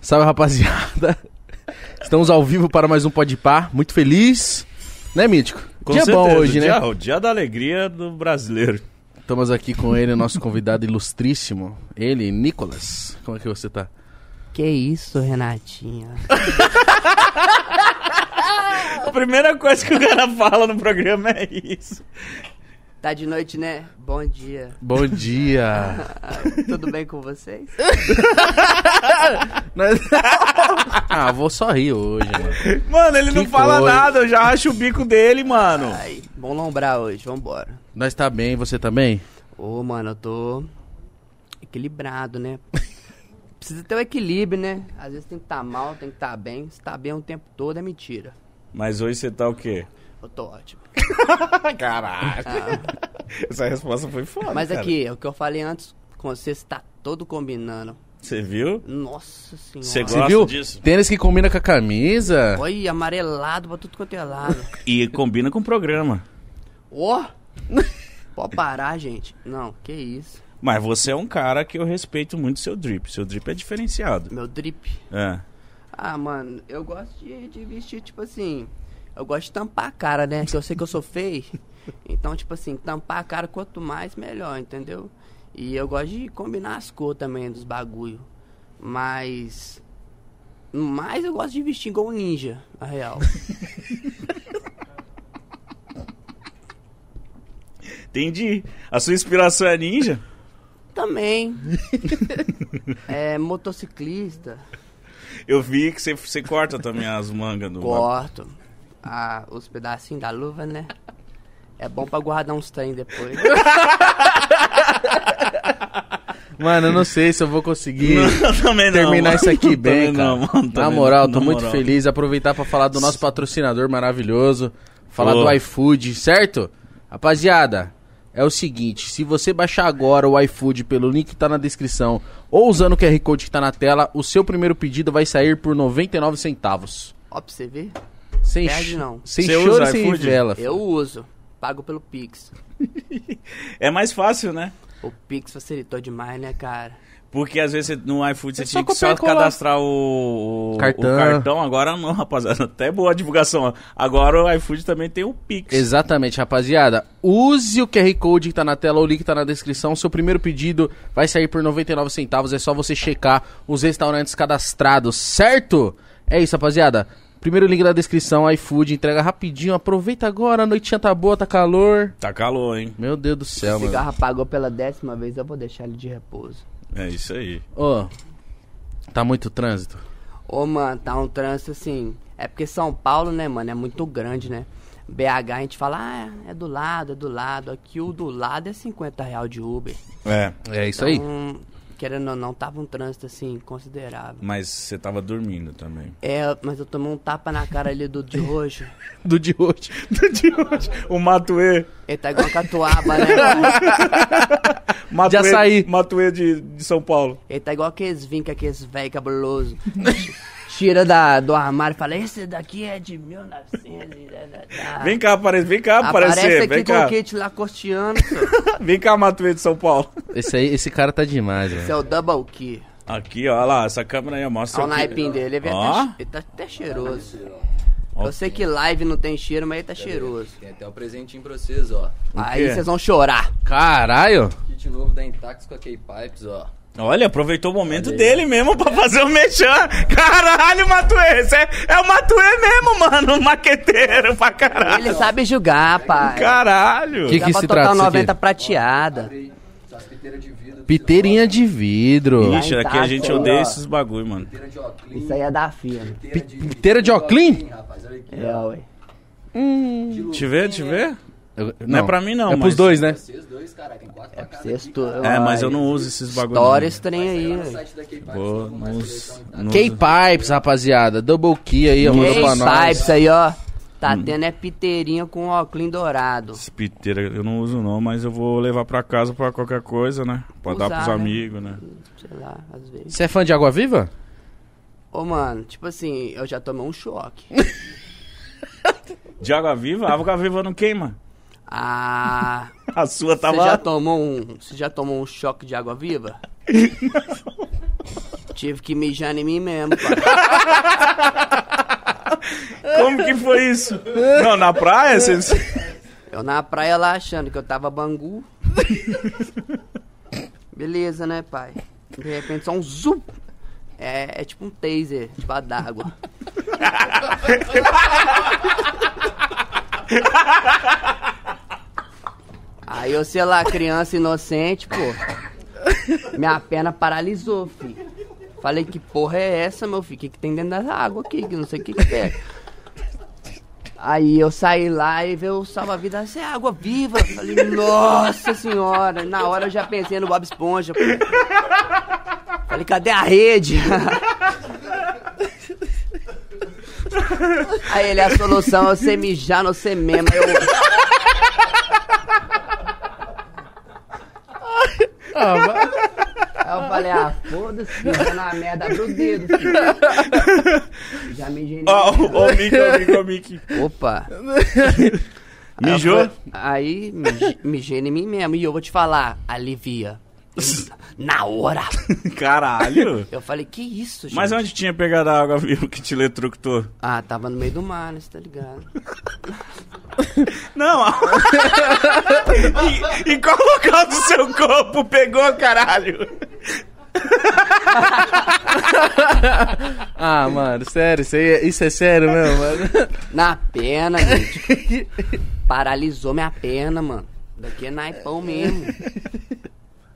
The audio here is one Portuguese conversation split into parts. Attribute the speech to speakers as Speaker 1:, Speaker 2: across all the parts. Speaker 1: Salve, rapaziada. Estamos ao vivo para mais um Pode Par. Muito feliz. Né, Mítico?
Speaker 2: Com
Speaker 1: dia
Speaker 2: certeza,
Speaker 1: bom hoje,
Speaker 2: dia,
Speaker 1: né?
Speaker 2: O dia da alegria do brasileiro.
Speaker 1: Estamos aqui com ele, nosso convidado ilustríssimo. Ele, Nicolas. Como é que você tá?
Speaker 3: Que isso, Renatinha?
Speaker 2: A primeira coisa que o cara fala no programa é isso.
Speaker 3: Tá de noite, né? Bom dia.
Speaker 1: Bom dia.
Speaker 3: Ah, tudo bem com vocês?
Speaker 1: Nós- ah, vou só rir hoje, mano.
Speaker 2: Mano, ele não
Speaker 1: Que
Speaker 2: fala
Speaker 1: coisa.
Speaker 2: nada, eu já acho o bico dele, mano.
Speaker 3: Tá Aí, bom lombrar hoje, vambora.
Speaker 1: Nós tá bem, você tá bem?
Speaker 3: Ô, mano, eu tô equilibrado, né? Precisa ter um equilíbrio, né? Às vezes tem que tá mal, tem que tá bem. Se tá bem o tempo todo é mentira.
Speaker 2: Mas hoje você tá o quê?
Speaker 3: Eu tô ótimo.
Speaker 2: Caralho. Essa resposta foi foda.
Speaker 3: Mas
Speaker 2: cara.
Speaker 3: aqui, é o que eu falei antes, com você está todo combinando.
Speaker 2: Você viu?
Speaker 3: Nossa senhora.
Speaker 2: Você
Speaker 1: Você
Speaker 2: Gosto
Speaker 1: viu?
Speaker 2: disso.
Speaker 1: Tênis que combina com a camisa.
Speaker 3: Olha, amarelado pra tudo quanto é lado.
Speaker 2: E combina com o programa.
Speaker 3: Ó! Pode parar, gente. Não, que isso.
Speaker 2: Mas você é um cara que eu respeito muito seu drip. Seu drip é diferenciado.
Speaker 3: Meu drip.
Speaker 2: É.
Speaker 3: Ah, mano, eu gosto de, de vestir, tipo assim. Eu gosto de tampar a cara, né? Que eu sei que eu sou feio. Então, tipo assim, tampar a cara, quanto mais, melhor, entendeu? E eu gosto de combinar as cores também dos bagulho. Mas. Mas eu gosto de vestir igual um ninja, na real.
Speaker 2: Entendi. A sua inspiração é ninja?
Speaker 3: Também. é, motociclista,
Speaker 2: Eu vi que você, você corta também as mangas do.
Speaker 3: corto. Ah, os pedacinhos da luva, né? É bom pra guardar uns trem depois.
Speaker 1: Mano, eu não sei se eu vou conseguir.
Speaker 2: Não, também não.
Speaker 1: terminar
Speaker 2: mano.
Speaker 1: isso aqui bem,
Speaker 2: Também
Speaker 1: cara.
Speaker 2: não, mano,
Speaker 1: Na
Speaker 2: também
Speaker 1: moral,
Speaker 2: não.
Speaker 1: tô
Speaker 2: Na
Speaker 1: muito
Speaker 2: moral.
Speaker 1: feliz. Aproveitar pra falar do nosso patrocinador maravilhoso. Falar
Speaker 2: Pô.
Speaker 1: do iFood, certo? Rapaziada, é o seguinte: se você baixar agora o iFood pelo link que tá na descrição ou usando o QR Code que tá na tela, o seu primeiro pedido vai sair por 99 centavos.
Speaker 3: Ó, pra você ver.
Speaker 1: Sem,
Speaker 3: Perde
Speaker 1: ch-
Speaker 3: não.
Speaker 1: sem
Speaker 2: Você usa
Speaker 1: choro, sem
Speaker 2: iFood?
Speaker 1: vela.
Speaker 3: Eu uso. Pago pelo Pix.
Speaker 2: É mais fácil, né?
Speaker 3: O Pix facilitou demais, né, cara?
Speaker 2: Porque às vezes você- no iFood você
Speaker 1: É só
Speaker 2: tinha que
Speaker 1: copiar e
Speaker 2: só
Speaker 1: colar.
Speaker 2: cadastrar o, o- o
Speaker 1: Cartão.
Speaker 2: cartão. Agora não, rapaziada. Até boa a divulgação. ó. Agora o iFood também tem o Pix.
Speaker 1: Exatamente, rapaziada. Use o QR Code que tá na tela, o link que tá na descrição. Seu primeiro pedido vai sair por 99 centavos. É só você checar os restaurantes cadastrados, certo? É isso, rapaziada. Primeiro link na descrição, iFood, entrega rapidinho. Aproveita agora, a noitinha tá boa, tá calor.
Speaker 2: Tá calor, hein?
Speaker 1: Meu Deus do céu,
Speaker 3: O
Speaker 1: É, mano.
Speaker 3: cigarro apagou pela décima vez, eu vou deixar ele de repouso.
Speaker 2: É isso aí.
Speaker 1: Ô, tá muito trânsito.
Speaker 3: Ô, mano, tá um trânsito assim. É porque São Paulo, né, mano, é muito grande, né? BH a gente fala, ah, é do lado, é do lado. Aqui o do lado é 50 real de Uber.
Speaker 2: É.
Speaker 1: É isso aí.
Speaker 3: Então, querendo ou não, tava um trânsito assim, considerável.
Speaker 2: Mas você tava dormindo também.
Speaker 3: É, mas eu tomei um tapa na cara ali do de roxo.
Speaker 1: Do de hoje.
Speaker 2: Do de hoje. O Matuê.
Speaker 3: Ele tá igual a catuaba, né?
Speaker 2: Matuê
Speaker 1: De açaí.
Speaker 2: Matuê de, de São Paulo.
Speaker 3: Ele tá igual aqueles vinca, aqueles velho cabuloso. Tira da, do armário e fala, esse daqui é de 1900. e da, da, da."
Speaker 1: Ah.
Speaker 2: Vem cá, aparece. Vem cá,
Speaker 3: Aparece
Speaker 2: aparecer.
Speaker 3: aqui
Speaker 2: Vem
Speaker 3: com
Speaker 2: cá.
Speaker 3: o kit lacostiano, seu,
Speaker 2: Vem cá, Matuê de São Paulo.
Speaker 1: Esse aí, esse cara tá demais, velho.
Speaker 3: seu é double key.
Speaker 2: Aqui, ó. Olha lá. Essa câmera aí mostra.
Speaker 3: Olha o
Speaker 2: aqui.
Speaker 3: naipim dele, ele,
Speaker 2: Ó.
Speaker 3: tá, ele tá até cheiroso. Eu sei que live não tem cheiro, mas ele tá cheiroso.
Speaker 4: Tem até um presentinho pra vocês, ó.
Speaker 3: Aí
Speaker 2: quê?
Speaker 3: vocês vão chorar.
Speaker 1: Caralho!
Speaker 4: Kit novo da Intax com a K-Pipes, ó.
Speaker 2: Olha, aproveitou o momento dele mesmo pra fazer o mechan. Caralho, Matuê, você é, é o Matuê mesmo, mano, um maqueteiro pra caralho.
Speaker 3: Ele tá- sabe julgar, pai.
Speaker 2: Caralho.
Speaker 1: Que-
Speaker 3: Dá pra
Speaker 1: se
Speaker 3: tocar
Speaker 1: trata isso aqui?
Speaker 3: 90 prateada.
Speaker 4: Essas piteiras de vidro.
Speaker 1: Piteirinha de vidro.
Speaker 2: Ixi, aqui é a gente
Speaker 3: Lá em casa,
Speaker 2: odeia
Speaker 3: ó.
Speaker 2: esses bagulho, mano.
Speaker 4: Piteira de Oclean.
Speaker 3: Isso aí é da firma.
Speaker 4: Piteira de,
Speaker 1: piteira de Oclean?
Speaker 4: rapaz, olha aqui,
Speaker 3: É,
Speaker 4: ó.
Speaker 3: ué.
Speaker 2: Te vê, te vê?
Speaker 1: Eu-
Speaker 2: Não é pra mim, não,
Speaker 1: É pros
Speaker 2: mas-
Speaker 1: dois, né?
Speaker 4: Vocês dois, cara, tem quatro pra cada aqui,
Speaker 3: Sexto.
Speaker 4: cara.
Speaker 2: É, mas eu não uso esses bagulho.
Speaker 3: História esse trem aí,
Speaker 4: Lá no
Speaker 3: ué.
Speaker 4: site da K-Pipes,
Speaker 2: não. Pô,
Speaker 4: tem
Speaker 2: não
Speaker 4: mais
Speaker 2: uso-
Speaker 4: coleção e tal.
Speaker 2: não uso.
Speaker 1: Key Pipes, rapaziada. Double Key aí, ó, mandou pra
Speaker 3: Quem
Speaker 1: nós. Hum.
Speaker 3: isso aí, ó. Tá tendo é piteirinha com óculos dourado.
Speaker 2: Esse piteira eu não uso não, mas eu vou levar pra casa pra qualquer coisa, né? Pra dar
Speaker 3: Usar,
Speaker 2: pros
Speaker 3: né?
Speaker 2: amigos, né?
Speaker 3: Sei lá, às vezes.
Speaker 1: Você é fã de Água Viva?
Speaker 3: Ô, mano, tipo assim, eu já tomei um choque.
Speaker 2: De água viva? Água viva não queima.
Speaker 3: Ah.
Speaker 2: A sua
Speaker 1: Tá
Speaker 3: Você
Speaker 2: tava...
Speaker 3: já tomou um. Você já tomou um choque de água viva? Tive que mijar em mim mesmo, pai.
Speaker 2: Como que foi isso? Não, na praia, vocês.
Speaker 3: Eu na praia lá achando que eu tava bangu. Beleza, né, pai? De repente só um zoom. É, é tipo um taser, tipo a d'água. Aí eu, sei lá, criança inocente, pô. Minha perna paralisou, filho. Falei, que porra é essa, meu filho? O que, que tem dentro dessa água aqui? Que não sei o que que é. Aí eu saí lá e veio o salva-vida, essa é água viva. Eu Falei, nossa senhora. Na hora eu já pensei no Bob Esponja. pô. Falei, cadê a rede? Aí ele, a solução é você mijar no você mesmo. Aí eu... Aí eu falei, ah, foda-se, mijar na merda, abre o dedo. filho. Já mijei na
Speaker 2: Ó,
Speaker 3: merda.
Speaker 2: ó, o Mickey, ó, o Mickey, ó, o Mickey.
Speaker 3: Opa.
Speaker 2: Mijou?
Speaker 3: Aí, mij- mijei em mim mesmo. E eu vou te falar, alivia. Na hora.
Speaker 2: Caralho.
Speaker 3: Eu falei, que isso, gente?
Speaker 2: Mas onde tinha pegado a água viva que te eletrocutou?
Speaker 3: Ah, tava no meio do mar, né? Você tá ligado?
Speaker 2: Não, a- e, e qual local do seu corpo pegou, caralho?
Speaker 1: Ah, mano, sério, isso, aí é- isso é sério mesmo, mano.
Speaker 3: Na perna, gente. Paralisou minha perna, mano. Daqui é naipão mesmo.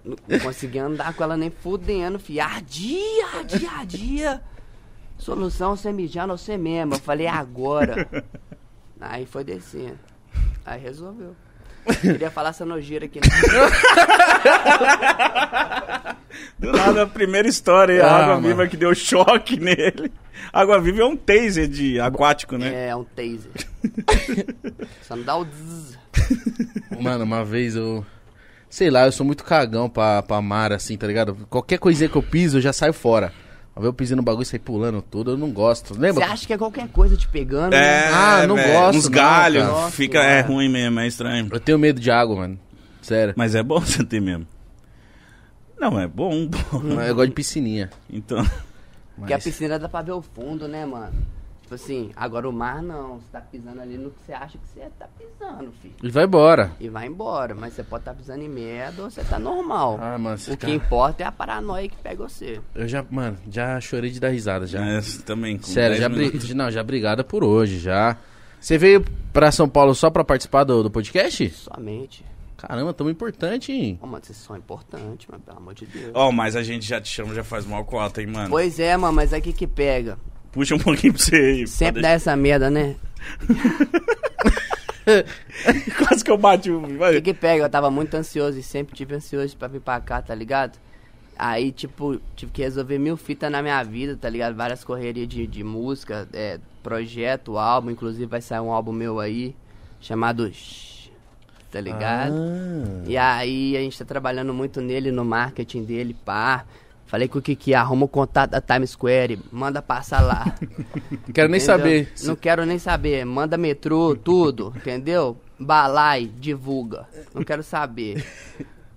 Speaker 3: Não, não consegui andar com ela nem fudendo, fi. Ardia, ardia, ardia. Solução, você mijar no você mesmo. Eu falei, "É agora. Aí foi descendo. Aí resolveu. Queria falar essa nojeira aqui. né?
Speaker 2: Do nada, a primeira história, aí, a
Speaker 1: Ah,
Speaker 2: água
Speaker 1: mano.
Speaker 2: viva que deu choque nele. Água viva é um taser de aquático, né?
Speaker 3: É, é um taser. Só não dá o zzz.
Speaker 1: Mano, uma vez eu. Sei lá, eu sou muito cagão pra, pra mar, assim, tá ligado? Qualquer coisinha que eu piso, eu já saio fora. Uma vez eu pisei no bagulho e saí pulando tudo, eu não gosto.
Speaker 3: Você
Speaker 1: Lembra?
Speaker 3: acha que é qualquer coisa te pegando? né?
Speaker 1: Ah, não
Speaker 2: É, velho,
Speaker 1: gosto,
Speaker 2: Uns
Speaker 1: não,
Speaker 2: galhos,
Speaker 1: cara.
Speaker 3: Nossa,
Speaker 2: fica, é
Speaker 3: mano.
Speaker 2: ruim mesmo, é estranho.
Speaker 1: Eu tenho medo de água, mano. Sério.
Speaker 2: Mas é bom você ter mesmo. Não, é bom, bom.
Speaker 1: Eu gosto de piscininha.
Speaker 2: Então,
Speaker 1: Mas...
Speaker 3: Porque a piscina dá pra ver o fundo, né, mano? Tipo assim, agora o mar não. Você tá pisando ali no que você acha que você tá pisando, filho.
Speaker 1: E vai embora.
Speaker 3: E vai embora, mas você pode estar pisando em merda ou você tá normal.
Speaker 1: Ah, mano, esse
Speaker 3: o
Speaker 1: cara-
Speaker 3: que importa é a paranoia que pega você.
Speaker 1: Eu já, mano, já chorei de dar risada já.
Speaker 2: é, também. com
Speaker 1: Sério,
Speaker 2: 10
Speaker 1: já, bri...
Speaker 2: minutos.
Speaker 1: não, já obrigada por hoje, já. Você veio pra São Paulo só pra participar do, do podcast?
Speaker 3: Somente.
Speaker 1: Caramba, tamo importante, hein?
Speaker 3: Ô, mano, vocês são importantes, mas pelo amor de Deus.
Speaker 2: Ó, mas a gente já te chama, já faz mal cota, hein, mano.
Speaker 3: Pois é, mano, mas é que que pega.
Speaker 2: Puxa um pouquinho pra você aí.
Speaker 3: Sempre dá
Speaker 2: pra
Speaker 3: essa merda, né? né?
Speaker 2: deixar- Quase que eu bati o...
Speaker 3: O que
Speaker 2: Vai.
Speaker 3: que pega? Eu tava muito ansioso e sempre tive ansioso pra vir pra cá, tá ligado? Aí, tipo, tive que resolver mil fitas na minha vida, tá ligado? Várias correrias de, de música, é, projeto, álbum. Inclusive, vai sair um álbum meu aí, chamado... Shhh, Tá ligado? E aí, a gente tá trabalhando muito nele, no marketing dele, pá. Falei com o Kiki, arruma o contato da Times Square, manda passar lá.
Speaker 1: Quero nem
Speaker 3: Entendeu?
Speaker 1: saber.
Speaker 3: Não quero nem saber. Manda metrô, tudo, entendeu? Balai, divulga. Não quero saber.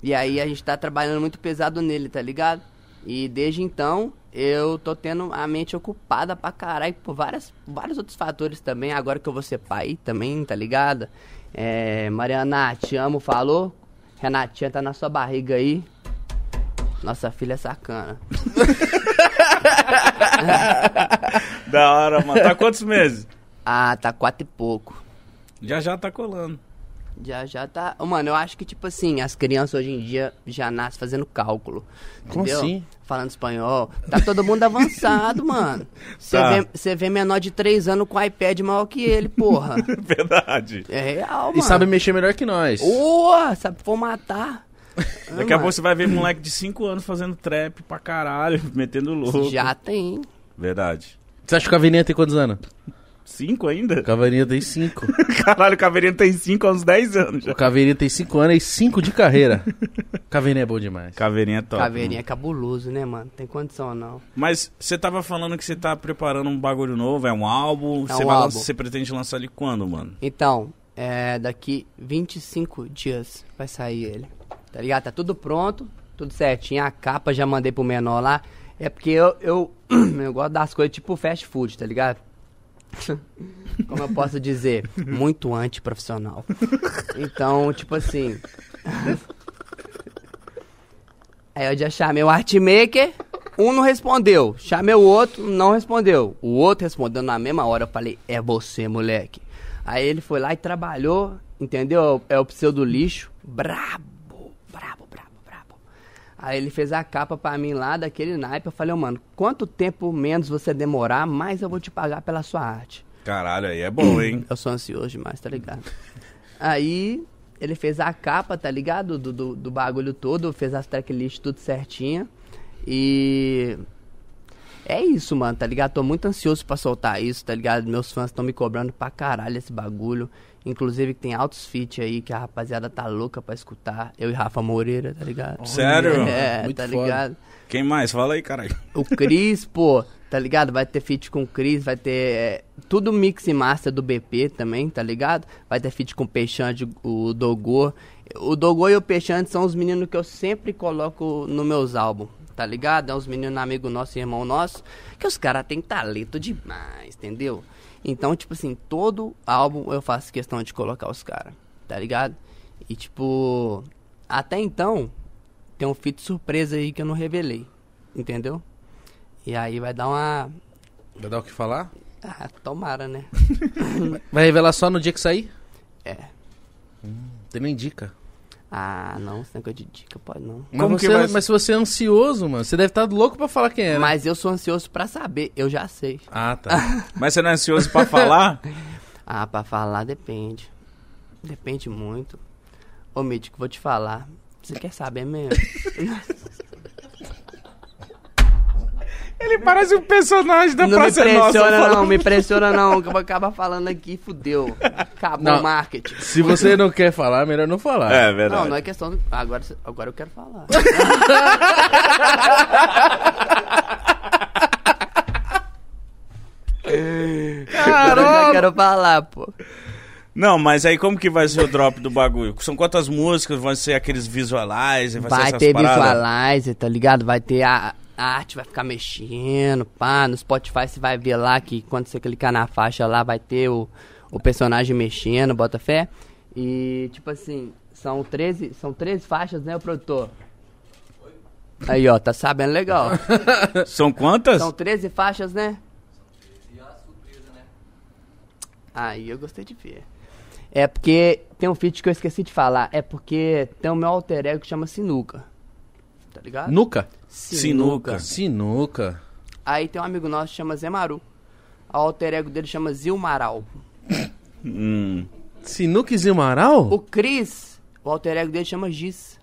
Speaker 3: E aí a gente tá trabalhando muito pesado nele, tá ligado? E desde então, eu tô tendo a mente ocupada pra caralho por várias, vários outros fatores também. Agora que eu vou ser pai também, tá ligado? É, Mariana, te amo, falou. Renatinha tá na sua barriga aí. Nossa filha é sacana.
Speaker 2: Da hora, mano. Tá quantos meses?
Speaker 3: Ah, tá quatro e pouco.
Speaker 2: Já já tá colando.
Speaker 3: Já, já tá. Ô, Mano, eu acho que, tipo assim, as crianças hoje em dia já nascem fazendo cálculo.
Speaker 1: Como
Speaker 3: entendeu?
Speaker 1: assim?
Speaker 3: Falando espanhol. Tá todo mundo avançado, mano. Você
Speaker 2: Tá.
Speaker 3: vê, cê vê menor de 3 anos com iPad maior que ele, porra.
Speaker 2: Verdade.
Speaker 3: É real, mano.
Speaker 1: E sabe mexer melhor que nós.
Speaker 3: Ô, sabe formatar. Ah,
Speaker 2: Daqui a pouco você vai ver moleque de 5 anos fazendo trap pra caralho, metendo tá louco.
Speaker 3: Já tem.
Speaker 2: Verdade.
Speaker 1: Você acha que o Caveirinha tem quantos anos?
Speaker 2: 5
Speaker 1: O
Speaker 2: ainda?
Speaker 1: Caveirinha tem 5.
Speaker 2: Caralho, o Caveirinha tem 5 há uns 10 anos já.
Speaker 1: o Caveirinha tem 5 anos e 5 de carreira. O Caveirinha é bom demais.
Speaker 2: Caveirinha é top.
Speaker 3: Caveirinha é cabuloso, né, mano? Tem condição, não.
Speaker 2: mano. Mas você tava falando que você tá preparando um bagulho novo, é um álbum.
Speaker 3: É
Speaker 2: você,
Speaker 3: um
Speaker 2: vai lan-
Speaker 3: álbum.
Speaker 2: você pretende lançar ele quando, mano?
Speaker 3: Então, é, daqui 25 dias vai sair ele. Tá ligado? Tá tudo pronto, tudo certinho. A capa já mandei pro menor lá. É porque eu, eu, eu gosto das coisas tipo fast food, tá ligado? Como eu posso dizer? Muito antiprofissional. Então, tipo assim. Aí eu já chamei o Artmaker, um não respondeu. Chamei o outro, não respondeu. O outro respondeu na mesma hora. Eu falei, é você, moleque. Aí ele foi lá e trabalhou, entendeu? É o pseudo lixo. Brabo, brabo, brabo, brabo. Aí ele fez a capa pra mim lá daquele naipe. Eu falei, ô, mano, quanto tempo menos você demorar, mais eu vou te pagar pela sua arte.
Speaker 2: Caralho, aí é bom, hein?
Speaker 3: Eu sou ansioso demais, tá ligado? Aí ele fez a capa, tá ligado? Do, do, do bagulho todo, fez as tracklists tudo certinha. E. É isso, mano, tá ligado? Tô muito ansioso pra soltar isso, tá ligado? Meus fãs estão me cobrando pra caralho esse bagulho. Inclusive tem altos feat aí que a rapaziada tá louca pra escutar. Eu e Rafa Moreira, tá ligado?
Speaker 2: Sério?
Speaker 3: É,
Speaker 1: Muito
Speaker 3: tá
Speaker 1: foda.
Speaker 3: ligado?
Speaker 2: Quem mais? Fala aí, caralho.
Speaker 3: O Cris, pô, tá ligado? Vai ter feat com o Cris, vai ter é, tudo mix e master do BP também, tá ligado? Vai ter feat com o Peixante, o Dogô. O Dogô e o Peixante são os meninos que eu sempre coloco nos meus álbuns, tá ligado? É uns meninos amigo nosso, irmão nosso, que os caras têm talento demais, entendeu? Então, tipo assim, todo álbum eu faço questão de colocar os caras, tá ligado? E tipo, até então, tem um feat surpresa aí que eu não revelei, entendeu? E aí vai dar uma.
Speaker 1: Vai dar o que falar?
Speaker 3: Ah, tomara, né?
Speaker 1: Vai revelar só no dia que sair?
Speaker 3: É.
Speaker 1: Tem nem dica.
Speaker 3: Ah, não, esse negócio de dica pode não.
Speaker 1: Mas,
Speaker 2: Como que
Speaker 1: você,
Speaker 2: vai-
Speaker 1: mas se você é ansioso, mano, você deve estar louco pra falar quem é, né?
Speaker 3: Mas eu sou ansioso pra saber, eu já sei.
Speaker 1: Ah, tá.
Speaker 2: Mas você não é ansioso pra falar?
Speaker 3: Ah, pra falar depende. Depende muito. Ô, Mítico, vou te falar. Você quer saber mesmo?
Speaker 2: Ele parece um personagem da
Speaker 3: não me
Speaker 2: Praça Nossa.
Speaker 3: pressiona,
Speaker 2: falando.
Speaker 3: não, me pressiona, não. Que eu vou acabar falando aqui, fudeu. Acabou
Speaker 1: Não.
Speaker 3: o marketing.
Speaker 1: se você não quer falar, melhor não falar.
Speaker 2: É, verdade.
Speaker 3: Não, não é questão. Agora, agora eu quero falar. Agora eu já quero falar, pô.
Speaker 2: Não, mas aí como que vai ser o drop do bagulho? São quantas músicas? Vai ser aqueles visualizer? Vai, ser
Speaker 3: Vai
Speaker 2: essas
Speaker 3: ter
Speaker 2: paradas?
Speaker 3: visualizer, tá ligado? Vai ter a, a arte, vai ficar mexendo, pá. No Spotify você vai ver lá que quando você clicar na faixa lá vai ter o, o personagem mexendo, bota fé. E, tipo assim, são 13, são 13 faixas, né, o produtor? Aí, ó, tá sabendo legal.
Speaker 2: São quantas?
Speaker 3: São 13 faixas, né? Aí eu gostei de ver. É porque tem um feat que eu esqueci de falar. É porque tem o meu alter ego que chama Sinuca. Tá ligado?
Speaker 1: Nuca?
Speaker 2: Sinuca.
Speaker 1: Sinuca.
Speaker 3: Aí tem um amigo nosso que chama Zé Maru. O alter ego dele chama Zilmaral.
Speaker 2: Hum.
Speaker 1: Sinuca e Zimaral?
Speaker 3: O Cris, o alter ego dele chama Giz.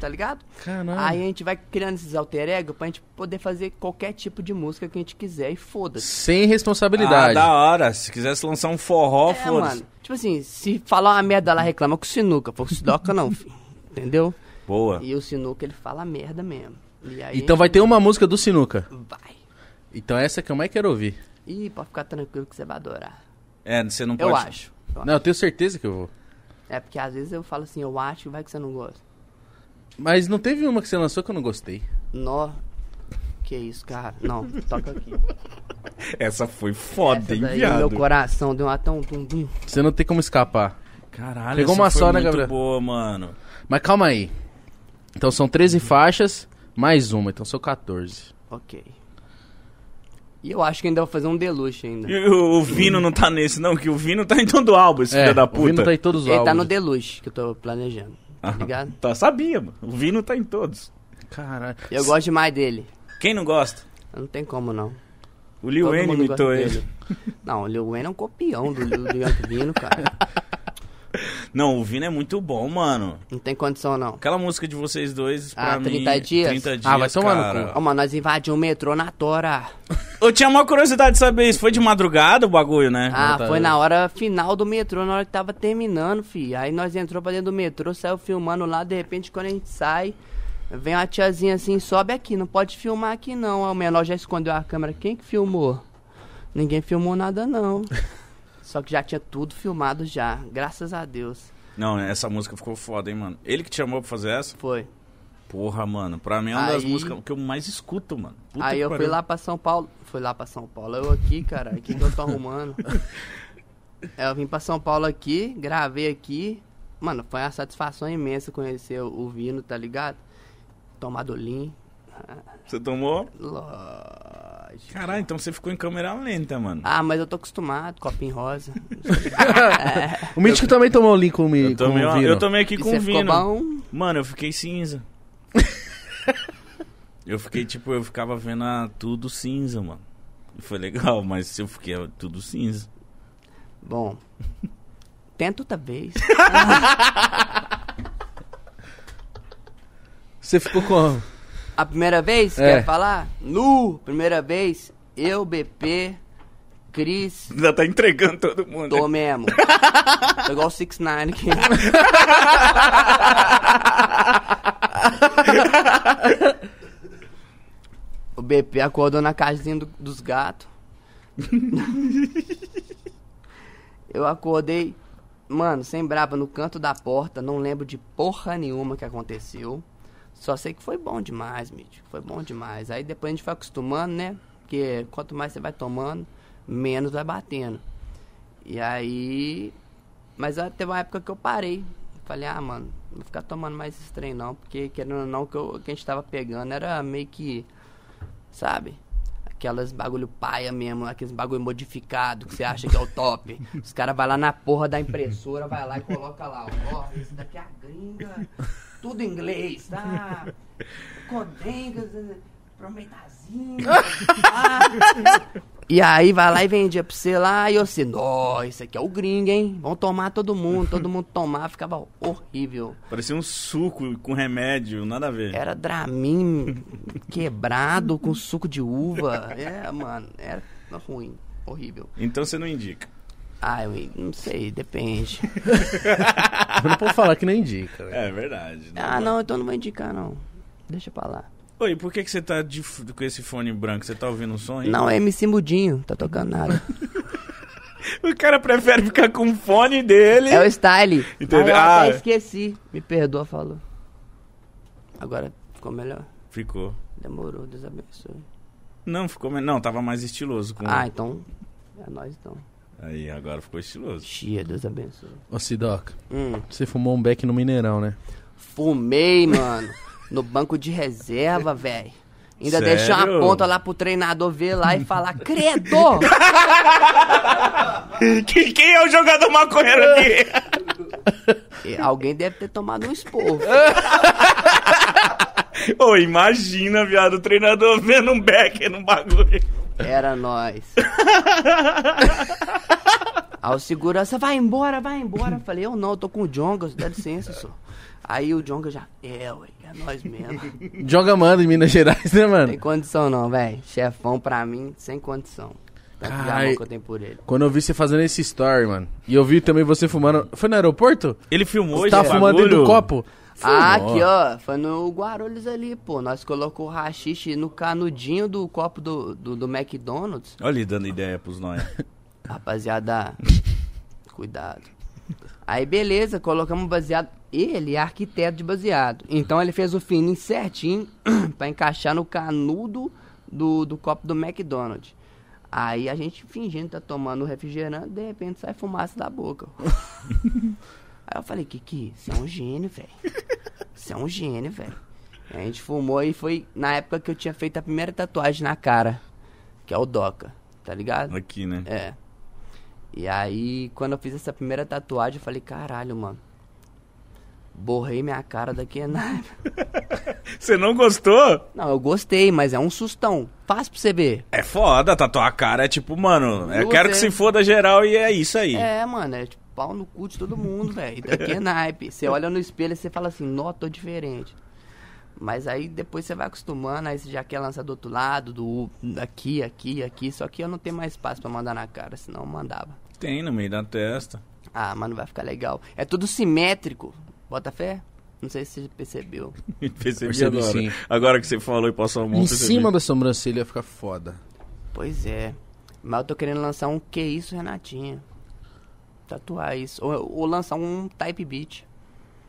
Speaker 3: Tá ligado?
Speaker 1: Caralho.
Speaker 3: Aí a gente vai criando esses alter ego pra gente poder fazer qualquer tipo de música que a gente quiser e foda-se.
Speaker 1: Sem
Speaker 2: Ah,
Speaker 1: responsabilidade.
Speaker 2: da hora. Se quisesse lançar um forró,
Speaker 3: É,
Speaker 2: foda-se.
Speaker 3: mano. Tipo assim, se falar uma merda lá, reclama com o Sinuca. Pô, o Sidoca não, filho. Entendeu?
Speaker 2: Boa.
Speaker 3: E o Sinuca, ele fala merda mesmo. E aí,
Speaker 1: Então vai ter uma música do Sinuca.
Speaker 3: Vai.
Speaker 1: Então essa que eu mais quero ouvir.
Speaker 3: Ih, pode ficar tranquilo que você vai adorar.
Speaker 2: É, você não pode...
Speaker 3: Eu acho. Eu
Speaker 1: Não, eu tenho certeza que eu vou.
Speaker 3: acho. É porque às vezes eu falo assim, eu acho, vai que você não gosta.
Speaker 1: Mas não teve uma que você lançou que eu não gostei.
Speaker 3: Nó. Que isso, cara. Não, toca aqui.
Speaker 2: Essa foi foda,
Speaker 3: Essa
Speaker 2: hein,
Speaker 3: daí,
Speaker 2: viado.
Speaker 3: meu coração deu um uma tão... Dum, dum.
Speaker 1: Você não tem como escapar.
Speaker 2: Caralho,
Speaker 1: Pegou
Speaker 2: essa
Speaker 1: uma
Speaker 2: foi
Speaker 1: só, né,
Speaker 2: muito
Speaker 1: Gabriel?
Speaker 2: boa, mano.
Speaker 1: Mas calma aí. Então são 13
Speaker 3: Uhum.
Speaker 1: faixas, mais uma, então são 14.
Speaker 3: Ok. E eu acho que ainda vou fazer um deluxe ainda.
Speaker 2: E o, o Vino não tá nesse, não, que o Vino tá em todo álbum, esse filho da
Speaker 1: O
Speaker 2: puta.
Speaker 1: Vino tá em todos os
Speaker 3: Ele tá no
Speaker 1: álbuns.
Speaker 3: deluxe que eu tô planejando. Tá ligado?
Speaker 2: Tá, sabia, mano. O Vino tá em todos.
Speaker 1: Caralho.
Speaker 3: Eu gosto demais dele.
Speaker 2: Quem não gosta?
Speaker 3: Não tem como, não.
Speaker 2: O Lil
Speaker 3: Todo
Speaker 2: Wayne
Speaker 3: mundo gosta
Speaker 2: imitou
Speaker 3: dele.
Speaker 2: ele.
Speaker 3: Não, o Lil Wayne é um copião do, do, do Yankee Vino, cara.
Speaker 2: Não, o Vino é muito bom, mano.
Speaker 3: Não tem condição, não.
Speaker 2: Aquela música de vocês dois, pra
Speaker 3: Ah,
Speaker 2: mim...
Speaker 3: 30 dias?
Speaker 2: 30 dias,
Speaker 1: Ah, vai tomar no
Speaker 2: cara.
Speaker 1: cu.
Speaker 3: Ó, mano, nós invadimos o metrô na Tora.
Speaker 2: Eu tinha uma curiosidade de saber isso. Foi de madrugada o bagulho, né?
Speaker 3: Ah,
Speaker 1: tá-
Speaker 3: foi na hora final do metrô, na hora que tava terminando, fi. Aí nós entrou pra dentro do metrô, saiu filmando lá, de repente quando a gente sai, vem uma tiazinha assim, sobe aqui, não pode filmar aqui não. Aí o menor já escondeu a câmera. Quem que filmou? Ninguém filmou nada não. Só que já tinha tudo filmado já, graças a Deus.
Speaker 2: Não, essa música ficou foda, hein, mano. Ele que te chamou pra fazer essa?
Speaker 3: Foi.
Speaker 2: Porra, mano, pra mim é uma das
Speaker 3: Aí-
Speaker 2: músicas que eu mais escuto, mano. Puta
Speaker 3: Aí
Speaker 2: que
Speaker 3: eu fui
Speaker 2: pariu.
Speaker 3: lá pra São Paulo. Fui lá pra São Paulo. Eu aqui, cara. O que, que eu tô arrumando? Aí eu vim pra São Paulo aqui, gravei aqui. Mano, foi uma satisfação imensa conhecer o, o Vino, tá ligado? Tomar do Lean.
Speaker 2: Você tomou?
Speaker 3: Lógico.
Speaker 2: Caralho, então você ficou em câmera lenta, mano.
Speaker 3: Ah, mas eu tô acostumado, copinho rosa.
Speaker 1: O Mítico também tomou link com,
Speaker 2: eu,
Speaker 1: mi- com
Speaker 2: tomei,
Speaker 1: o
Speaker 2: uma-
Speaker 1: Vino.
Speaker 2: eu tomei aqui
Speaker 3: E
Speaker 2: com
Speaker 3: você
Speaker 2: o
Speaker 3: ficou
Speaker 2: Vino.
Speaker 3: bom?
Speaker 2: Mano, eu fiquei cinza. eu fiquei, tipo, eu ficava vendo ah, tudo cinza, mano. E Foi legal, mas eu fiquei ah, tudo cinza.
Speaker 3: Bom. Tenta outra vez.
Speaker 1: Você ficou com...
Speaker 3: A primeira vez,
Speaker 1: É.
Speaker 3: quer falar? Nu! Primeira vez, eu, BP, Cris,
Speaker 2: Já tá entregando todo mundo.
Speaker 3: Tô mesmo. Tô igual o 6 ix 9 aqui. o BP acordou na casinha do- dos gatos. Eu acordei, mano, sem braba, no canto da porta. Não lembro de porra nenhuma que aconteceu. Só sei que foi bom demais, Mítico. Foi bom demais. Aí depois a gente foi acostumando, né? Porque quanto mais você vai tomando, menos vai batendo. E aí. Mas ah, teve uma época que eu parei. Falei, ah, mano, não vou ficar tomando mais esse trem não, porque querendo ou não, o que, eu- o que a gente tava pegando era meio que. Sabe? Aquelas bagulho paia mesmo, aqueles bagulho modificado que você acha que é o top. Os caras vão lá na porra da impressora, vai lá e coloca lá, ó, esse daqui é a gringa, tudo em inglês, tá? Codengas, eh, prometazinho, tá? E aí vai lá e vendia pra você lá, e você, nó, isso aqui é o gringo, hein? Vão tomar todo mundo, todo mundo tomar, ficava horrível.
Speaker 2: Parecia um suco com remédio, nada a ver.
Speaker 3: Era Dramin quebrado com suco de uva. É, mano, era ruim, horrível.
Speaker 2: Então você não indica.
Speaker 3: Ah, eu não sei, depende.
Speaker 1: Eu não posso falar que nem indica, velho.
Speaker 2: É verdade. né,
Speaker 3: Ah,
Speaker 2: mano?
Speaker 3: não, então não vou indicar, não. Deixa pra lá.
Speaker 2: Oi, por que, que você tá de f- com esse fone branco? Você tá ouvindo um som aí?
Speaker 3: Não, é MC Mudinho, tá tocando nada.
Speaker 2: O cara prefere ficar com o fone dele.
Speaker 3: É o style.
Speaker 2: Entendeu?
Speaker 3: Ah, eu
Speaker 2: Ah.
Speaker 3: até esqueci. Me perdoa, falou. Agora ficou melhor.
Speaker 2: Ficou.
Speaker 3: Demorou, Deus abençoe.
Speaker 2: Não, ficou. me- Não, tava mais estiloso. Com...
Speaker 3: Ah, então. É nóis então.
Speaker 2: Aí, agora ficou estiloso.
Speaker 3: Chia, Deus abençoe.
Speaker 1: Ô, Sidoca,
Speaker 3: Hum,
Speaker 1: você fumou um beck no Mineirão, né?
Speaker 3: fumei, mano. No banco de reserva, velho. Ainda
Speaker 2: Sério?
Speaker 3: deixei uma ponta lá pro treinador ver lá e falar, credo!
Speaker 2: Quem, quem é o jogador maconheiro aqui?
Speaker 3: E Alguém deve ter tomado um esporro.
Speaker 2: Ô, imagina, viado, o treinador vendo um becker no bagulho.
Speaker 3: Era nós. Aí o segurança, vai embora, vai embora. Eu Falei, eu não, eu tô com o Jongas, dá licença, senhor. Aí o Jonga já, é, ué, é nós mesmo.
Speaker 1: Joga manda em Minas Gerais, né, mano?
Speaker 3: Tem condição não, velho. Chefão pra mim, sem condição. Tá Tanto de
Speaker 1: Carai.
Speaker 3: amor que eu tenho por ele.
Speaker 1: Quando eu vi você fazendo esse story, mano. E eu vi também você fumando. Foi no aeroporto?
Speaker 2: Ele filmou
Speaker 1: Você
Speaker 2: esse
Speaker 1: tava Tá fumando
Speaker 2: é bagulho?
Speaker 1: dentro do copo?
Speaker 3: Ah,
Speaker 1: Fumou.
Speaker 3: aqui, ó. Foi no Guarulhos ali, pô. Nós colocou o rachixe no canudinho do copo do, do, do McDonald's.
Speaker 2: Olha ele dando ideia pros nós.
Speaker 3: Rapaziada, cuidado. Aí, beleza, colocamos baseado. Ele é arquiteto de baseado. Então, ele fez o fininho certinho pra encaixar no canudo do, do copo do McDonald's. Aí, a gente fingindo que tá tomando refrigerante, de repente sai fumaça da boca. Aí eu falei, Kiki, você é um gênio, velho. Você é um gênio, velho. A gente fumou e foi na época que eu tinha feito a primeira tatuagem na cara, que é o Doca, tá ligado?
Speaker 2: Aqui, né?
Speaker 3: É. E aí, quando eu fiz essa primeira tatuagem, eu falei, caralho, mano. Borrei minha cara daqui a nada.
Speaker 2: Você não gostou?
Speaker 3: Não, eu gostei, mas é um sustão. Fácil pra você ver.
Speaker 2: É foda, tatuar a cara. É tipo, mano, eu
Speaker 3: Não
Speaker 2: quero que
Speaker 3: gostei.
Speaker 2: se foda geral e é isso aí.
Speaker 3: É, mano, é tipo pau no cu de todo mundo, velho. Daqui é naipe. Você olha no espelho e você fala assim, nó, tô diferente. Mas aí depois você vai acostumando, aí você já quer lançar do outro lado, do aqui, aqui, aqui. Só que eu não tenho mais espaço pra mandar na cara, senão eu mandava.
Speaker 2: Tem no meio da testa.
Speaker 3: Ah, mas não vai ficar legal. É tudo simétrico. Bota fé? Não sei se você percebeu.
Speaker 2: Percebi,
Speaker 1: Percebi
Speaker 2: agora.
Speaker 1: sim.
Speaker 2: Agora que você falou e passou a mão,
Speaker 1: Em
Speaker 2: percebi.
Speaker 1: cima da sobrancelha fica foda.
Speaker 3: Pois é. Mas eu tô querendo lançar um Que Isso, Renatinha. Tatuar isso. Ou, ou lançar um Type Beat.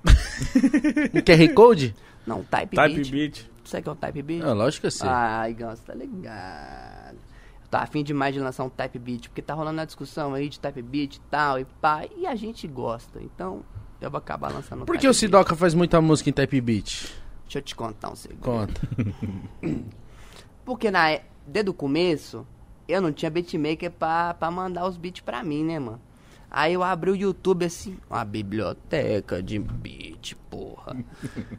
Speaker 1: Um QR Code?
Speaker 3: Não, Type,
Speaker 2: Type
Speaker 3: Beat.
Speaker 2: Beat.
Speaker 3: Tu sabe o que é um Type Beat?
Speaker 1: Ah, lógico que eu sei.
Speaker 3: Ai, Ganso, tá ligado. Eu Tá afim demais de lançar um type beat, porque tá rolando uma discussão aí de type beat e tal, e pá, e a gente gosta. Então, eu vou acabar lançando um
Speaker 1: Por que
Speaker 3: type
Speaker 1: o
Speaker 3: beat.
Speaker 1: Sidoca faz muita música em type beat?
Speaker 3: Deixa eu te contar um segundo.
Speaker 1: Conta.
Speaker 3: Porque na, é- desde o começo, eu não tinha beatmaker pra, pra mandar os beats pra mim, né, mano? Aí eu abri o YouTube assim, uma biblioteca de beat, porra.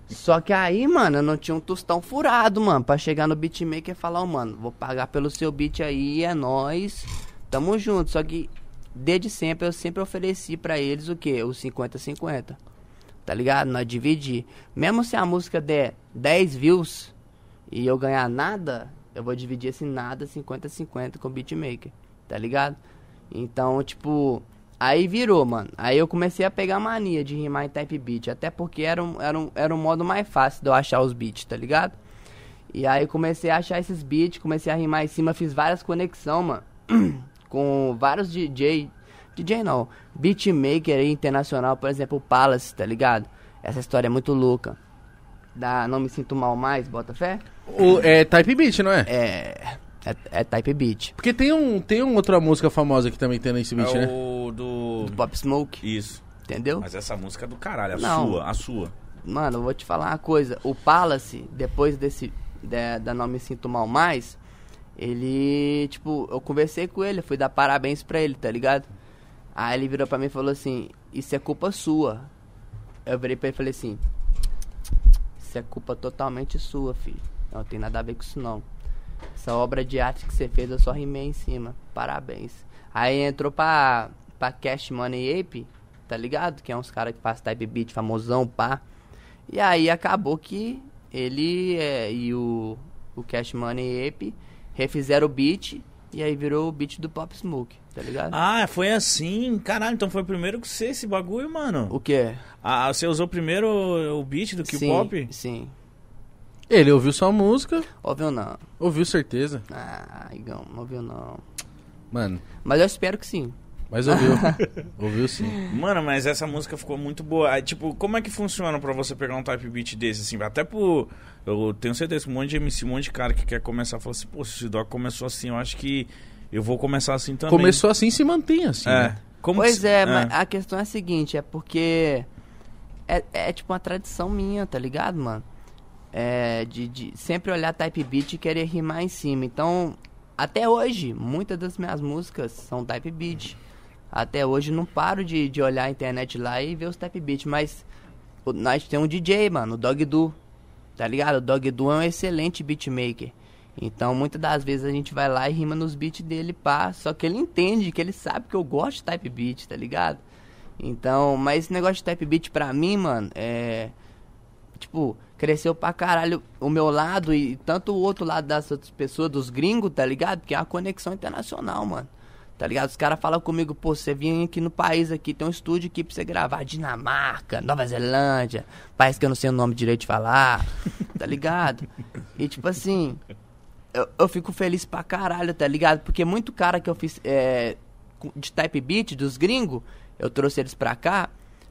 Speaker 3: Só que aí, mano, eu não tinha um tostão furado, mano, pra chegar no beatmaker e falar, ó, mano, vou pagar pelo seu beat aí, é nóis, tamo junto. Só que desde sempre eu sempre ofereci pra eles o quê? Os 50-50. Tá ligado? Nós dividir. Mesmo se a música der 10 views, e eu ganhar nada, eu vou dividir esse nada 50-50 com o beatmaker, tá ligado? Então, tipo, aí virou, mano. Aí eu comecei a pegar mania de rimar em type beat, até porque era um, era um, era um modo mais fácil de eu achar os beats, tá ligado? E aí comecei a achar esses beats, comecei a rimar em cima, fiz várias conexões, mano, com vários DJ, DJ não, beatmaker aí internacional, por exemplo, o Palace, tá ligado? Essa história é muito louca. Da Não Me Sinto Mal Mais, bota fé?
Speaker 1: O, é type beat, não é?
Speaker 3: É, é, é type beat.
Speaker 1: Porque tem, um, tem uma outra música famosa que também tem nesse beat,
Speaker 2: é
Speaker 1: né?
Speaker 2: o do...
Speaker 3: Do Pop Smoke,
Speaker 2: Isso.
Speaker 3: entendeu?
Speaker 2: Mas essa música é do caralho, a
Speaker 3: Não.
Speaker 2: sua, a sua.
Speaker 3: Mano, eu vou te falar uma coisa. O Palace, depois desse. Da, da Não Me Sinto Mal Mais, ele. Tipo, eu conversei com ele, fui dar parabéns pra ele, tá ligado? Aí ele virou pra mim e falou assim: Isso é culpa sua. Eu virei pra ele e falei assim: Isso é culpa totalmente sua, filho. Não tem nada a ver com isso, não. Essa obra de arte que você fez, eu só rimei em cima. Parabéns. Aí entrou pra, pra Cash Money Ape, tá ligado? Que é uns caras que faz type beat famosão, pá. E aí acabou que ele é, e o, o Cash Money Ape refizeram o beat. E aí virou o beat do Pop Smoke, tá ligado?
Speaker 2: Ah, foi assim. Caralho, então foi primeiro que você esse bagulho, mano.
Speaker 3: O quê?
Speaker 2: Ah, você usou primeiro o beat do
Speaker 3: sim,
Speaker 2: K-pop?
Speaker 3: Sim.
Speaker 1: Ele ouviu sua música,
Speaker 3: Ouviu não?
Speaker 1: ouviu certeza.
Speaker 3: Ah, Igão, não ouviu não.
Speaker 1: Mano,
Speaker 3: Mas eu espero que sim.
Speaker 1: mas ouviu. ouviu sim.
Speaker 2: Mano, mas essa música ficou muito boa. Aí, tipo, como é que funciona pra você pegar um type beat desse, assim? Até por. Eu tenho certeza que um monte de MC, um monte de cara que quer começar fala assim, pô, se o Sidoc começou assim, eu acho que eu vou começar assim também.
Speaker 1: Começou assim se mantém assim.
Speaker 2: É.
Speaker 1: né?
Speaker 2: Como
Speaker 3: pois
Speaker 2: que-
Speaker 3: é, mas a questão é a seguinte, é porque é, é tipo uma tradição minha, tá ligado, mano? É, de, de sempre olhar type beat e querer rimar em cima. Então, até hoje, muitas das minhas músicas são type beat. Até hoje não paro de, de olhar a internet lá e ver os type beat, mas o- nós temos um DJ, mano, o Dog Du, tá ligado? O Dog Du é um excelente beatmaker. Então, muitas das vezes a gente vai lá e rima nos beats dele, pá. Só que ele entende, que ele sabe que eu gosto de type beat, tá ligado? Então, mas esse negócio de type beat pra mim, mano, é. Tipo, cresceu pra caralho o meu lado e tanto o outro lado das outras pessoas, dos gringos, tá ligado? Porque é uma conexão internacional, mano. Tá ligado? Os caras falam comigo, pô, você vem aqui no país aqui, tem um estúdio aqui pra você gravar. Dinamarca, Nova Zelândia, país que eu não sei o nome direito de falar, tá ligado? E tipo assim, eu, eu fico feliz pra caralho, tá ligado? Porque muito cara que eu fiz é, com- de type beat, dos gringos, eu trouxe eles pra cá.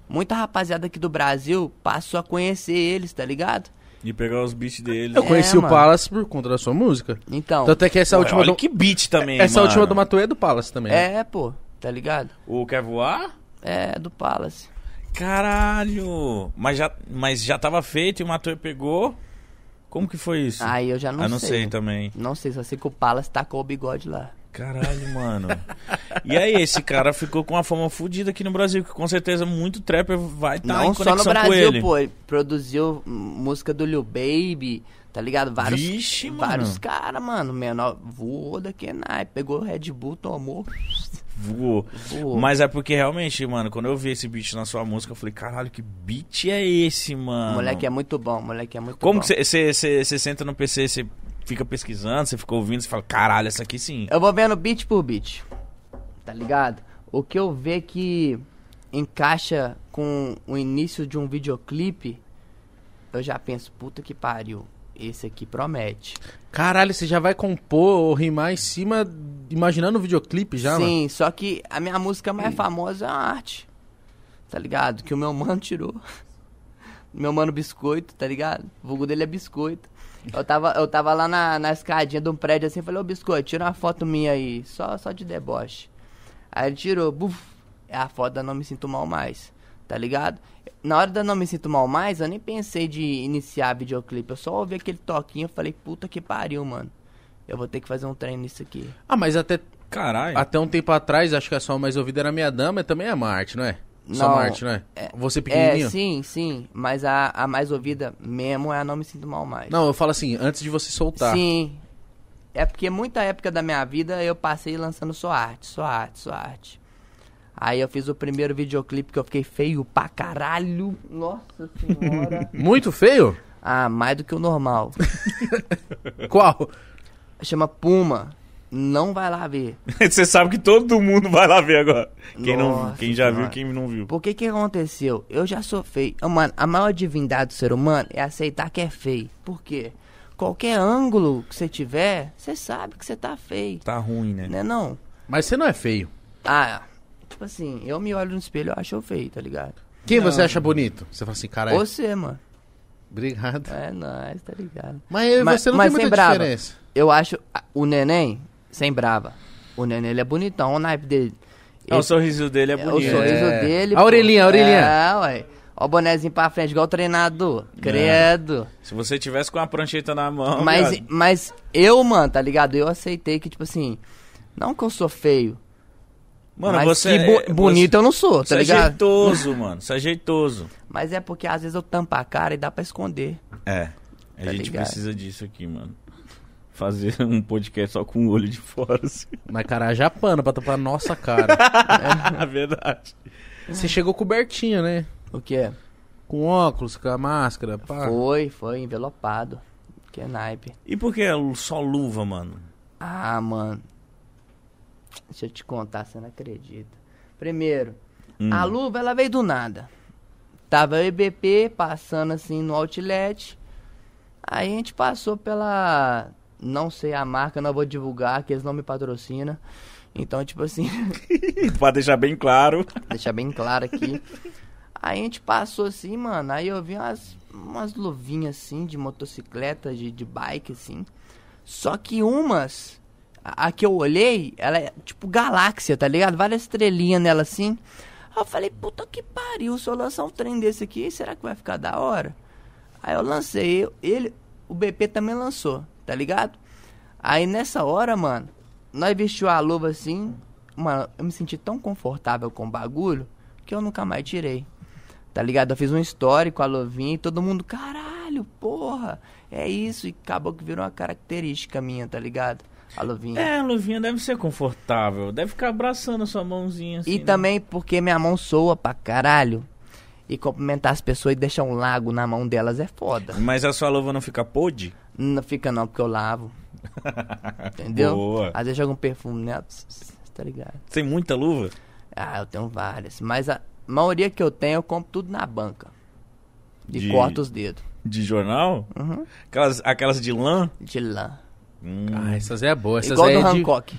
Speaker 3: Muita rapaziada aqui do Brasil passou a conhecer eles, tá ligado?
Speaker 2: E pegar os beats dele.
Speaker 1: Eu conheci o
Speaker 3: mano.
Speaker 1: Palace por conta da sua música.
Speaker 3: Então,
Speaker 1: Tanto é que essa última.
Speaker 2: Olha
Speaker 1: do-
Speaker 2: que beat também,
Speaker 1: Essa
Speaker 2: mano.
Speaker 1: última do Matuê é do Palace também. né?
Speaker 3: é, pô, tá ligado?
Speaker 2: O Quer Voar?
Speaker 3: É, do Palace.
Speaker 2: Caralho! Mas já, mas já tava feito e o Matuê pegou. Como que foi isso?
Speaker 3: Aí eu já não
Speaker 2: Ah,
Speaker 3: sei.
Speaker 2: não sei. também.
Speaker 3: Não sei, só sei que o Palace tacou o bigode lá.
Speaker 2: Caralho, mano. e aí, esse cara ficou com uma fama fodida aqui no Brasil, que com certeza muito trapper vai estar
Speaker 3: não
Speaker 2: Tá em
Speaker 3: só
Speaker 2: conexão
Speaker 3: no
Speaker 2: com ele.
Speaker 3: Brasil, pô. Ele produziu hum, música do Lil Baby, tá ligado? Vários,
Speaker 2: Vixe, mano.
Speaker 3: vários caras, mano. Menor voou daqui, né? Pegou o Red Bull, tomou.
Speaker 2: Voou.
Speaker 3: Voou.
Speaker 2: Mas é porque realmente, mano, quando eu vi esse beat na sua música, eu falei, caralho, que beat é esse, mano?
Speaker 3: Moleque é muito bom, moleque é muito
Speaker 2: Como
Speaker 3: bom.
Speaker 2: que você senta no PC, você fica pesquisando, você fica ouvindo, você fala, caralho, essa aqui sim.
Speaker 3: Eu vou vendo beat por beat. Tá ligado? O que eu ver que encaixa com o início de um videoclipe, eu já penso, puta que pariu. Esse aqui promete.
Speaker 1: Caralho, você já vai compor ou rimar em cima, imaginando o videoclipe já, mano?
Speaker 3: Sim, só que a minha música mais famosa é a arte. Tá ligado? Que o meu mano tirou. meu mano Biscoito, tá ligado? O vulgo dele é Biscoito. Eu tava, eu tava lá na, na escadinha de um prédio assim, falei, ô Biscoito, tira uma foto minha aí, só, só de deboche. Aí ele tirou, buf, é a foto da Não Me Sinto Mal Mais, tá ligado? Na hora da Não Me Sinto Mal Mais, eu nem pensei de iniciar videoclipe, eu só ouvi aquele toquinho e falei, puta que pariu, mano. Eu vou ter que fazer um treino nisso aqui.
Speaker 1: Ah, mas até,
Speaker 2: Caralho.
Speaker 1: até um tempo atrás, acho que a sua mais ouvida era Minha Dama, também é uma arte, não é? Só
Speaker 3: Não,
Speaker 1: uma arte, não é? Você pequenininho?
Speaker 3: É, sim, sim, mas a, a mais ouvida mesmo é a Não Me Sinto Mal Mais.
Speaker 1: Não, eu falo assim, antes de você soltar.
Speaker 3: Sim. É porque muita época da minha vida eu passei lançando só arte, só arte, só arte. Aí eu fiz o primeiro videoclipe que eu fiquei feio pra caralho. Nossa senhora.
Speaker 1: Muito feio?
Speaker 3: ah, mais do que o normal.
Speaker 1: Qual?
Speaker 3: Chama Puma. Não vai lá ver.
Speaker 2: Você sabe que todo mundo vai lá ver agora. Quem, não,
Speaker 3: Nossa
Speaker 2: quem já viu,
Speaker 3: Senhora.
Speaker 2: quem não viu.
Speaker 3: Porque que aconteceu? Eu já sou feio. Ah, mano, a maior divindade do ser humano é aceitar que é feio. Por quê? Qualquer ângulo que você tiver, você sabe que você tá feio.
Speaker 2: Tá ruim, né?
Speaker 3: Né não?
Speaker 1: Mas você não é feio.
Speaker 3: Ah, tipo assim, eu me olho no espelho e acho eu feio, tá ligado?
Speaker 1: Quem você acha bonito? Você fala assim, caralho,
Speaker 3: Você, mano.
Speaker 1: obrigado.
Speaker 3: É nóis, tá ligado?
Speaker 1: Mas eu e
Speaker 3: Mas-
Speaker 1: você não
Speaker 3: mas
Speaker 1: tem
Speaker 3: sem
Speaker 1: muita
Speaker 3: brava.
Speaker 1: diferença.
Speaker 3: Eu acho ah, o neném sem brava. O neném, ele é bonitão, olha o naipe dele.
Speaker 2: É, o
Speaker 3: Esse-
Speaker 2: sorriso dele é
Speaker 3: é, o
Speaker 2: bonito.
Speaker 3: sorriso
Speaker 1: É.
Speaker 3: dele.
Speaker 1: A orelhinha, a orelhinha. É.
Speaker 3: É, ué. Ó o bonezinho pra frente, igual o treinador. Credo.
Speaker 2: Se você tivesse com a prancheta na mão.
Speaker 3: mas,
Speaker 2: viado.
Speaker 3: mas eu, mano, tá ligado? Eu aceitei que, tipo assim, não que eu sou feio.
Speaker 2: Mano,
Speaker 3: mas
Speaker 2: você.
Speaker 3: que bo-
Speaker 2: é-
Speaker 3: bonito
Speaker 2: você-
Speaker 3: eu não sou, tá
Speaker 2: Você é
Speaker 3: ligado?
Speaker 2: jeitoso, mano. Você é jeitoso.
Speaker 3: Mas é porque às vezes eu tampo a cara e dá pra esconder.
Speaker 2: É. A
Speaker 3: Tá
Speaker 2: gente
Speaker 3: ligado.
Speaker 2: precisa disso aqui, mano. Fazer um podcast só com o olho de fora, assim.
Speaker 1: Mas, cara, já pano pra tapar a nossa cara.
Speaker 2: É verdade.
Speaker 1: você chegou cobertinho, né?
Speaker 3: O quê?
Speaker 1: Com óculos, com a máscara, pá.
Speaker 3: Foi, foi, envelopado. Que é naipe.
Speaker 2: E por que só luva, mano?
Speaker 3: Ah, mano. Deixa eu te contar, você não acredita. Primeiro,
Speaker 2: Hum.
Speaker 3: a luva ela veio do nada. Tava eu e BP passando assim no outlet. Aí a gente passou pela. Não sei a marca, não vou divulgar, que eles não me patrocinam. Então, tipo assim,
Speaker 2: pra deixar bem claro.
Speaker 3: deixar bem claro aqui. Aí a gente passou assim, mano. Aí eu vi umas, umas luvinhas assim de motocicleta, de, de bike assim. Só que umas, a, a que eu olhei, ela é tipo galáxia, tá ligado? Várias estrelinhas nela assim. Aí eu falei, puta que pariu, se eu lançar um trem desse aqui, será que vai ficar da hora? Aí eu lancei, eu- ele, o BP também lançou, tá ligado? Aí nessa hora, mano, nós vestiu a luva assim, mano, eu me senti tão confortável com o bagulho que eu nunca mais tirei. Tá ligado? Eu fiz um story com a luvinha e todo mundo, caralho, porra, é isso. E acabou que virou uma característica minha, tá ligado? A luvinha.
Speaker 2: É, a luvinha deve ser confortável. Deve ficar abraçando a sua mãozinha assim.
Speaker 3: E
Speaker 2: né?
Speaker 3: também porque minha mão soa pra caralho. E cumprimentar as pessoas e deixar um lago na mão delas é foda.
Speaker 2: Mas a sua luva não fica podre?
Speaker 3: Não fica não, porque eu lavo. Entendeu?
Speaker 2: Boa.
Speaker 3: Às vezes joga um perfume nela. pss, pss, Tá ligado?
Speaker 2: Tem muita luva?
Speaker 3: Ah, eu tenho várias. Mas a maioria que eu tenho, eu compro tudo na banca. E
Speaker 2: De-
Speaker 3: corto os dedos.
Speaker 2: De jornal?
Speaker 3: Uhum.
Speaker 2: Aquelas, aquelas de lã?
Speaker 3: De lã.
Speaker 2: Hum.
Speaker 1: Ah, essas é boa, essas
Speaker 3: Igual
Speaker 1: é
Speaker 3: do
Speaker 1: de
Speaker 3: Hancock.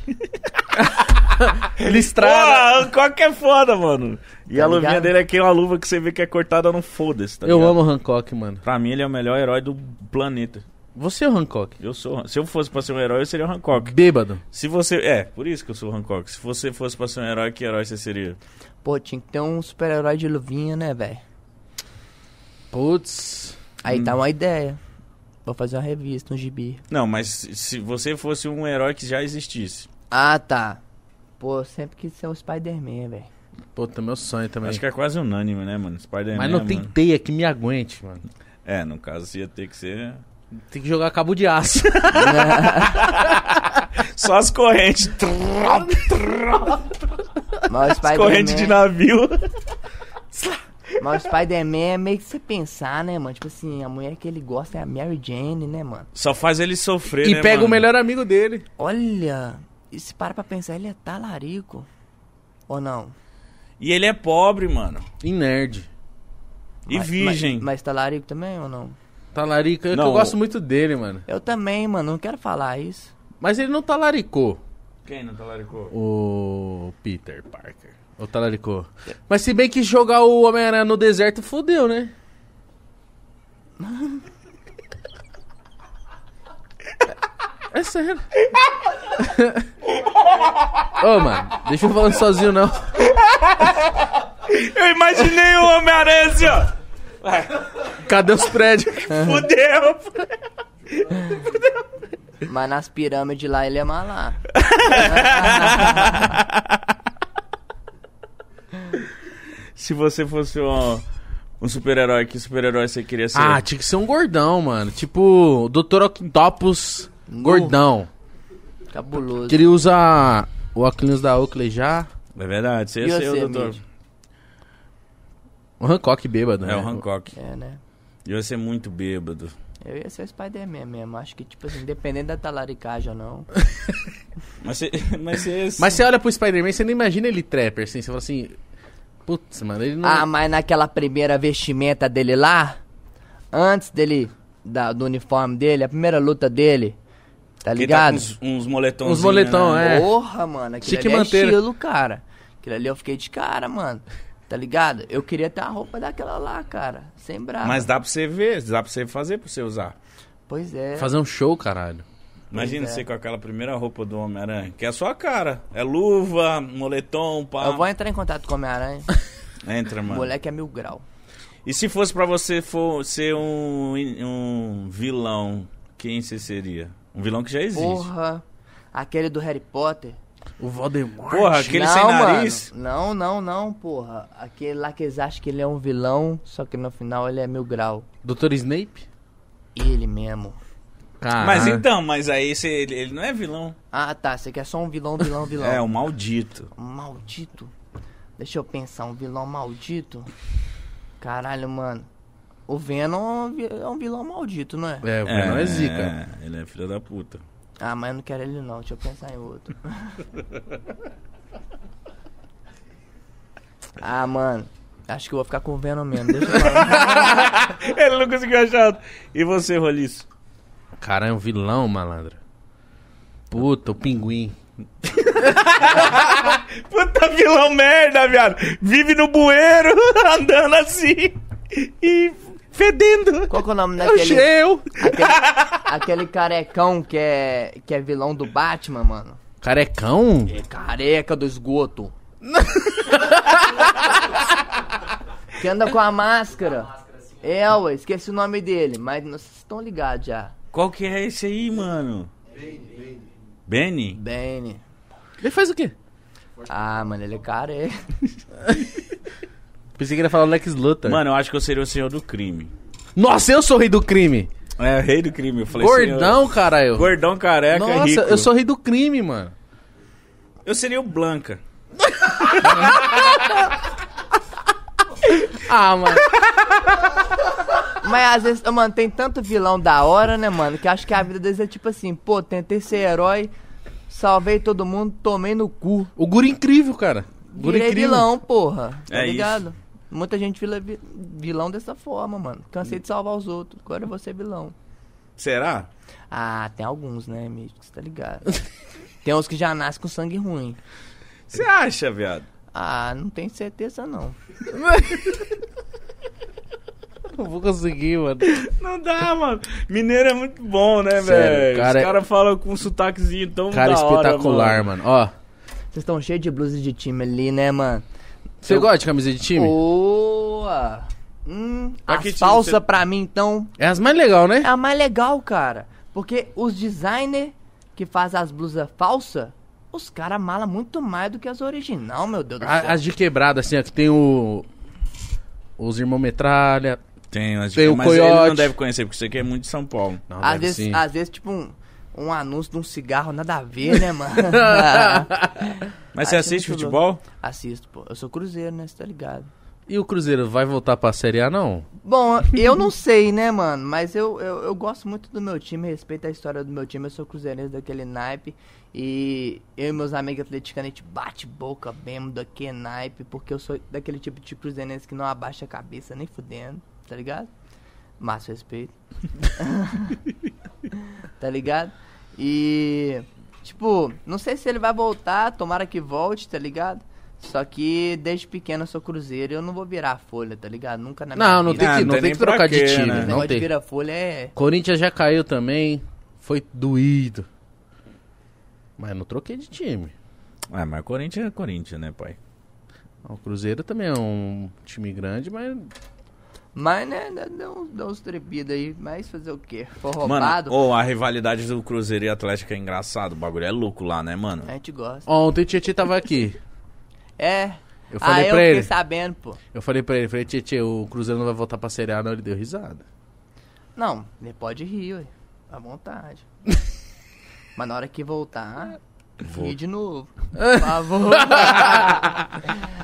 Speaker 1: listrada.
Speaker 2: Porra, qual que é foda, mano? E
Speaker 3: Tá
Speaker 2: a luvinha
Speaker 3: ligado?
Speaker 2: dele é aquela luva que você vê que é cortada no foda-se, tá
Speaker 1: Eu
Speaker 2: ligado?
Speaker 1: amo o Hancock, mano.
Speaker 2: Pra mim, ele é o melhor herói do planeta.
Speaker 1: Você é o Hancock.
Speaker 2: Eu sou. Se eu fosse pra ser um herói, eu seria o Hancock.
Speaker 1: Bêbado.
Speaker 2: Se você. É, por isso que eu sou o Hancock. Se você fosse pra ser um herói, que herói você seria?
Speaker 3: Pô, tinha que ter um super-herói de luvinha, né, velho?
Speaker 1: Putz.
Speaker 3: Aí
Speaker 2: Hum.
Speaker 3: dá uma ideia. Vou fazer uma revista, um gibi.
Speaker 2: Não, mas se se você fosse um herói que já existisse.
Speaker 3: Ah, tá. Pô, eu sempre quis ser o Spider-Man, velho.
Speaker 1: Puta, meu sonho também.
Speaker 2: Acho que é quase unânime, né, mano? Spider-Man.
Speaker 1: Mas não tem
Speaker 2: mano.
Speaker 1: teia que me aguente, mano.
Speaker 2: É, no caso, ia ter que ser.
Speaker 1: Tem que jogar cabo de aço.
Speaker 2: Só as correntes. Trrr,
Speaker 3: Mas o
Speaker 2: as correntes de
Speaker 3: Spider-Man
Speaker 2: navio.
Speaker 3: mas o Spider-Man é meio que você pensar, né, mano? Tipo assim, a mulher que ele gosta é a Mary Jane, né, mano?
Speaker 2: Só faz ele sofrer,
Speaker 1: e
Speaker 2: né,
Speaker 1: pega
Speaker 2: mano?
Speaker 1: o melhor amigo dele.
Speaker 3: Olha, e se para pra pensar, ele é talarico. Ou não?
Speaker 2: E ele é pobre, mano.
Speaker 1: E nerd.
Speaker 2: E
Speaker 3: Mas-
Speaker 2: virgem.
Speaker 3: Mas, mas talarico também ou não?
Speaker 1: Talarica. é que
Speaker 2: Não,
Speaker 1: eu gosto
Speaker 2: o-
Speaker 1: muito dele, mano.
Speaker 3: Eu também, mano, não quero falar isso.
Speaker 1: Mas ele não talaricou
Speaker 2: Quem não talaricou?
Speaker 1: o Peter Parker. Ou talaricou. Mas se bem que jogar o Homem-Aranha no deserto fodeu, né? É sério. Ô, mano, deixa eu falando sozinho, não.
Speaker 2: Eu imaginei o Homem-Aranha assim, ó.
Speaker 1: Cadê os prédios?
Speaker 2: Fudeu.
Speaker 3: Mas nas pirâmides lá ele é malá.
Speaker 2: Se você fosse um, um super-herói, que super-herói você queria ser?
Speaker 1: Ah, tinha que ser um gordão, mano. Tipo, Dr. Octopus gordão.
Speaker 3: Cabuloso.
Speaker 1: Que ele usa o óculos da Oakley já.
Speaker 2: É verdade, você
Speaker 3: E
Speaker 2: ia ser
Speaker 3: você,
Speaker 2: o doutor.
Speaker 3: Mid?
Speaker 1: O Hancock bêbado, né?
Speaker 2: É o Hancock.
Speaker 3: É, né?
Speaker 2: Eu ia ser muito bêbado.
Speaker 3: Eu ia ser o Spider-Man mesmo. Acho que, tipo assim, independente da talaricagem ou não.
Speaker 2: Mas você. Mas você, é
Speaker 1: Mas você olha pro Spider-Man, você não imagina ele trapper, assim. Você fala assim... Putz, mano, ele não...
Speaker 3: Ah, mas naquela primeira vestimenta dele lá, antes dele, da- do uniforme dele, a primeira luta dele, tá
Speaker 2: Ele tá
Speaker 3: ligado?
Speaker 2: com uns, uns né? moletons.
Speaker 1: Uns moletom, é.
Speaker 3: Porra, mano, aquilo
Speaker 1: Chique
Speaker 3: ali
Speaker 1: Manteiro.
Speaker 3: é estilo, cara. Aquilo ali eu fiquei de cara, mano. Tá ligado? Eu queria ter a roupa daquela lá, cara. Sem braço.
Speaker 2: Mas dá pra você ver, dá pra você fazer pra você usar.
Speaker 3: Pois é.
Speaker 1: Fazer um show, caralho.
Speaker 2: Imagina
Speaker 3: é.
Speaker 2: você com aquela primeira roupa do Homem-Aranha, que é a sua cara. É luva, moletom, pá.
Speaker 3: Eu vou entrar em contato com o Homem-Aranha.
Speaker 2: Entra,
Speaker 3: O
Speaker 2: mano.
Speaker 3: moleque é mil grau.
Speaker 2: E se fosse pra você for ser um, um vilão, quem você seria? Um vilão que já existe. Porra,
Speaker 3: Porra. Aquele do Harry Potter.
Speaker 1: O Voldemort.
Speaker 2: aquele
Speaker 3: não,
Speaker 2: sem
Speaker 3: mano.
Speaker 2: nariz.
Speaker 3: Não, não, não, porra. Aquele lá que eles acham que ele é um vilão, só que no final ele é mil grau.
Speaker 1: Dr. Snape?
Speaker 3: Ele mesmo.
Speaker 1: Caralho.
Speaker 2: Mas então, mas aí você, ele, ele não é vilão.
Speaker 3: Ah, tá. Você quer só um vilão, vilão, vilão.
Speaker 2: É, o maldito.
Speaker 3: Maldito. Deixa eu pensar, um vilão maldito. Caralho, mano. O Venom é um vi- é um vilão maldito, não é?
Speaker 1: É, o Venom é zica.
Speaker 2: É, ele é filho da puta.
Speaker 3: Ah, mas eu não quero ele não, deixa eu pensar em outro. ah, mano. Acho que eu vou ficar com o Venom mesmo, deixa eu falar.
Speaker 2: ele não conseguiu achar. outro. E você, Roliço?
Speaker 1: Caralho, um vilão, malandro. Puta, o pinguim.
Speaker 2: Puta vilão merda, viado. Vive no bueiro, andando assim. E fedendo.
Speaker 3: Qual que é o nome
Speaker 1: Eu
Speaker 3: daquele...
Speaker 1: Eu!
Speaker 3: Aquele, aquele carecão que é, que é vilão do Batman, mano.
Speaker 1: Carecão?
Speaker 3: É careca do esgoto. que anda com a máscara. É, ué, esqueci o nome dele, mas não- vocês estão ligados já.
Speaker 2: Qual que é esse aí, mano? Benny. Benny?
Speaker 3: Bane.
Speaker 1: Ele faz o quê?
Speaker 3: Ah, mano, ele é careca.
Speaker 1: Pensei que ele ia falar Lex Luthor.
Speaker 2: Mano, eu acho que eu seria o senhor do crime.
Speaker 1: Nossa, eu sou o rei do crime.
Speaker 2: É, rei do crime. Eu falei
Speaker 1: Gordão, caralho.
Speaker 2: senhor- Gordão careca
Speaker 1: Nossa,
Speaker 2: rico.
Speaker 1: eu sou o rei do crime, mano.
Speaker 2: Eu seria o Blanca.
Speaker 1: Ah, mano.
Speaker 3: Mas às vezes, mano, tem tanto vilão da hora, né, mano, que acho que a vida deles é tipo assim, pô, tentei ser herói, salvei todo mundo, tomei no cu.
Speaker 1: o guri incrível, cara. Guri
Speaker 3: Virei
Speaker 1: incrível.
Speaker 3: é vilão, porra. Tá
Speaker 2: É isso.
Speaker 3: ligado? Muita gente vira vi- vilão dessa forma, mano. Cansei de salvar os outros. Agora eu vou ser vilão.
Speaker 2: Será?
Speaker 3: Ah, tem alguns, né, amigo? Você tá ligado? tem uns que já nascem com sangue ruim.
Speaker 2: Você acha, viado?
Speaker 3: Ah, não tenho certeza, não.
Speaker 1: Não vou conseguir, mano.
Speaker 2: Não dá, mano. Mineiro é muito bom, né,
Speaker 1: Sério,
Speaker 2: velho?
Speaker 1: cara é-
Speaker 2: Os caras falam com um sotaquezinho tão
Speaker 1: Cara
Speaker 2: da hora,
Speaker 1: espetacular,
Speaker 2: mano.
Speaker 1: mano. Ó,
Speaker 3: Vocês estão cheios de blusas de time ali, né, mano?
Speaker 1: você gosta de camisa de time?
Speaker 3: Boa! Hum,
Speaker 2: Pra que
Speaker 3: as
Speaker 2: time
Speaker 3: falsas
Speaker 2: você-
Speaker 3: pra mim, então,
Speaker 1: É as mais legais,
Speaker 3: é
Speaker 1: né?
Speaker 3: a mais legal, cara. Porque os designer que faz as blusas falsas, os caras malam muito mais do que as original, meu Deus do céu.
Speaker 1: A- As de quebrada, assim, ó, que tem o... Os irmão metralha.
Speaker 2: Tem, mas,
Speaker 1: Tem o
Speaker 2: mas ele
Speaker 1: Coyote.
Speaker 2: não deve conhecer, porque isso aqui é muito de São Paulo.
Speaker 1: Não,
Speaker 3: Às
Speaker 1: deve
Speaker 3: vezes,
Speaker 2: assim.
Speaker 1: sim.
Speaker 3: às vezes, tipo, um, um anúncio de um cigarro, nada a ver, né, mano?
Speaker 2: Mas você
Speaker 3: Acho
Speaker 2: assiste
Speaker 3: muito
Speaker 2: futebol?
Speaker 3: Assisto, pô. Eu sou cruzeiro, né? Você tá ligado?
Speaker 1: E o Cruzeiro vai voltar pra Série A, não?
Speaker 3: Bom, eu não sei, né, mano? Mas eu, eu, eu gosto muito do meu time, respeito a história do meu time. Eu sou cruzeirense daquele naipe. E eu e meus amigos atleticanos, a gente bate boca mesmo daquele naipe. Porque eu sou daquele tipo de cruzeirense que não abaixa a cabeça nem fudendo, tá ligado? Massa respeito. tá ligado? E, tipo, não sei se ele vai voltar, tomara que volte, tá ligado? Só que desde pequeno eu sou cruzeiro e eu não vou virar a folha, tá ligado? Nunca na minha
Speaker 1: Não, não
Speaker 3: vida.
Speaker 1: tem
Speaker 2: Ah,
Speaker 1: que,
Speaker 2: não
Speaker 1: não
Speaker 2: tem
Speaker 1: tem
Speaker 2: nem
Speaker 1: que trocar
Speaker 2: pra
Speaker 1: de
Speaker 2: quê,
Speaker 1: time.
Speaker 2: né?
Speaker 3: Esse
Speaker 1: Não
Speaker 3: negócio de
Speaker 1: tem.
Speaker 3: virar folha é.
Speaker 1: Corinthians já caiu também. Foi doído. Mas não troquei de time.
Speaker 2: Ah, mas Corinthians é Corinthians, né, pai?
Speaker 1: O Cruzeiro também é um time grande, mas.
Speaker 3: Mas né, dá- dá uns, dá uns trepidos aí, mas fazer o quê? For roubado,
Speaker 2: Mano, ou a rivalidade do Cruzeiro e Atlético é engraçado. O bagulho é louco lá, né, mano?
Speaker 1: É.
Speaker 3: a gente gosta.
Speaker 1: Ontem o Tietchan tava aqui.
Speaker 3: É.
Speaker 1: Eu falei
Speaker 3: ah, eu
Speaker 1: pra
Speaker 3: fiquei
Speaker 1: ele.
Speaker 3: sabendo, pô.
Speaker 1: Eu falei pra ele, falei, Tietchan, o Cruzeiro não vai voltar pra Série A, não. Ele deu risada.
Speaker 3: Não, ele pode rir, ué. À vontade. Mas na hora que voltar, ri de novo. Por favor.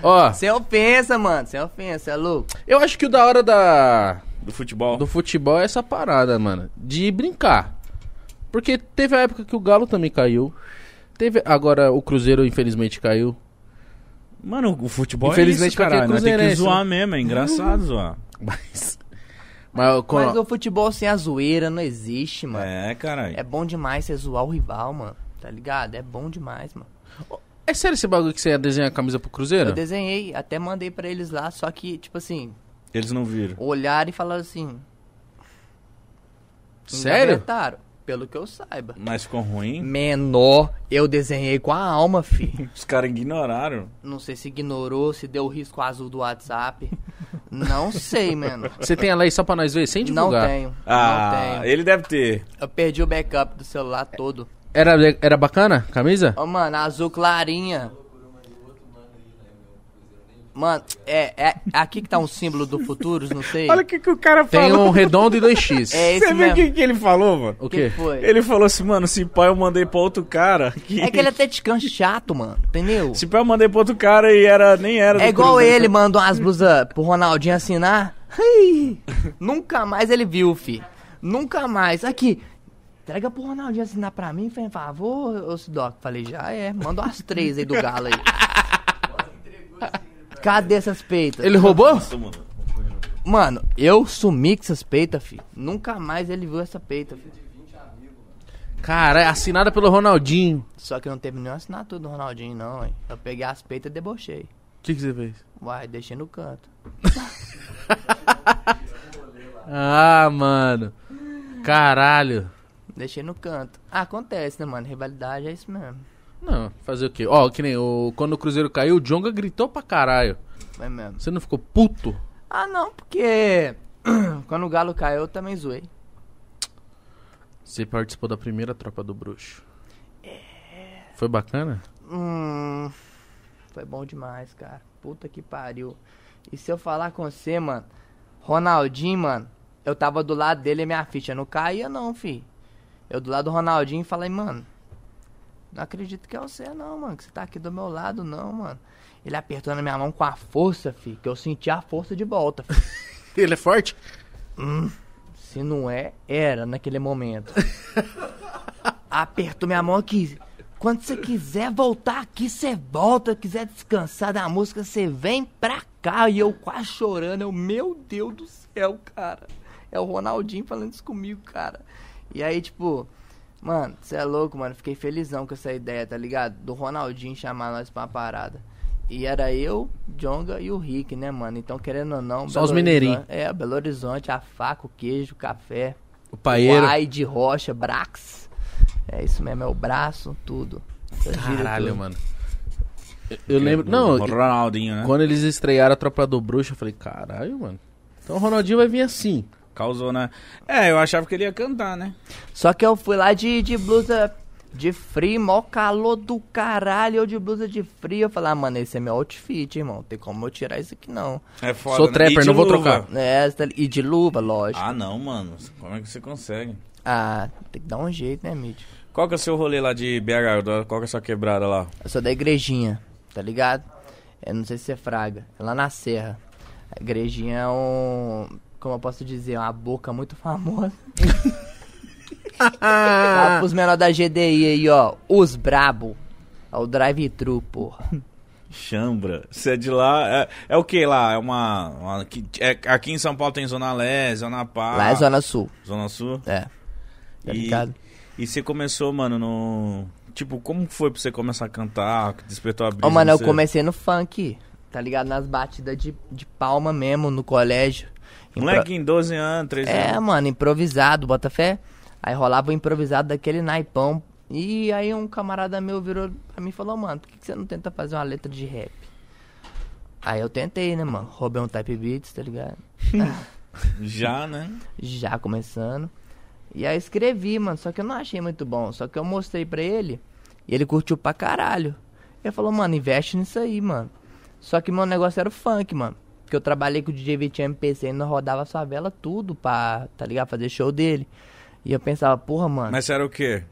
Speaker 1: Ó,
Speaker 3: sem ofensa, mano. Sem ofensa, é louco.
Speaker 1: eu acho que o da hora da,
Speaker 2: Do futebol.
Speaker 1: do futebol é essa parada, mano. De brincar. Porque teve a época que o Galo também caiu. Teve. Agora o Cruzeiro, infelizmente, caiu.
Speaker 2: Mano, o futebol
Speaker 1: Infelizmente,
Speaker 2: é isso, caralho.
Speaker 1: pra quem é
Speaker 2: Nós tem que
Speaker 1: cruzeirense,
Speaker 2: zoar mesmo, é engraçado zoar.
Speaker 1: Mas. Mas, com-
Speaker 3: Mas o futebol sem a zoeira não existe, mano. É,
Speaker 2: É, caralho.
Speaker 3: bom demais você zoar o rival, mano. Tá ligado? É bom demais, mano.
Speaker 1: É sério esse bagulho que você ia desenhar a camisa pro Cruzeiro?
Speaker 3: Eu desenhei, até mandei pra eles lá, só que, tipo assim,
Speaker 2: Eles não viram.
Speaker 3: olharam e falaram assim.
Speaker 1: Sério?
Speaker 3: engavetaram, Pelo que eu saiba.
Speaker 2: Mas ficou ruim.
Speaker 3: Menor, eu desenhei com a alma, fi.
Speaker 2: Os caras ignoraram.
Speaker 3: Não sei se ignorou, se deu o risco azul do WhatsApp. Não sei, mano.
Speaker 1: Você tem ela aí só pra nós ver, sem
Speaker 3: Não
Speaker 1: divulgar.
Speaker 3: tenho.
Speaker 2: Ah,
Speaker 3: Não tenho.
Speaker 2: ele deve ter.
Speaker 3: Eu perdi o backup do celular todo.
Speaker 1: Era, era bacana a camisa?
Speaker 3: Ô, mano, azul clarinha. Mano, é, é aqui que tá um símbolo do Futuros, não sei.
Speaker 2: Olha o que, que o cara
Speaker 1: Tem
Speaker 2: falou.
Speaker 1: um redondo e dois x
Speaker 3: É tipo, esse
Speaker 2: Você viu o
Speaker 3: mesmo.
Speaker 2: que, que ele falou, mano?
Speaker 1: O
Speaker 3: que
Speaker 1: quê?
Speaker 3: foi?
Speaker 2: Ele falou assim, mano, se pai eu mandei pra outro cara. Que...
Speaker 3: É que ele é atleticano chato, mano, entendeu?
Speaker 2: Se pai eu mandei pra outro cara e era, nem era.
Speaker 3: É
Speaker 2: do
Speaker 3: igual
Speaker 2: Cruzeiro.
Speaker 3: ele mandou umas blusas pro Ronaldinho assinar. Ai, nunca mais ele viu, fi. Nunca mais. Aqui, entrega pro Ronaldinho assinar pra mim, faz um favor, ô Sidoc. Falei, já é. Manda umas três aí do Galo aí. Cadê essas peitas?
Speaker 1: Ele roubou?
Speaker 2: Nossa, mano.
Speaker 3: Mano, eu sumi com essas peitas, fi. Nunca mais ele viu essa peita, fi.
Speaker 1: Cara, é assinada pelo Ronaldinho.
Speaker 3: Só que não teve nenhuma assinatura do Ronaldinho, não, hein. Eu peguei as peitas e debochei.
Speaker 1: O que, que você fez?
Speaker 3: Uai, deixei no canto.
Speaker 1: Ah, mano. Caralho.
Speaker 3: Deixei no canto. Ah, acontece, né, mano? Rivalidade é isso mesmo.
Speaker 1: Não, fazer o quê? Ó, que nem o, quando o Cruzeiro caiu, o Jonga gritou pra caralho.
Speaker 3: É mesmo.
Speaker 1: Você não ficou puto?
Speaker 3: Ah, não, porque quando o Galo caiu, eu também zoei.
Speaker 1: Você participou da primeira Tropa do Bruxo. Foi bacana?
Speaker 3: Hum, foi bom demais, cara. Puta que pariu. E se eu falar com você, mano, Ronaldinho, mano, eu tava do lado dele e minha ficha não caía, não, fi. Eu do lado do Ronaldinho falei, mano, não acredito que é você, não, mano, que você tá aqui do meu lado, não, mano. Ele apertou na minha mão com a força, fi, que eu senti a força de volta, fi.
Speaker 1: Ele é forte?
Speaker 3: Se não é, era naquele momento. Apertou minha mão aqui. Quando você quiser voltar aqui, você volta. Quiser descansar da música, você vem pra cá. E eu quase chorando. Eu, meu Deus do céu, cara. É o Ronaldinho falando isso comigo, cara. E aí, tipo, mano, você é louco, mano. Fiquei felizão com essa ideia, tá ligado? Do Ronaldinho chamar nós pra uma parada. E era eu, Jonga e o Rick, né, mano? Então, querendo ou não.
Speaker 1: Só os
Speaker 3: Belo
Speaker 1: mineirinho.
Speaker 3: Horizonte- É, Belo Horizonte, a faca, o queijo, o café.
Speaker 1: O paeiro.
Speaker 3: Uai de rocha, Brax. É isso mesmo, é o braço, tudo. Essa gíria
Speaker 1: Caralho,
Speaker 3: toda.
Speaker 1: mano. Eu, eu lembro. Não,
Speaker 2: O Ronaldinho, né?
Speaker 1: Quando eles estrearam a Tropa do Bruxo, eu falei, caralho, mano. Então o Ronaldinho vai vir assim.
Speaker 2: Causou, né? É, eu achava que ele ia cantar, né?
Speaker 3: Só que eu fui lá de, de blusa de frio, mó calor do caralho, eu de blusa de frio. Eu falei, ah, mano, esse é meu outfit, irmão. Tem como eu tirar isso aqui, não.
Speaker 2: É foda.
Speaker 1: Sou
Speaker 2: né?
Speaker 1: trapper,
Speaker 2: E de
Speaker 1: não vou
Speaker 2: luva.
Speaker 1: trocar.
Speaker 3: É, tá li- e de luva, lógico.
Speaker 2: Ah, não, mano. Como é que você consegue?
Speaker 3: Ah, tem que dar um jeito, né, Mítico?
Speaker 2: Qual que é o seu rolê lá de BH? Qual que é a sua quebrada lá?
Speaker 3: Eu sou da igrejinha, tá ligado? Eu não sei se é Fraga, é lá na Serra. A igrejinha é um. Como eu posso dizer, uma boca muito famosa. Lá pros menores da GDI aí, ó. Os Brabo. É o drive-thru, porra.
Speaker 2: Chambra. Você é de lá. É, é o que lá? É uma. uma que- é- aqui em São Paulo tem Zona Leste, Zona Pá.
Speaker 3: Lá é Zona Sul.
Speaker 2: Zona Sul.
Speaker 3: É. Tá
Speaker 2: Ah. E-
Speaker 3: ligado?
Speaker 2: E você começou, mano, no. Tipo, como foi pra você começar a cantar, que despertou a brisa?
Speaker 3: Ô, mano, eu
Speaker 2: Você-
Speaker 3: comecei no funk, tá ligado? Nas batidas de, de palma mesmo, no colégio. Impro-
Speaker 2: Moleque em 12 anos, 13
Speaker 3: É,
Speaker 2: anos.
Speaker 3: mano, improvisado, bota fé. Aí rolava o improvisado daquele naipão. E aí um camarada meu virou pra mim e falou, mano, por que que você não tenta fazer uma letra de rap? Aí eu tentei, né, mano? Roubei um type beats, tá ligado?
Speaker 2: Já, né?
Speaker 3: já começando. E aí eu escrevi, mano, só que eu não achei muito bom. Só que eu mostrei pra ele e ele curtiu pra caralho. Ele falou, mano, investe nisso aí, mano. Só que meu negócio era o funk, mano. Porque eu trabalhei com o DJ Vitinho MPC e nós rodava as favelas tudo pra, tá ligado? Fazer show dele. E eu pensava, porra, mano,
Speaker 2: Mas era o quê?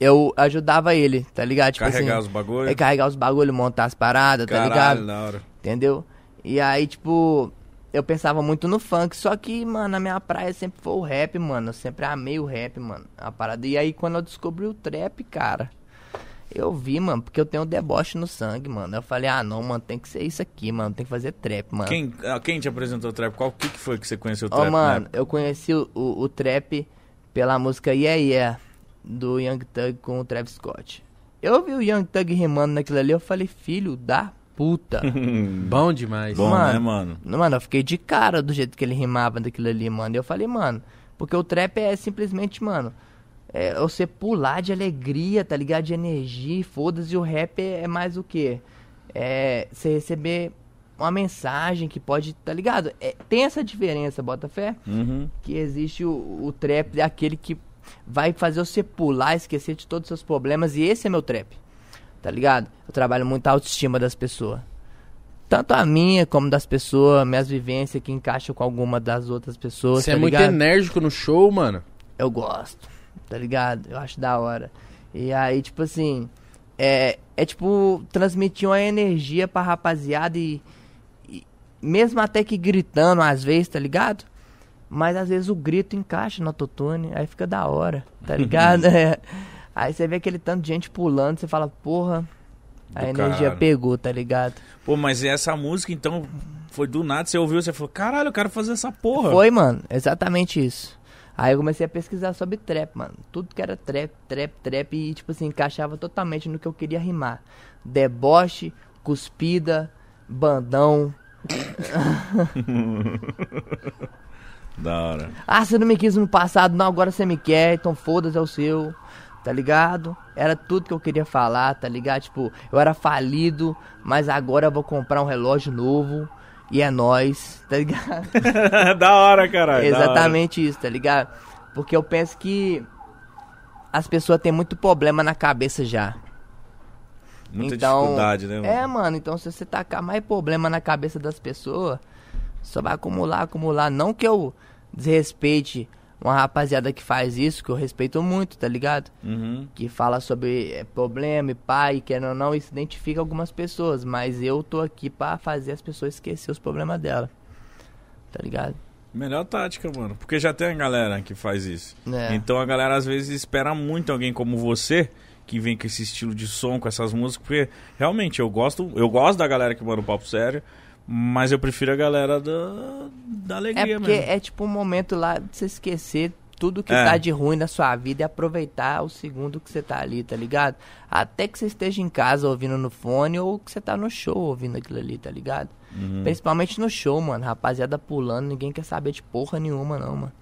Speaker 3: eu ajudava ele, tá ligado? Tipo
Speaker 2: Carregar
Speaker 3: assim,
Speaker 2: os bagulhos?
Speaker 3: é, carregar os bagulhos, montar as paradas, tá ligado?
Speaker 2: Caralho, da hora.
Speaker 3: Entendeu? E aí, tipo, eu pensava muito no funk, só que, mano, a minha praia sempre foi o rap, mano. Eu sempre amei o rap, mano. A parada. E aí, quando eu descobri o trap, cara, eu vi, mano, porque eu tenho um deboche no sangue, mano. Eu falei, ah, não, mano, tem que ser isso aqui, mano. Tem que fazer trap, mano.
Speaker 2: Quem, ah, quem te apresentou o trap? Qual o que, que foi que você conheceu o
Speaker 3: Ô,
Speaker 2: trap?
Speaker 3: mano,
Speaker 2: né?
Speaker 3: eu conheci o, o, o trap pela música Yeah Yeah do Young Thug com o Travis Scott. Eu vi o Young Thug rimando naquilo ali, eu falei, filho da puta.
Speaker 1: Bom demais.
Speaker 2: Hum. Bom,
Speaker 3: mano.
Speaker 2: né, mano?
Speaker 3: Mano, eu fiquei de cara do jeito que ele rimava daquilo ali, mano. E eu falei, mano, porque o trap é simplesmente, mano, é você pular de alegria, tá ligado? De energia, e foda-se. E o rap é, é mais o quê? É você receber uma mensagem que pode, tá ligado? É, tem essa diferença, Botafé,
Speaker 2: Uhum.
Speaker 3: que existe o, o trap, é aquele que vai fazer você pular, esquecer de todos os seus problemas. E esse é meu trap, tá ligado? Eu trabalho muito a autoestima das pessoas tanto a minha como das pessoas, minhas vivências que encaixam com alguma das outras pessoas.
Speaker 1: Você
Speaker 3: tá
Speaker 1: é muito
Speaker 3: ligado?
Speaker 1: enérgico no show, mano.
Speaker 3: Eu gosto, tá ligado? Eu acho da hora. E aí, tipo assim, é, é tipo transmitir uma energia pra rapaziada e, e mesmo até que gritando às vezes, tá ligado? Mas às vezes o grito encaixa no autotune, aí fica da hora, tá ligado? É. Aí você vê aquele tanto de gente pulando, você fala, porra, a
Speaker 2: Do
Speaker 3: energia
Speaker 2: caralho.
Speaker 3: pegou, tá ligado?
Speaker 2: Pô, mas essa música, então, foi do nada, você ouviu, você falou, caralho, eu quero fazer essa porra.
Speaker 3: Foi, mano, exatamente isso. Aí eu comecei a pesquisar sobre trap, mano. Tudo que era trap, trap, trap e, tipo assim, encaixava totalmente no que eu queria rimar. Deboche, cuspida, bandão.
Speaker 2: Da hora.
Speaker 3: Ah, você não me quis no passado, não, agora você me quer, então foda-se, é o seu. Tá ligado? Era tudo que eu queria falar, tá ligado? Tipo, eu era falido, mas agora eu vou comprar um relógio novo. E é nóis, tá ligado?
Speaker 2: da hora, caralho. É, da hora.
Speaker 3: Exatamente isso, tá ligado? Porque eu penso que as pessoas têm muito problema na cabeça já.
Speaker 2: Muita
Speaker 3: Então,
Speaker 2: dificuldade, né?
Speaker 3: É, mano, então se você tacar mais problema na cabeça das pessoas, só vai acumular, acumular. Não que eu desrespeite uma rapaziada que faz isso, que eu respeito muito, tá ligado?
Speaker 2: Uhum.
Speaker 3: que fala sobre eh, problema e pai, querendo ou não, isso identifica algumas pessoas, mas eu tô aqui pra fazer as pessoas esquecer os problemas dela. Tá ligado?
Speaker 2: Melhor tática, mano. Porque já tem a galera que faz isso.
Speaker 3: É.
Speaker 2: Então a galera às vezes espera muito alguém como você, que vem com esse estilo de som, com essas músicas, porque realmente eu gosto, eu gosto da galera que manda o papo sério, mas eu prefiro a galera da, da
Speaker 3: É
Speaker 2: alegria
Speaker 3: porque
Speaker 2: mesmo.
Speaker 3: é tipo um momento lá de você esquecer tudo que
Speaker 2: É.
Speaker 3: tá de ruim na sua vida e aproveitar o segundo que você tá ali, tá ligado? Até que você esteja em casa ouvindo no fone ou que você tá no show ouvindo aquilo ali, tá ligado? Principalmente no show, mano. Rapaziada pulando, ninguém quer saber de porra nenhuma, não, mano.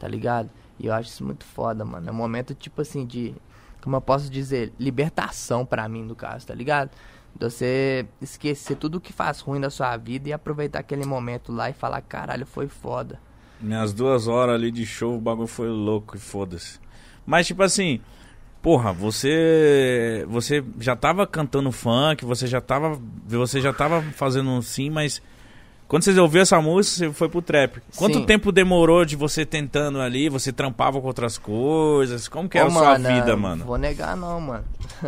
Speaker 3: Tá ligado? E eu acho isso muito foda, mano. É um momento, tipo assim, de. Como eu posso dizer? Libertação pra mim, no caso, tá ligado? De você esquecer tudo que faz ruim da sua vida e aproveitar aquele momento lá e falar, caralho, foi foda.
Speaker 2: Minhas duas horas ali de show, o bagulho foi louco e foda-se. Mas, tipo assim, porra, você. Você já tava cantando funk, você já tava. Você já tava fazendo um sim, mas. Quando você ouviu essa música, você foi pro trap. Quanto
Speaker 3: Sim.
Speaker 2: tempo demorou de você tentando ali? Você trampava com outras coisas? Como que
Speaker 3: Ô,
Speaker 2: era a sua
Speaker 3: mano,
Speaker 2: vida,
Speaker 3: eu
Speaker 2: mano?
Speaker 3: Vou negar não, mano.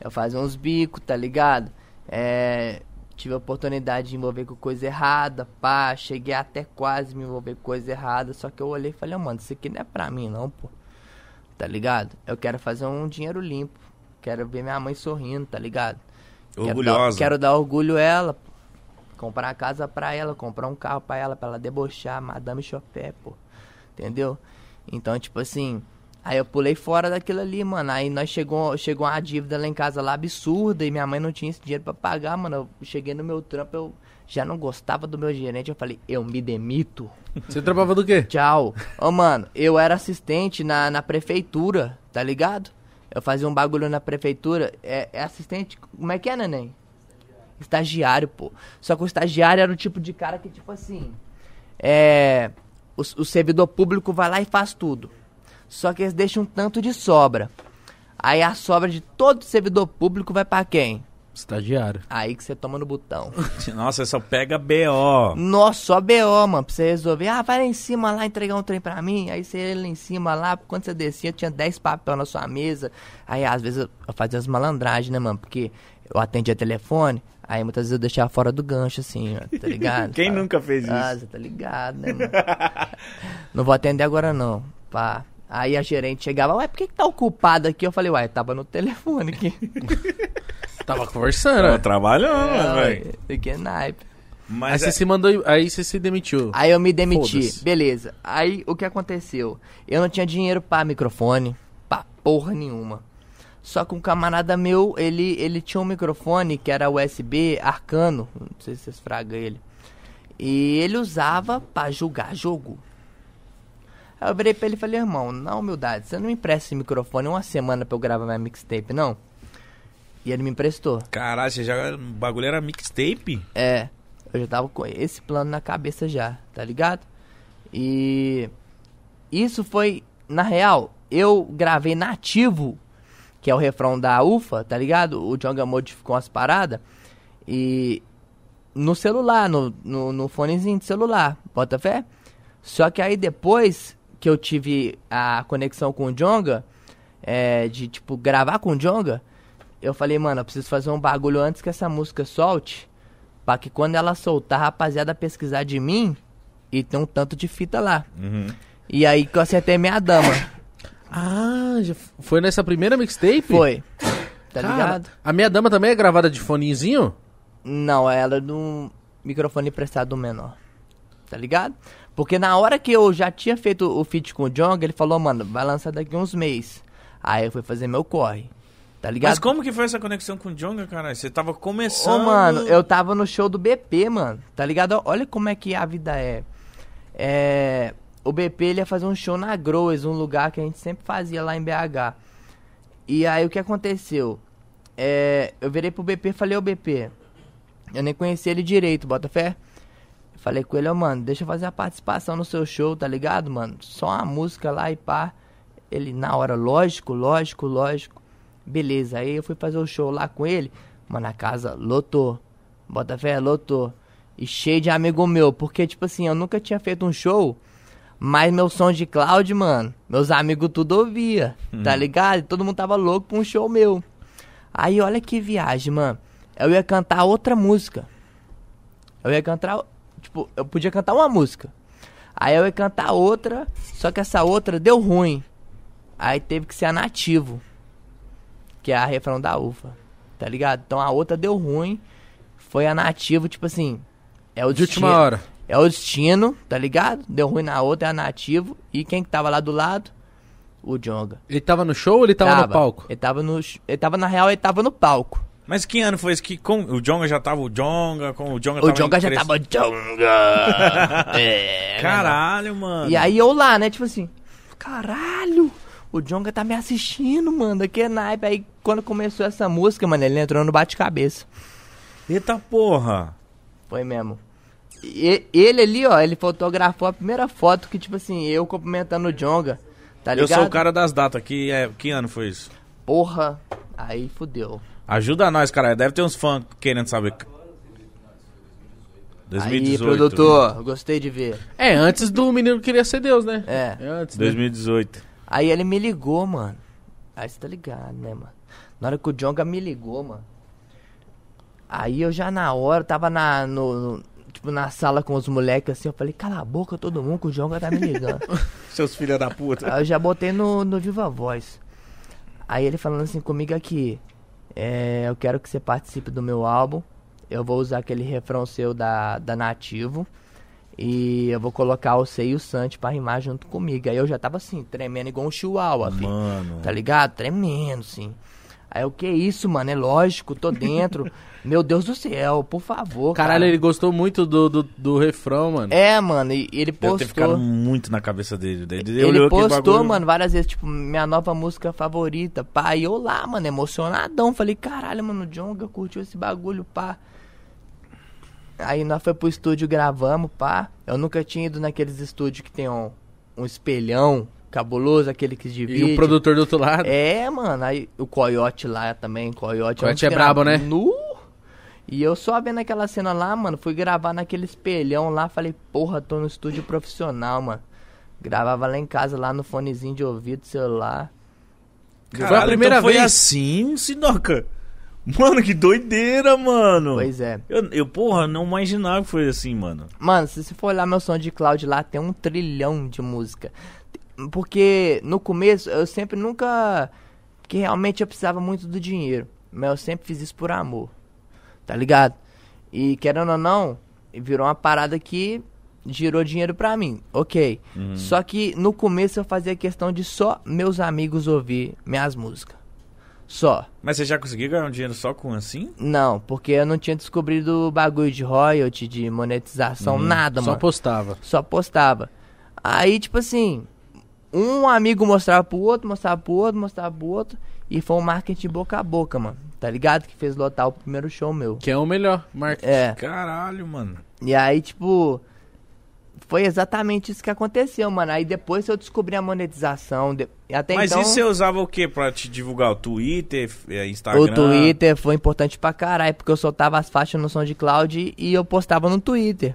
Speaker 3: eu fazia uns bicos, tá ligado? É, tive a oportunidade de me envolver com coisa errada, pá, cheguei até quase me envolver com coisa errada, só que eu olhei e falei, "Ô, mano, isso aqui não é pra mim não, pô. Tá ligado? Eu quero fazer um dinheiro limpo. Quero ver minha mãe sorrindo, tá ligado? Quero dar-
Speaker 2: Orgulhosa.
Speaker 3: Quero dar, orgulho a ela. pô. Comprar casa pra ela, comprar um carro pra ela, pra ela debochar, Madame Chopé, pô. Entendeu? Então, tipo assim, Aí eu pulei fora daquilo ali, mano. Aí nós chegou, chegou uma dívida lá em casa lá absurda e minha mãe não tinha esse dinheiro pra pagar, mano. Eu cheguei no meu trampo, eu já não gostava do meu gerente. Eu falei, eu me demito.
Speaker 1: Você trabalhava do
Speaker 2: Tipo,
Speaker 1: quê?
Speaker 3: Tchau. Ô, mano, eu era assistente na, na prefeitura, tá ligado? Eu fazia um bagulho na prefeitura. É, é assistente. Como é que é, neném? Estagiário, pô. Só que o estagiário era o tipo de cara que, tipo assim. É. O, o servidor público vai lá e faz tudo. Só que eles deixam um tanto de sobra. Aí a sobra de todo servidor público vai pra quem?
Speaker 1: Estagiário.
Speaker 3: Aí que você toma no botão.
Speaker 2: Nossa, só pega BO.
Speaker 3: Nossa, só BO, mano, pra você resolver. Ah, vai lá em cima lá entregar um trem pra mim. Aí você ia lá em cima lá, quando você descia, tinha 10 papel na sua mesa. Aí às vezes eu eu fazia as malandragens, né, mano? Porque eu atendia telefone, aí muitas vezes eu deixava fora do gancho, assim, ó, tá ligado?
Speaker 2: Quem
Speaker 3: Fala,
Speaker 2: nunca fez
Speaker 3: Ah,
Speaker 2: isso?
Speaker 3: você tá ligado, né, mano? não vou atender agora não, pá. Aí a gerente chegava, ué, por que, que tá ocupado aqui? Eu falei, ué, tava no telefone aqui.
Speaker 1: Tava
Speaker 2: Tava
Speaker 1: conversando. né?
Speaker 2: trabalhando, né, velho.
Speaker 3: É, Ué, Que naipe.
Speaker 1: Aí
Speaker 2: Mas
Speaker 1: você
Speaker 2: é-
Speaker 1: se mandou. Aí você se demitiu.
Speaker 3: Aí eu me demiti.
Speaker 1: Foda-se.
Speaker 3: Beleza. Aí o que aconteceu? Eu não tinha dinheiro pra microfone, pra porra nenhuma. Só que um camarada meu, ele, ele tinha um microfone que era USB arcano. Não sei se vocês fragam ele. E ele usava pra julgar jogo. Aí eu virei pra ele e falei, irmão, na humildade, você não me empresta esse microfone uma semana pra eu gravar minha mixtape, não? E ele me emprestou.
Speaker 2: Caralho, você já... o bagulho era mixtape?
Speaker 3: É, eu já tava com esse plano na cabeça já, tá ligado? E isso foi, na real, eu gravei nativo, que é o refrão da UFA, tá ligado? O Jonga modificou umas paradas. E no celular, no, no, no fonezinho de celular, bota fé? Só que aí depois que eu tive a conexão com o Jonga, é, de tipo gravar com o Jonga, eu falei, mano, eu preciso fazer um bagulho antes que essa música solte, pra que quando ela soltar, a rapaziada pesquisar de mim e ter um tanto de fita lá.
Speaker 2: Uhum.
Speaker 3: E aí que eu acertei minha dama.
Speaker 1: Ah, já f- foi nessa primeira mixtape?
Speaker 3: Foi. Tá
Speaker 1: Cara,
Speaker 3: ligado?
Speaker 1: A minha dama também é gravada de fonezinho?
Speaker 3: Não, ela do microfone emprestado do menor. Tá ligado? Porque na hora que eu já tinha feito o feat com o Jong, ele falou, mano, vai lançar daqui uns meses. Aí eu fui fazer meu corre. Tá ligado?
Speaker 2: Mas como que foi essa conexão com o Jonga, caralho? Você tava
Speaker 3: Ô,
Speaker 2: começando...
Speaker 3: mano, eu tava no show do BP, mano. Tá ligado? Olha como é que a vida é. É. O BP ele ia fazer um show na Groes, um lugar que a gente sempre fazia lá em BH. E aí o que aconteceu? É, eu virei pro BP e falei, ô BP, eu nem conheci ele direito, bota fé. Eu Falei com ele, ô mano, deixa eu fazer a participação no seu show, tá ligado, mano? Só uma música lá e pá. Ele, na hora, lógico, lógico, lógico. Beleza, aí eu fui fazer o show lá com ele. Mano, a casa lotou. Bota fé, lotou. E cheio de amigo meu, porque, tipo assim, eu nunca tinha feito um show, mas meu som de cloud, mano, meus amigos tudo ouvia, tá ligado? E todo mundo tava louco pra um show meu. Aí olha que viagem, mano. Eu ia cantar outra música. Eu ia cantar, tipo, eu podia cantar uma música. Aí eu ia cantar outra, só que essa outra deu ruim. Aí teve que ser a nativo, que é a refrão da UFA, tá ligado? Então a outra deu ruim, foi a nativo, tipo assim, é o
Speaker 1: De última
Speaker 3: destino-
Speaker 1: hora.
Speaker 3: é o destino, tá ligado? Deu ruim na outra, é a nativo. E quem que tava lá do lado? O Jonga.
Speaker 1: Ele tava no show ou ele tava, no palco?
Speaker 3: Ele tava no. sh- Ele tava, na real, ele tava no palco.
Speaker 2: Mas que ano foi esse que... com- O Jonga já tava o Jonga, com o Jonga
Speaker 3: O
Speaker 2: tava...
Speaker 3: Jonga já
Speaker 2: cres-
Speaker 3: tava. Jonga! é,
Speaker 2: Caralho, mano.
Speaker 3: E aí eu lá, né? Tipo assim, caralho, o Jonga tá me assistindo, mano. Que naipe. Aí quando começou essa música, mano, ele entrou no bate-cabeça.
Speaker 2: Eita porra.
Speaker 3: Foi mesmo. E- ele ali, ó, ele fotografou a primeira foto que, tipo assim, eu cumprimentando o Jonga. Tá
Speaker 2: eu
Speaker 3: ligado?
Speaker 2: sou o cara das datas. Que, é... que ano foi isso?
Speaker 3: Porra. Aí fudeu.
Speaker 2: Ajuda nós, caralho. Deve ter uns fãs querendo saber.
Speaker 3: Aí,
Speaker 2: 2018. né?
Speaker 3: produtor, gostei de ver.
Speaker 1: É, antes do menino queria ser Deus, né?
Speaker 3: É.
Speaker 1: antes. né?
Speaker 2: 2018.
Speaker 3: Aí ele me ligou, mano. Aí você tá ligado, né, mano? Na hora que o Jonga me ligou, mano. Aí eu já na hora, tava na, no, no- tipo, na sala com os moleques assim, eu falei, cala a boca todo mundo que o Jonga tá me ligando.
Speaker 2: Seus filhos da puta.
Speaker 3: Aí eu já botei no, no Viva Voz. Aí ele falando assim comigo aqui, é, eu quero que você participe do meu álbum. Eu vou usar aquele refrão seu da, da Nativo. E eu vou colocar o Sei e o Santi pra rimar junto comigo. Aí eu já tava assim, tremendo igual um chihuahua, filho.
Speaker 2: Mano.
Speaker 3: Tá ligado? Tremendo, sim. Aí eu, que isso, mano? É lógico, tô dentro. Meu Deus do céu, por favor.
Speaker 1: Caralho,
Speaker 3: cara.
Speaker 1: ele gostou muito do, do, do refrão, mano.
Speaker 3: É, mano, e e ele
Speaker 2: Deve ter ficado
Speaker 3: postou.
Speaker 2: muito na cabeça dele. Ele,
Speaker 3: Ele
Speaker 2: olhou aquele
Speaker 3: postou,
Speaker 2: bagulho-
Speaker 3: mano, várias vezes, tipo, minha nova música favorita, pá. E eu lá, mano, emocionadão. Falei, caralho, mano, o Jonga curtiu esse bagulho, pá. Aí nós foi pro estúdio, gravamos, pá. Eu nunca tinha ido naqueles estúdios que tem um, um espelhão cabuloso, aquele que
Speaker 1: E
Speaker 3: divide.
Speaker 1: o produtor do outro lado.
Speaker 3: É, mano, aí o Coyote lá também, Coyote.
Speaker 1: Coyote
Speaker 3: eu
Speaker 1: é brabo,
Speaker 3: gravo-
Speaker 1: né?
Speaker 3: Nu! E eu só vendo aquela cena lá, mano, fui gravar naquele espelhão lá, falei, porra, tô no estúdio profissional, mano. Gravava lá em casa, lá no fonezinho de ouvido, celular.
Speaker 2: Caralho,
Speaker 1: Foi a primeira
Speaker 2: então
Speaker 1: vez.
Speaker 2: Foi assim, Sinoca. Mano, que doideira, mano.
Speaker 1: Hum.
Speaker 3: Pois é.
Speaker 2: Eu, eu, porra, não imaginava que foi assim, mano.
Speaker 3: Mano, se você for olhar meu som de cloud lá, tem um trilhão de música. Porque no começo eu sempre nunca. Porque realmente eu precisava muito do dinheiro. Mas eu sempre fiz isso por amor. Tá ligado? E querendo ou não, virou uma parada que girou dinheiro pra mim. Ok. Só que no começo eu fazia questão de só meus amigos ouvir minhas músicas. Só.
Speaker 2: Mas você já conseguiu ganhar um dinheiro só com assim?
Speaker 3: Não, porque eu não tinha descobrido o bagulho de royalty, de monetização, nada,
Speaker 1: Só
Speaker 3: mano
Speaker 1: postava.
Speaker 3: só postava. Aí, tipo assim, um amigo mostrava pro outro, mostrava pro outro, mostrava pro outro. E foi um marketing boca a boca, mano. Tá ligado? Que fez lotar o primeiro show meu.
Speaker 1: Que é o melhor, Mark.
Speaker 3: É.
Speaker 2: Caralho, mano.
Speaker 3: E aí, tipo. Foi exatamente isso que aconteceu, mano. Aí depois eu descobri a monetização. de- e Até
Speaker 2: Mas
Speaker 3: então,
Speaker 2: isso é você usava o que pra te divulgar? O Twitter, f- eh, Instagram?
Speaker 3: o Twitter foi importante pra caralho, porque eu soltava as faixas no SoundCloud e eu postava no Twitter.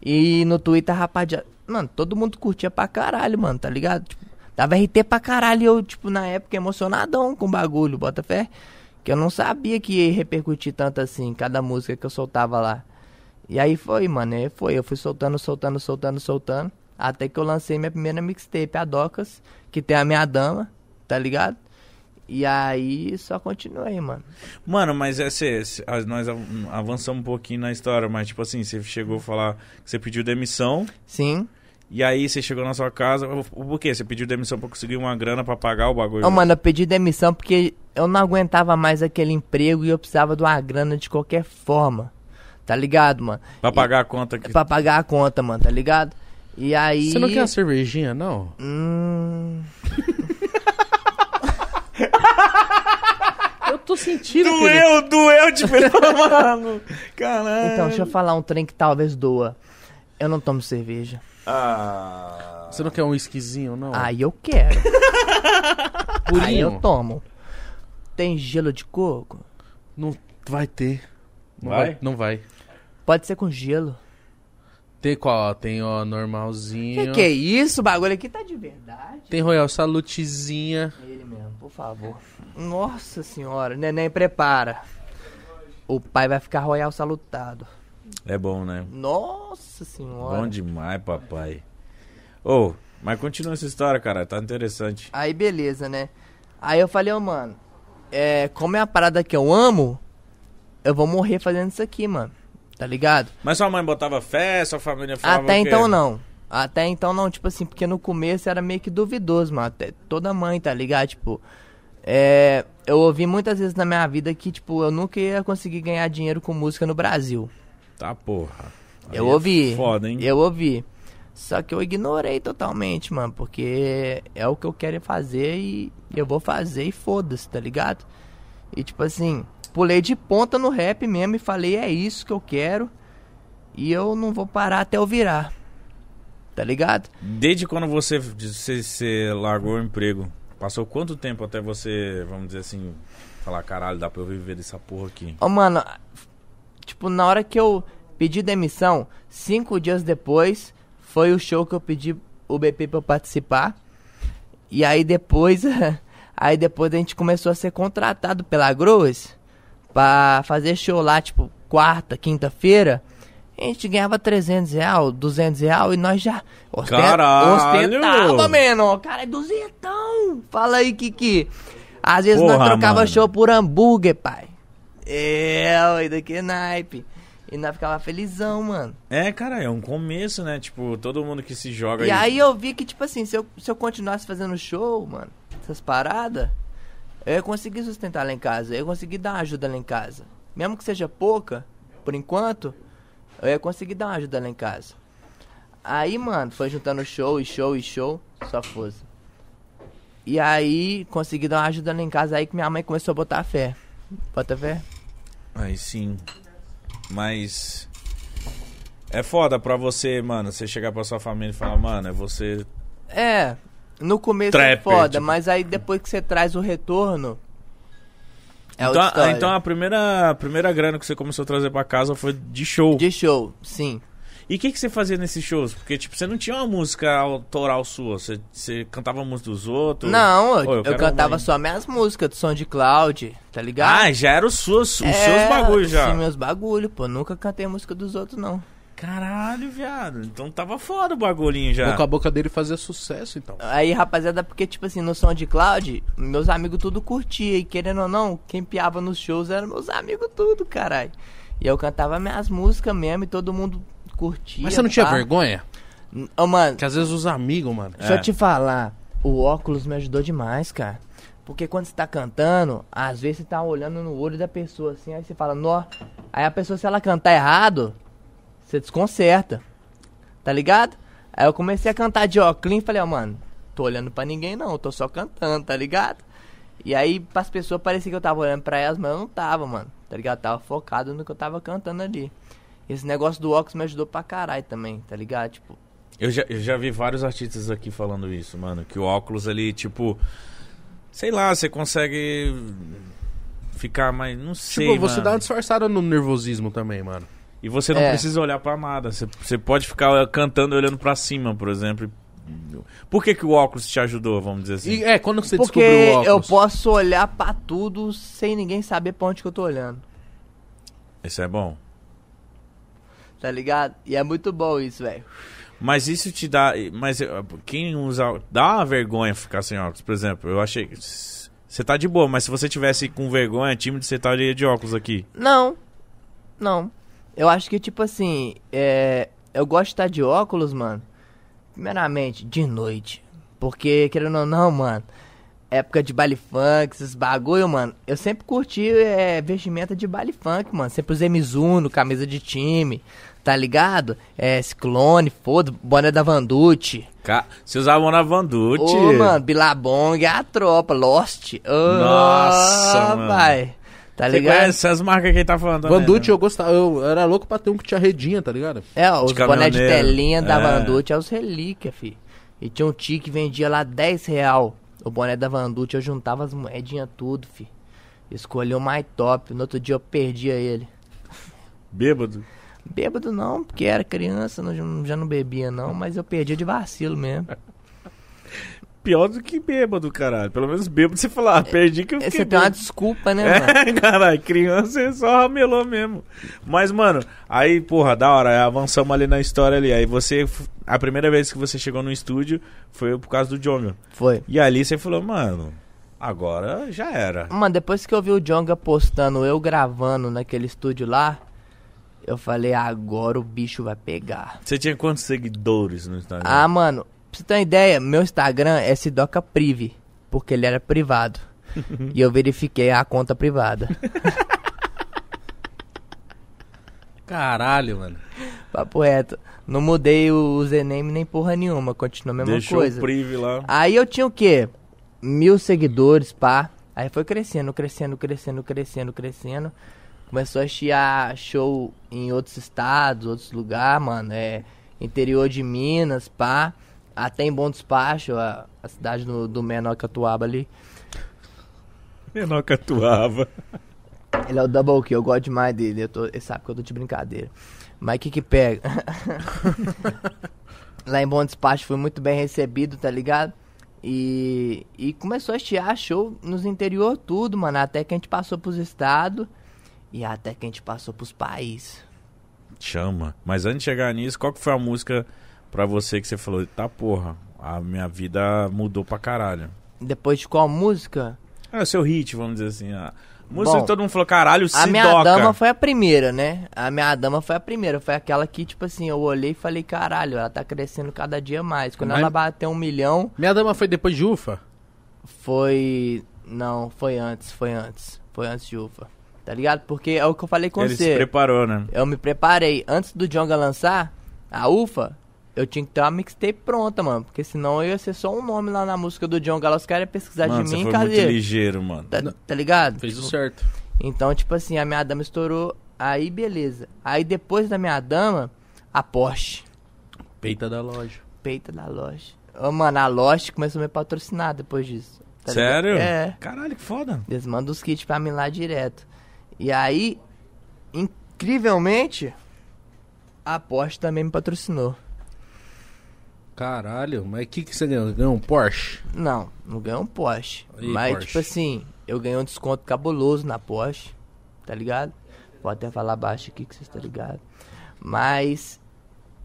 Speaker 3: E no Twitter, rapaziada. Mano, todo mundo curtia pra caralho, mano, tá ligado? Tipo, dava RT pra caralho e eu, tipo, na época, emocionadão com o bagulho, bota fé. Que eu não sabia que ia repercutir tanto assim, cada música que eu soltava lá. E aí foi, mano, aí foi. Eu fui soltando, soltando, soltando, soltando. Até que eu lancei minha primeira mixtape, a Docas, que tem a minha dama, tá ligado? E aí só continuei, mano.
Speaker 2: Mano, mas é, cê, cê- ah, nós av- avançamos um pouquinho na história, mas tipo assim, você chegou a falar que você pediu demissão,
Speaker 3: Sim.
Speaker 2: e aí você chegou na sua casa. o- o- Por quê? Você pediu demissão pra conseguir uma grana pra pagar o bagulho?
Speaker 3: Ô, mano, eu pedi demissão porque eu não aguentava mais aquele emprego e eu precisava de uma grana de qualquer forma. Tá ligado, mano?
Speaker 2: Pra pagar a conta
Speaker 3: E,
Speaker 2: que.
Speaker 3: É pra pagar a conta, mano, tá ligado? E aí.
Speaker 1: Você não quer um uma cervejinha, não?
Speaker 3: Hum.
Speaker 1: Eu tô sentindo que
Speaker 3: é
Speaker 1: ele-
Speaker 2: Doeu, doeu de pensar, mano. Caralho.
Speaker 3: Então, deixa eu falar um trem que talvez doa. Eu não tomo cerveja.
Speaker 2: Ah.
Speaker 1: Você não quer um whiskyzinho, não?
Speaker 3: Aí eu quero. Aí
Speaker 1: Purinho?
Speaker 3: eu tomo. Tem gelo de coco?
Speaker 1: Não vai ter. Não
Speaker 2: Vai?
Speaker 1: Não vai.
Speaker 3: Pode ser com gelo.
Speaker 1: Tem qual? Tem, ó,
Speaker 3: Que
Speaker 1: normalzinho.
Speaker 3: que é isso? O bagulho aqui tá de verdade.
Speaker 1: Tem Royal Salutezinha.
Speaker 3: Ele mesmo, por favor. Nossa senhora, neném, prepara. O pai vai ficar royal salutado.
Speaker 2: É bom, né?
Speaker 3: Nossa senhora.
Speaker 2: Bom demais, papai. Ô, mas continua essa história, cara. Tá interessante.
Speaker 3: Aí beleza, né? Aí eu falei, ô mano, é, como é uma parada que eu amo, eu vou morrer fazendo isso aqui, mano. Tá ligado?
Speaker 2: Mas sua mãe botava fé, sua família falava
Speaker 3: Até
Speaker 2: o quê?
Speaker 3: então não. Até então não, tipo assim, porque no começo era meio que duvidoso, mano. Até toda mãe, tá ligado? Tipo, é, eu ouvi muitas vezes na minha vida que, tipo, eu nunca ia conseguir ganhar dinheiro com música no Brasil.
Speaker 2: Tá, porra. Aí
Speaker 3: Eu
Speaker 2: é
Speaker 3: ouvi.
Speaker 2: Foda, hein?
Speaker 3: Eu ouvi. Só que eu ignorei totalmente, mano, porque é o que eu quero fazer e eu vou fazer e foda-se, tá ligado? E tipo assim, pulei de ponta no rap mesmo e falei, é isso que eu quero e eu não vou parar até eu virar. Tá ligado?
Speaker 2: Desde quando você, você, você largou o emprego? Passou quanto tempo até você, vamos dizer assim, falar, caralho, dá pra eu viver dessa porra aqui?
Speaker 3: Ô, mano, tipo, na hora que eu pedi demissão, cinco dias depois, foi o show que eu pedi o BP pra eu participar. E aí depois, aí depois a gente começou a ser contratado pela Gross pra fazer show lá, tipo, quarta, quinta-feira. A gente ganhava 300 real, 200 real e nós já osten-
Speaker 2: Caralho!
Speaker 3: ostentava, menor. Cara, é duzentão. Fala aí, Kiki. Às vezes
Speaker 2: Porra,
Speaker 3: nós trocava
Speaker 2: mano.
Speaker 3: show por hambúrguer, pai. É, oi, daqui é naipe. E nós ficava felizão, mano.
Speaker 2: É, cara, é um começo, né? Tipo, todo mundo que se joga
Speaker 3: E aí eu vi que, tipo assim, se eu, se eu continuasse fazendo show, mano, essas paradas, eu ia conseguir sustentar lá em casa, eu ia conseguir dar uma ajuda lá em casa. Mesmo que seja pouca, por enquanto, eu ia conseguir dar uma ajuda lá em casa. Aí, mano, foi juntando show e show e show, só força. E aí, consegui dar uma ajuda lá em casa, aí que minha mãe começou a botar fé. Bota fé?
Speaker 2: Aí sim. Mas. É foda pra você, mano, você chegar pra sua família e falar, mano, é você.
Speaker 3: É, no começo é
Speaker 2: Trapper,
Speaker 3: foda,
Speaker 2: tipo.
Speaker 3: mas aí depois que você traz o retorno. É
Speaker 2: então,
Speaker 3: outra
Speaker 2: a-
Speaker 3: história.
Speaker 2: então a primeira, a primeira grana que você começou a trazer pra casa foi de show.
Speaker 3: De show, sim.
Speaker 2: E o que, que você fazia nesses shows? Porque, tipo, você não tinha uma música autoral sua, você, você cantava música dos outros.
Speaker 3: Não, eu,
Speaker 2: Ô,
Speaker 3: eu
Speaker 2: quero
Speaker 3: cantava
Speaker 2: uma, hein?
Speaker 3: só minhas músicas do som de Cloud, tá ligado?
Speaker 2: Ah, já era os seus, os
Speaker 3: É,
Speaker 2: seus bagulhos já.
Speaker 3: Sim, meus bagulho, pô. Nunca cantei música dos outros, não.
Speaker 2: Caralho, viado. Então tava foda o bagulhinho já.
Speaker 1: Boca a boca dele fazia sucesso, então.
Speaker 3: Aí, rapaziada, porque, tipo assim, no som de Cloud, meus amigos tudo curtia. E querendo ou não, quem piava nos shows eram meus amigos tudo, caralho. E eu cantava minhas músicas mesmo e todo mundo curtia.
Speaker 1: Mas você não tinha
Speaker 3: pá.
Speaker 1: vergonha?
Speaker 3: N- Ô, mano,
Speaker 1: Que às vezes os amigos, mano.
Speaker 3: Deixa
Speaker 2: É.
Speaker 3: eu te falar, o óculos me ajudou demais, cara. Porque quando você tá cantando, às vezes você tá olhando no olho da pessoa assim, aí você fala, nó. Aí a pessoa, se ela cantar errado, você desconcerta. Tá ligado? Aí eu comecei a cantar de óculos e falei, ó, mano, tô olhando pra ninguém não, tô só cantando, tá ligado? E aí pras pessoas parecia que eu tava olhando pra elas, mas eu não tava, mano. Tá ligado? Eu tava focado no que eu tava cantando ali. Esse negócio do óculos me ajudou pra caralho também, tá ligado? Tipo,
Speaker 2: Eu já, eu já vi vários artistas aqui falando isso, mano. Que o óculos ali, tipo. Sei lá, você consegue. Ficar mais. Não sei.
Speaker 1: Tipo, você
Speaker 2: mano.
Speaker 1: dá um uma disfarçada no nervosismo também, mano.
Speaker 2: E você não
Speaker 3: É.
Speaker 2: precisa olhar pra nada. Você, você pode ficar cantando e olhando pra cima, por exemplo. Por que, que o óculos te ajudou, vamos dizer assim?
Speaker 1: E é, quando você
Speaker 3: Porque
Speaker 1: descobriu o óculos?
Speaker 3: eu posso olhar pra tudo sem ninguém saber pra onde que eu tô olhando,
Speaker 2: Isso é bom.
Speaker 3: tá ligado? E é muito bom isso, velho.
Speaker 2: Mas isso te dá. Mas eh, quem usa. Dá uma vergonha ficar sem óculos, por exemplo. Eu achei. Você tá de boa, mas se você tivesse com vergonha, tímido, você estaria de óculos aqui.
Speaker 3: Não, não. Eu acho que, tipo assim, é, eu gosto de estar de óculos, mano. Primeiramente, de noite. Porque, querendo ou não, mano, época de baile funk, esses bagulho, mano. Eu sempre curti é, vestimenta de baile funk, mano. Sempre usei Mizuno, camisa de time, tá ligado? É, Ciclone, foda, boné da Vandute.
Speaker 2: Ca... Você usava uma Vandute.
Speaker 3: Ô, mano, Bilabong, é a tropa, Lost. Ô,
Speaker 2: Nossa, mano.
Speaker 3: Pai. Tá
Speaker 2: Você
Speaker 3: ligado?
Speaker 2: conhece essas marcas que ele tá falando também,
Speaker 1: Vandute,
Speaker 2: né?
Speaker 1: eu gostava. Eu era louco pra ter um que tinha redinha, tá ligado?
Speaker 3: É, ó, os boné
Speaker 2: caminhoneiro.
Speaker 3: de telinha da
Speaker 2: É.
Speaker 3: Vandute é os relíquias, fi. E tinha um tio que vendia lá 10 real. O boné da Vandute, eu juntava as moedinhas tudo, fi. Escolhi o mais top. No outro dia eu perdia ele.
Speaker 2: é um Bêbado.
Speaker 3: Bêbado não, porque era criança, não- já não bebia não, mas eu perdia de vacilo mesmo.
Speaker 2: Pior do que bêbado, caralho. Pelo menos bêbado você fala, ah, perdi que eu fiquei
Speaker 3: Você tem uma
Speaker 2: bêbado.
Speaker 3: desculpa, né, mano?
Speaker 2: É, caralho, criança só ramelou mesmo. Mas, mano, aí, porra, da hora, aí avançamos ali na história ali. Aí você, a primeira vez que você chegou no estúdio foi por causa do Jonga.
Speaker 3: Foi.
Speaker 2: E ali você falou, mano, agora já era.
Speaker 3: Mano, depois que eu vi o Jonga postando eu gravando naquele estúdio lá, eu falei, agora o bicho vai pegar.
Speaker 2: Você tinha quantos seguidores no Instagram?
Speaker 3: Ah, mano, pra você ter uma ideia, meu Instagram é Sidoca Prive, porque ele era privado. e eu verifiquei a conta privada.
Speaker 1: Caralho, mano.
Speaker 3: Papo reto. Não mudei o username nem porra nenhuma, continua a mesma
Speaker 2: Deixou
Speaker 3: É coisa.
Speaker 2: o prive lá.
Speaker 3: Aí eu tinha o quê? Mil seguidores, pá. Aí foi crescendo, crescendo, crescendo, crescendo, crescendo. Começou a chiar show em outros estados, outros lugares, mano. É, interior de Minas, pá. Até em Bom Despacho, a, a cidade do, do menor Catuaba ali.
Speaker 2: Menor que atuava.
Speaker 3: Ele é o Double Kill, eu gosto demais dele. Eu tô, ele sabe que eu tô de brincadeira. Mas o que que pega? Lá em Bom Despacho fui muito bem recebido, tá ligado? E, e começou a estiar show nos interior tudo, mano. Até que a gente passou pros estados e até que a gente passou pros países.
Speaker 2: Chama. Mas antes de chegar nisso, qual que foi a música pra você que você falou, tá porra, a minha vida mudou pra caralho?
Speaker 3: Depois de qual música?
Speaker 2: É o seu hit, vamos dizer assim. A, Música
Speaker 3: Bom,
Speaker 2: que todo mundo falou, caralho,
Speaker 3: A
Speaker 2: se
Speaker 3: minha
Speaker 2: doca.
Speaker 3: dama foi a primeira, né? A minha dama foi a primeira. Foi aquela que, tipo assim, eu olhei e falei, caralho, ela tá crescendo cada dia mais. Quando
Speaker 1: Mas-
Speaker 3: ela bateu um milhão,
Speaker 1: Minha dama foi depois de Ufa?
Speaker 3: foi. Não, foi antes, foi antes. Foi antes de Ufa. Tá ligado? Porque é o que eu falei com
Speaker 2: Ele
Speaker 3: você.
Speaker 2: se preparou, né?
Speaker 3: Eu me preparei. Antes do Jonga lançar, a UFA, eu tinha que ter uma mixtape pronta, mano. Porque senão eu ia ser só um nome lá na música do Jonga. Lá os caras iam pesquisar
Speaker 2: Mano,
Speaker 3: de
Speaker 2: você
Speaker 3: mim,
Speaker 2: foi
Speaker 3: cadê?
Speaker 2: muito ligeiro, mano.
Speaker 3: Tá, tá ligado?
Speaker 1: Fez um- o
Speaker 3: Tipo,
Speaker 1: certo.
Speaker 3: Então, tipo assim, a minha dama estourou. Aí, beleza. Aí, depois da minha dama, a Porsche.
Speaker 1: Peita da loja.
Speaker 3: Peita da loja. Ô, mano, a Lost começou a me patrocinar depois disso. tá ligado?
Speaker 2: Sério?
Speaker 3: É.
Speaker 2: Caralho, que foda.
Speaker 3: Eles mandam os kits pra mim lá direto. E aí, incrivelmente, a Porsche também me patrocinou.
Speaker 1: Caralho, mas o que, que você ganhou? Ganhou um Porsche?
Speaker 3: Não, não ganhou um Porsche.
Speaker 1: E
Speaker 3: mas,
Speaker 1: Porsche?
Speaker 3: tipo assim, eu ganhei um desconto cabuloso na Porsche, tá ligado? Pode até falar baixo aqui que vocês estão ligados. Mas,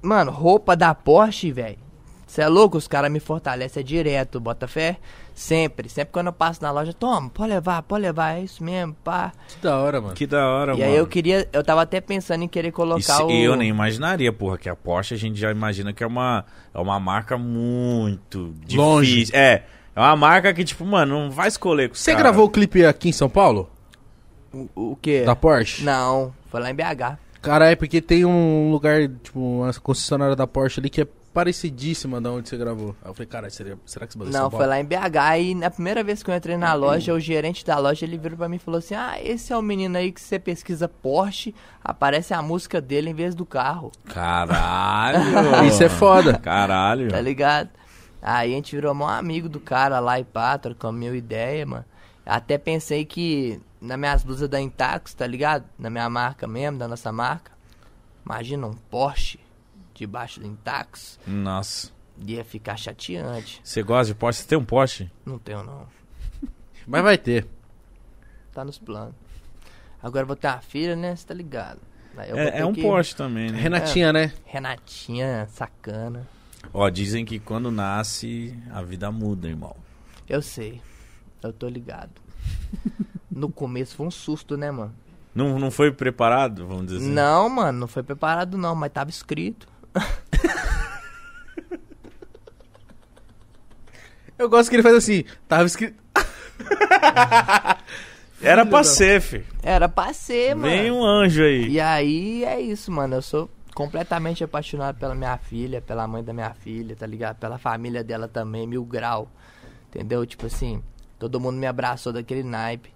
Speaker 3: mano, roupa da Porsche, velho. Você é louco? Os caras me fortalecem é direto, bota fé. Sempre, sempre quando eu passo na loja, toma, pode levar, pode levar, é isso mesmo, pá.
Speaker 1: Que da hora, mano.
Speaker 2: Que da hora,
Speaker 3: e
Speaker 2: mano.
Speaker 3: aí eu queria, eu tava até pensando em querer colocar
Speaker 2: Isso
Speaker 3: o...
Speaker 2: eu nem imaginaria, porra, que a Porsche a gente já imagina que é uma, é uma marca muito difícil.
Speaker 1: Longe.
Speaker 2: É. É uma marca que, tipo, mano, não vai escolher. com os
Speaker 1: Você
Speaker 2: cara.
Speaker 1: gravou o clipe aqui em São Paulo?
Speaker 3: O, o quê?
Speaker 1: Da Porsche?
Speaker 3: Não, foi lá em BH.
Speaker 1: Cara, é porque tem um lugar, tipo, uma concessionária da Porsche ali que é parecidíssima da onde você gravou. Aí eu falei, cara, seria- será que é você
Speaker 3: Não, foi lá em BH e na primeira vez que eu
Speaker 2: Ah,
Speaker 3: entrei na loja, o gerente da loja, ele virou pra mim e falou assim: "Ah, esse é o menino aí que você pesquisa Porsche, aparece a música dele em vez do carro".
Speaker 2: Caralho.
Speaker 1: Isso é foda.
Speaker 2: Caralho.
Speaker 3: Tá ligado? Aí a gente virou maior amigo do cara lá e pá, trocamos mil ideia, mano. Até pensei que nas minhas blusas da Intax, tá ligado? Na minha marca mesmo, da nossa marca. Imagina um Porsche debaixo do Intax,
Speaker 2: Nossa.
Speaker 3: ia ficar chateante.
Speaker 2: Você gosta de Porsche? Você tem um Porsche?
Speaker 3: Não tenho não.
Speaker 1: Mas vai ter.
Speaker 3: Tá nos planos. Agora eu vou ter uma filha, né? Você tá ligado? Aí eu vou
Speaker 2: É,
Speaker 3: ter
Speaker 2: é um
Speaker 3: que-
Speaker 2: Porsche também, né?
Speaker 1: Renatinha, né?
Speaker 3: Renatinha, sacana.
Speaker 2: Ó, dizem que quando nasce, a vida muda, irmão.
Speaker 3: Eu sei. Eu tô ligado. no começo foi um susto, né, mano?
Speaker 2: Não, não foi preparado, vamos dizer assim?
Speaker 3: Não, mano, não foi preparado não, mas tava escrito.
Speaker 1: Eu gosto que ele faz assim, tava escrito...
Speaker 2: Era pra ser, fi.
Speaker 3: Era pra ser, mano.
Speaker 2: Vem um anjo aí.
Speaker 3: E aí é isso, mano. Eu sou completamente apaixonado pela minha filha, pela mãe da minha filha, tá ligado? Pela família dela também, mil grau. Entendeu? Tipo assim, todo mundo me abraçou daquele naipe.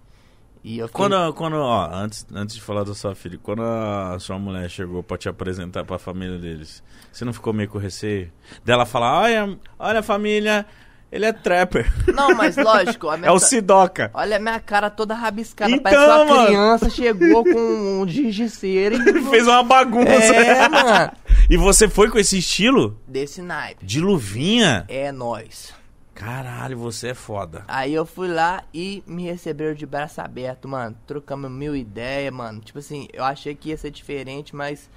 Speaker 3: E eu fiquei-
Speaker 2: Quando, quando, ó, antes, antes de falar da sua filha, quando a sua mulher chegou pra te apresentar pra família deles, você não ficou meio com receio? Dela falar, olha, olha família, ele é trapper.
Speaker 3: Não, mas lógico, a minha
Speaker 2: É o
Speaker 3: ca-
Speaker 2: Sidoca.
Speaker 3: Olha a minha cara toda rabiscada.
Speaker 2: Então,
Speaker 3: Parece que uma
Speaker 2: mano.
Speaker 3: criança chegou com um giz de cera e.
Speaker 2: Ele fez uma bagunça.
Speaker 3: É, mano.
Speaker 2: E você foi com esse estilo?
Speaker 3: Desse naipe.
Speaker 2: De luvinha?
Speaker 3: É nóis.
Speaker 2: Caralho, você é foda.
Speaker 3: Aí eu fui lá e me receberam de braço aberto, mano. Trocamos mil ideias, mano. Tipo assim, eu achei que ia ser diferente, mas,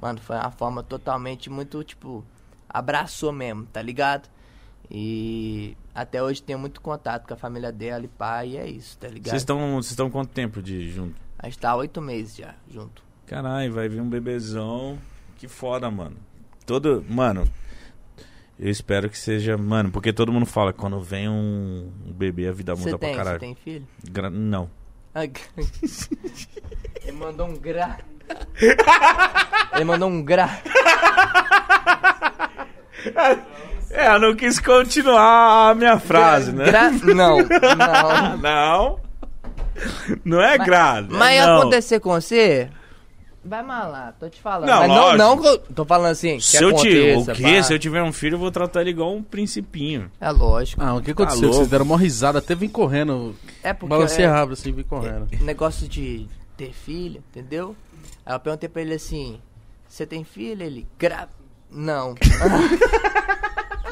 Speaker 3: mano, foi uma forma totalmente muito, tipo, abraçou mesmo, tá ligado? E até hoje tenho muito contato com a família dela e pai, e é isso, tá ligado?
Speaker 2: Vocês estão vocês estão quanto tempo de junto?
Speaker 3: A gente tá há oito meses já, junto.
Speaker 2: Caralho, vai vir um bebezão. Que foda, mano. Todo. Mano, eu espero que seja. Mano, porque todo mundo fala, quando vem um, um bebê, a vida
Speaker 3: Você
Speaker 2: muda
Speaker 3: tem,
Speaker 2: pra
Speaker 3: você
Speaker 2: caralho.
Speaker 3: tem filho?
Speaker 2: Gra- Não.
Speaker 3: Ah, gra- Ele mandou um gra. Ele mandou um gra.
Speaker 2: É, eu não quis continuar a minha frase, né?
Speaker 3: Gra... Não, não.
Speaker 2: Não. Não é grado.
Speaker 3: Mas ia
Speaker 2: não.
Speaker 3: acontecer com você? Vai malar, tô te falando.
Speaker 2: Não,
Speaker 3: Mas não,
Speaker 2: lógico.
Speaker 3: não, que eu tô falando assim. Que
Speaker 2: Se eu, te,
Speaker 3: aconteça,
Speaker 2: o quê?
Speaker 3: pá.
Speaker 2: Se eu tiver um filho, eu vou tratar ele igual um principinho.
Speaker 3: É lógico.
Speaker 1: Ah, o que aconteceu?
Speaker 2: Tá louco.
Speaker 1: Vocês deram uma risada, até vim correndo.
Speaker 3: É porque
Speaker 1: Balancei
Speaker 3: é
Speaker 1: rápido assim, vim correndo.
Speaker 3: negócio de ter filho, entendeu? Aí eu perguntei pra ele assim: Você tem filho? Ele, gra... Não.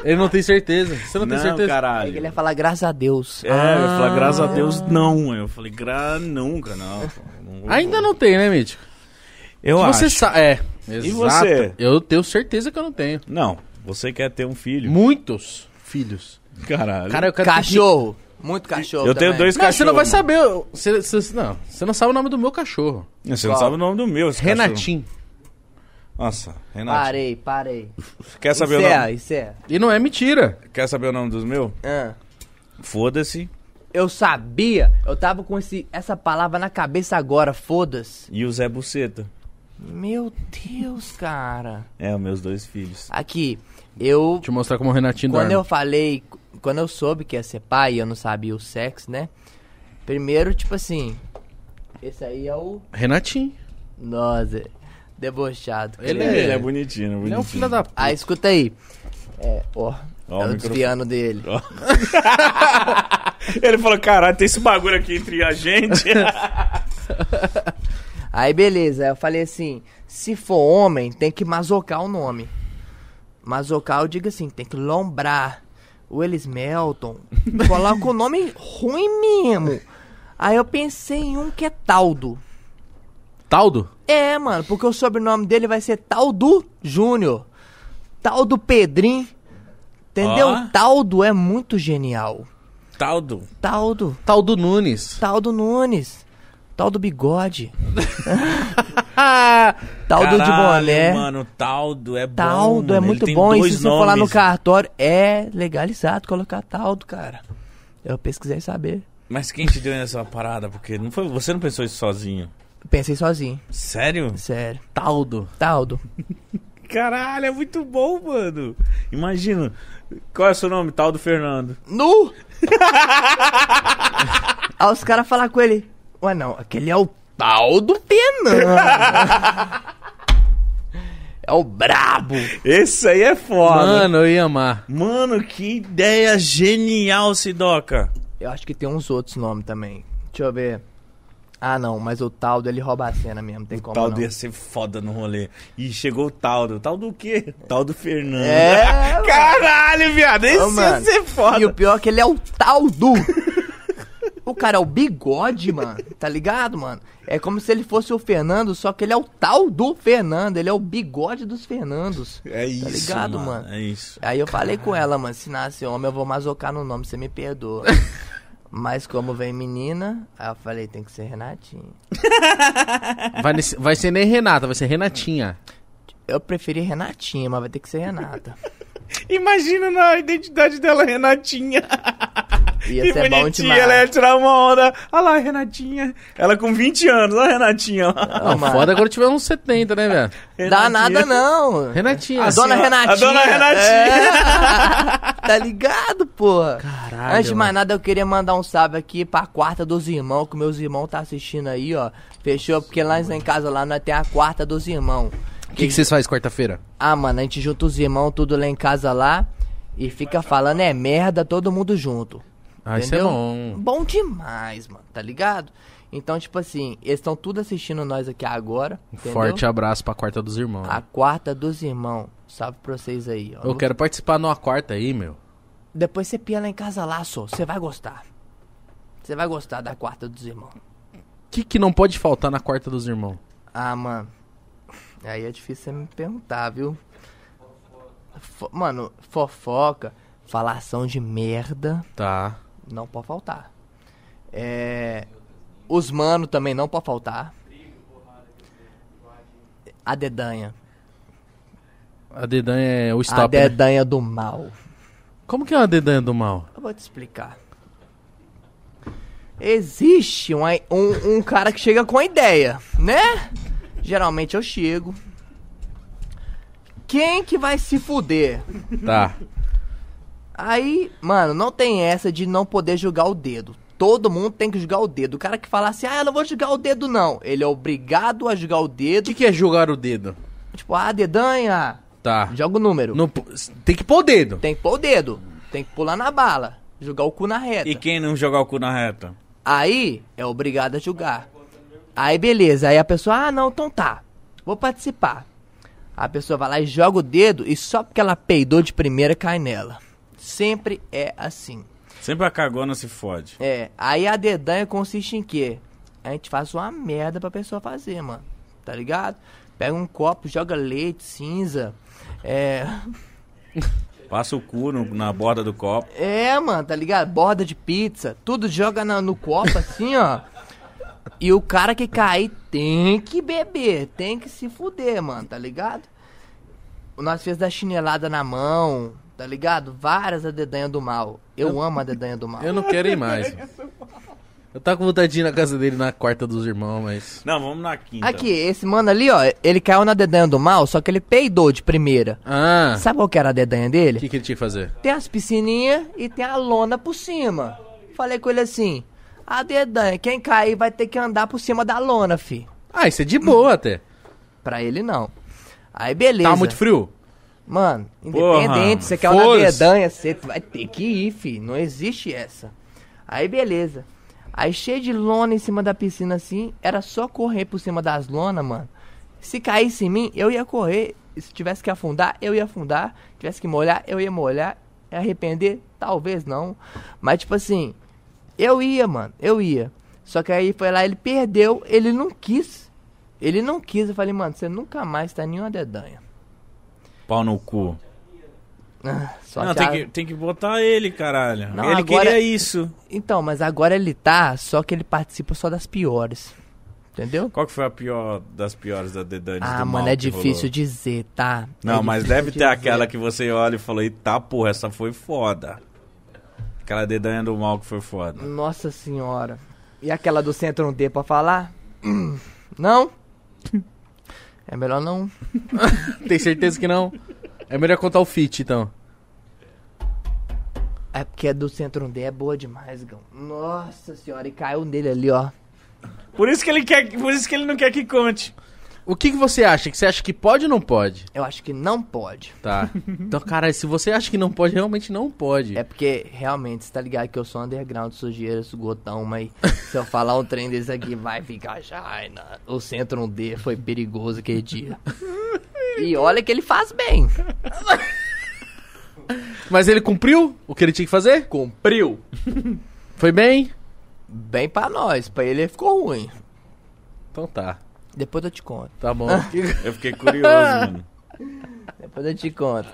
Speaker 1: Ele não tem certeza. Você não, tem certeza? Ah.
Speaker 3: Aí ele é
Speaker 2: caralho.
Speaker 3: ia falar, graças a Deus. Ah,
Speaker 2: É, eu falei, graças a Deus, não. Eu falei, gra... nunca, não. pô. Não vou-
Speaker 1: Ainda não tem, né, Mítico?
Speaker 2: Eu
Speaker 1: você
Speaker 2: acho.
Speaker 1: sabe. É.
Speaker 2: E você?
Speaker 1: Eu tenho certeza que eu não tenho.
Speaker 2: Não, você quer ter um filho.
Speaker 1: Muitos filhos.
Speaker 2: Caralho.
Speaker 1: Cara, eu quero ter que-
Speaker 3: Cachorro. Muito cachorro.
Speaker 2: Eu tenho
Speaker 3: também.
Speaker 2: dois
Speaker 1: Não,
Speaker 2: cachorros.
Speaker 1: você não vai saber. eu- Você, você- não, você não sabe o nome do meu cachorro.
Speaker 2: Você não sabe o nome do meu. esse cachorro.
Speaker 1: Renatinho.
Speaker 2: Nossa, Renatinho.
Speaker 3: Parei, parei.
Speaker 2: Quer saber, o
Speaker 3: isso é,
Speaker 2: nome?
Speaker 3: isso é.
Speaker 1: E não é mentira.
Speaker 2: Quer saber o nome dos meus?
Speaker 3: Ah.
Speaker 2: Foda-se
Speaker 3: Eu sabia, eu tava com esse, essa palavra na cabeça agora, foda-se.
Speaker 2: e o Zé Buceta.
Speaker 3: Meu Deus, cara.
Speaker 2: É, os meus dois filhos.
Speaker 3: Aqui, eu.
Speaker 1: Deixa eu um mostrar como o Renatinho
Speaker 3: Quando
Speaker 1: dorme.
Speaker 3: eu falei, quando eu soube que ia ser pai e eu não sabia o sexo, né? Primeiro, tipo assim. Esse aí é o.
Speaker 1: Renatinho.
Speaker 3: Nossa, debochado.
Speaker 1: Ele
Speaker 3: credo.
Speaker 1: é-
Speaker 2: Ele é bonitinho, né?
Speaker 1: Ele é um
Speaker 2: Bonitinho.
Speaker 1: filho da puta.
Speaker 3: Aí, escuta aí. É,
Speaker 2: Ó,
Speaker 3: ó. eu
Speaker 2: o microfone.
Speaker 3: desviando dele.
Speaker 2: Ó. Ele falou, caralho, tem esse bagulho aqui entre a gente.
Speaker 3: Aí beleza, aí eu falei assim, se for homem, tem que masocar o nome. Masocar, eu digo assim, tem que lombrar. O Elis Melton, coloca o nome ruim mesmo. Aí eu pensei em um que é Taldo.
Speaker 1: Taldo?
Speaker 3: É, mano, porque o sobrenome dele vai ser Taldo Júnior. Taldo Pedrinho. Entendeu?
Speaker 2: Ó.
Speaker 3: Taldo é muito genial.
Speaker 2: Taldo.
Speaker 3: Taldo.
Speaker 1: Taldo Nunes.
Speaker 3: Taldo Nunes. Taldo Bigode.
Speaker 1: Ah!
Speaker 3: Taldo de
Speaker 2: Caralho,
Speaker 3: boné.
Speaker 2: Mano, Taldo é bom.
Speaker 3: Taldo é
Speaker 2: mano. Ele
Speaker 3: muito
Speaker 2: tem
Speaker 3: bom. E
Speaker 2: dois
Speaker 3: se você for lá no
Speaker 2: nomes.
Speaker 3: cartório, é legalizado colocar Taldo, cara. Eu pesquisei saber.
Speaker 2: Mas quem te deu essa parada? Porque não foi, você não pensou isso sozinho.
Speaker 3: Pensei sozinho,
Speaker 2: Sério?
Speaker 3: sério.
Speaker 1: Taldo.
Speaker 3: Taldo.
Speaker 2: Caralho, é muito bom, mano. Imagina. Qual é o seu nome? Taldo Fernando.
Speaker 3: Nu! Aí os caras falam com ele. Ué, não, aquele é o Taldo Pena. é o brabo.
Speaker 2: Esse aí é foda.
Speaker 1: Mano, eu ia amar.
Speaker 2: Mano, que ideia genial, Sidoca.
Speaker 3: Eu acho que tem uns outros nomes também. Deixa eu ver. Ah, não, mas o Taldo ele rouba a cena mesmo, tem como
Speaker 2: Taldo
Speaker 3: não.
Speaker 2: ia ser foda no rolê. E chegou o Taldo. Taldo o quê? Taldo Fernando.
Speaker 3: É, mano.
Speaker 2: Caralho, viado. Esse
Speaker 3: Ô,
Speaker 2: ia
Speaker 3: mano,
Speaker 2: ser foda.
Speaker 3: E o pior é que ele é o tal do. o cara é o bigode, mano. Tá ligado, mano? É como se ele fosse o Fernando, só que ele é o tal do Fernando. Ele é o bigode dos Fernandos.
Speaker 2: É isso,
Speaker 3: Tá ligado, mano?
Speaker 2: É isso.
Speaker 3: Aí eu falei com ela, mano, se nasce homem eu vou masocar no nome, você me perdoa. Mas como vem menina, aí eu falei, tem que ser Renatinho.
Speaker 1: Vai, nesse- vai ser nem Renata, vai ser Renatinha.
Speaker 3: Eu preferi Renatinha, mas vai ter que ser Renata.
Speaker 2: Imagina na identidade dela, Renatinha.
Speaker 3: Ia
Speaker 2: que
Speaker 3: ser bom
Speaker 2: bonitinha,
Speaker 3: demais.
Speaker 2: ela é ia tirar uma onda. Olha lá, Renatinha. Ela com 20 anos, olha a Renatinha. lá.
Speaker 3: Não, mano,
Speaker 1: Foda agora tiver uns 70, né, velho?
Speaker 3: Dá
Speaker 2: Renatinha.
Speaker 3: nada não.
Speaker 1: Renatinha.
Speaker 3: A dona Renatinha.
Speaker 2: A dona Renatinha.
Speaker 3: É. tá ligado, porra?
Speaker 1: Caralho,
Speaker 3: Antes de mais
Speaker 1: mano.
Speaker 3: nada, eu queria mandar um salve aqui pra quarta dos irmãos, que meus irmãos tá assistindo aí, ó. Fechou? Porque lá em casa, lá, nós tem a quarta dos irmãos.
Speaker 1: O que que vocês fazem quarta-feira?
Speaker 3: Ah, mano, a gente junta os irmãos tudo lá em casa lá e fica falando é merda todo mundo junto.
Speaker 1: Ah, isso é bom.
Speaker 3: Bom demais, mano, tá ligado? Então, tipo assim, eles estão tudo assistindo nós aqui agora. entendeu? Ah,
Speaker 1: Forte abraço pra quarta dos irmãos.
Speaker 3: A quarta dos irmãos. Salve pra vocês aí, ó.
Speaker 1: Eu quero participar numa quarta aí, meu.
Speaker 3: Depois você pia lá em casa lá, só. Você vai gostar. Você vai gostar da quarta dos irmãos.
Speaker 1: O que, que não pode faltar na quarta dos irmãos?
Speaker 3: Ah, mano. Aí é difícil você me perguntar, viu? Fo- mano, fofoca, falação de merda,
Speaker 1: Tá.
Speaker 3: não pode faltar. É. Os mano também não pode faltar. A dedanha.
Speaker 1: A dedanha é o
Speaker 3: A
Speaker 1: stop. né?
Speaker 3: dedanha do mal.
Speaker 1: Como que é uma dedanha do mal?
Speaker 3: Eu vou te explicar. Existe um, um, um cara que chega com a ideia, né? Geralmente eu chego. Quem que vai se fuder?
Speaker 1: Tá.
Speaker 3: Aí, mano, não tem essa de não poder julgar o dedo. Todo mundo tem que julgar o dedo. O cara que fala assim, ah, eu não vou julgar o dedo, não. Ele é obrigado a julgar o
Speaker 1: O
Speaker 3: dedo.
Speaker 1: que, que é jogar o dedo?
Speaker 3: Tipo, ah, dedanha,
Speaker 1: Tá.
Speaker 3: joga o número.
Speaker 1: Não po- Tem que pôr o dedo.
Speaker 3: Tem que pôr o dedo. Tem que pular na bala. Jogar o cu na reta.
Speaker 2: E quem não jogar o cu na reta?
Speaker 3: Aí é obrigado a julgar. Aí beleza, aí a pessoa, ah não, então tá, vou participar. A pessoa vai lá e joga o dedo e só porque ela peidou de primeira cai nela. Sempre é assim.
Speaker 2: Sempre a cagona se fode.
Speaker 3: É, aí a dedanha consiste em quê? A gente faz uma merda pra pessoa fazer, mano. Tá ligado? Pega um copo, joga leite, cinza. É.
Speaker 2: Passa o cu no- na borda do copo.
Speaker 3: É, mano, tá ligado? Borda de pizza, tudo joga na- no copo assim, ó. E o cara que cair tem que beber, tem que se fuder, mano, tá ligado? Nós fez da chinelada na mão, tá ligado? Várias a dedanha do mal. Eu, amo a dedanha do mal.
Speaker 1: Eu não quero ir mais. mano. Eu tava com vontade de ir na casa dele na quarta dos irmãos, mas.
Speaker 2: Não, vamos na quinta.
Speaker 3: Aqui, esse mano ali, ó, ele caiu na dedanha do mal, só que ele peidou de primeira.
Speaker 1: Ah!
Speaker 3: Sabe qual que era a dedanha
Speaker 1: O
Speaker 3: dele?
Speaker 1: que, que ele tinha que fazer?
Speaker 3: Tem as piscininhas e tem a lona por cima. Falei com ele assim: a dedanha, quem cair vai ter que andar por cima da lona, fi.
Speaker 1: Ah, isso é de boa até.
Speaker 3: Pra ele não. Aí beleza.
Speaker 1: Tava Tá muito frio?
Speaker 3: Mano,
Speaker 2: Porra,
Speaker 3: independente, você quer uma
Speaker 1: foda-se.
Speaker 3: dedanha, você vai ter que ir, fi. Não existe essa. Aí beleza. Aí cheio de lona em cima da piscina assim, era só correr por cima das lonas, mano. Se caísse em mim, eu ia correr. E Se tivesse que afundar, eu ia afundar. Tivesse que molhar, eu ia molhar. Ia Arrepender? Talvez não. Mas tipo assim, eu ia, mano, eu ia. Só que aí foi lá, ele perdeu, ele não quis. Ele não quis, eu falei, mano, você nunca mais tá em nenhuma dedanha.
Speaker 2: Pau no cu.
Speaker 3: Só
Speaker 2: não,
Speaker 3: que
Speaker 2: tem
Speaker 3: a-
Speaker 2: que, tem que botar ele, caralho.
Speaker 3: Não,
Speaker 2: ele
Speaker 3: agora-
Speaker 2: queria isso.
Speaker 3: Então, mas agora ele tá, só que ele participa só das piores. Entendeu?
Speaker 2: Qual que foi a pior das piores da Dedanes do
Speaker 3: Ah, mano,
Speaker 2: mal
Speaker 3: é
Speaker 2: que rolou?
Speaker 3: difícil dizer, tá?
Speaker 2: Não,
Speaker 3: É
Speaker 2: mas
Speaker 3: difícil
Speaker 2: deve ter aquela
Speaker 3: dizer.
Speaker 2: que você olha e fala, eita porra, essa foi foda. Aquela dedanha do mal que foi foda.
Speaker 3: Nossa senhora. E aquela do centro não dê pra falar? Hum, Não? É melhor não.
Speaker 1: Tem certeza que não? É melhor contar o fit, então.
Speaker 3: É porque a do centro não dê é boa demais, Gão. Nossa senhora, e caiu nele ali, ó.
Speaker 2: Por isso que ele quer, por isso que ele não quer que conte.
Speaker 1: O que, que você acha? Que você acha que pode ou não pode?
Speaker 3: Eu acho que não pode.
Speaker 1: Tá. Então, cara, se você acha que não pode, realmente não pode.
Speaker 3: É porque, realmente, você tá ligado que eu sou underground, sujeira, esgotão, mas se eu falar um trem desse aqui, vai ficar já. ai, na- O centro 1D foi perigoso aquele dia. E olha que ele faz bem.
Speaker 1: Mas ele cumpriu o que ele tinha que fazer? Cumpriu. Foi bem?
Speaker 3: Bem pra nós, pra ele ficou ruim.
Speaker 1: Então tá.
Speaker 3: Depois eu te conto.
Speaker 1: Tá bom.
Speaker 3: Ah,
Speaker 2: Eu fiquei curioso, mano.
Speaker 3: Depois eu te conto.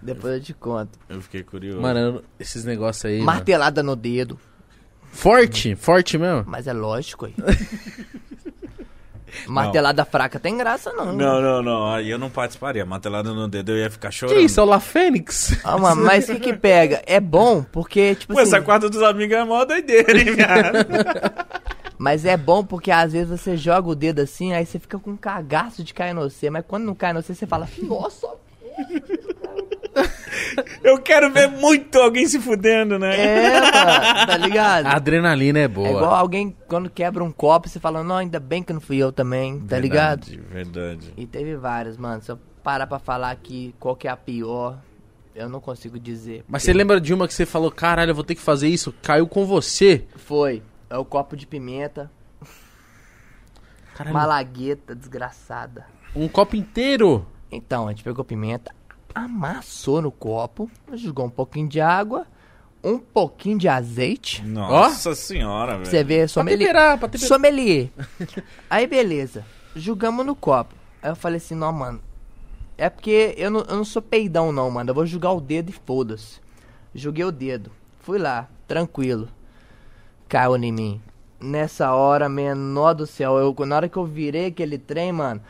Speaker 3: Depois eu te conto.
Speaker 2: Eu fiquei curioso.
Speaker 1: Mano, eu- esses negócios aí. mano.
Speaker 3: Martelada no dedo.
Speaker 1: Forte? Forte mesmo?
Speaker 3: Mas é lógico aí. Martelada fraca tem graça, não.
Speaker 2: Não, não, não. Aí eu não participaria. Matelada no dedo, eu ia ficar
Speaker 1: Que
Speaker 2: chorando.
Speaker 1: isso? É o La Fênix?
Speaker 3: Ah, mano, mas o que que pega? É bom, porque, tipo
Speaker 2: Pô,
Speaker 3: assim...
Speaker 2: essa quarta dos amigos é mó doideira, hein, viado?
Speaker 3: Mas é bom porque às vezes você joga o dedo assim, aí você fica com um cagaço de cair no C, mas quando não cai no C, você fala, nossa!
Speaker 2: Eu quero ver muito alguém se fudendo, né?
Speaker 3: É, mano, tá ligado?
Speaker 1: A adrenalina é
Speaker 3: É
Speaker 1: boa.
Speaker 3: igual alguém quando quebra um copo, você fala, não, ainda bem que não fui eu também, tá ligado?
Speaker 2: Verdade, verdade.
Speaker 3: E teve várias, mano. Se eu parar pra falar aqui qual que é a pior, eu não consigo dizer.
Speaker 1: Mas você
Speaker 3: porque
Speaker 1: lembra de uma que você falou, caralho, eu vou ter que fazer isso? Caiu com você.
Speaker 3: Foi. É o copo de pimenta,
Speaker 1: Caralho,
Speaker 3: malagueta, desgraçada.
Speaker 1: um copo inteiro.
Speaker 3: Então, a gente pegou pimenta, amassou no copo, jogou um pouquinho de água, um pouquinho de azeite.
Speaker 2: Nossa senhora,
Speaker 3: Pra você
Speaker 2: velho.
Speaker 3: ver,
Speaker 1: Pra
Speaker 3: sommelier.
Speaker 1: temperar, pra temperar.
Speaker 3: Sommelier. Aí, beleza. Julgamos no copo. Aí eu falei assim, não, mano. É porque eu não, eu não sou peidão, não, mano. Eu vou julgar o dedo e foda-se. Joguei o dedo. Fui lá, tranquilo. Caiu em mim. Nessa hora, menor do céu. Eu, na hora que eu virei aquele trem, mano.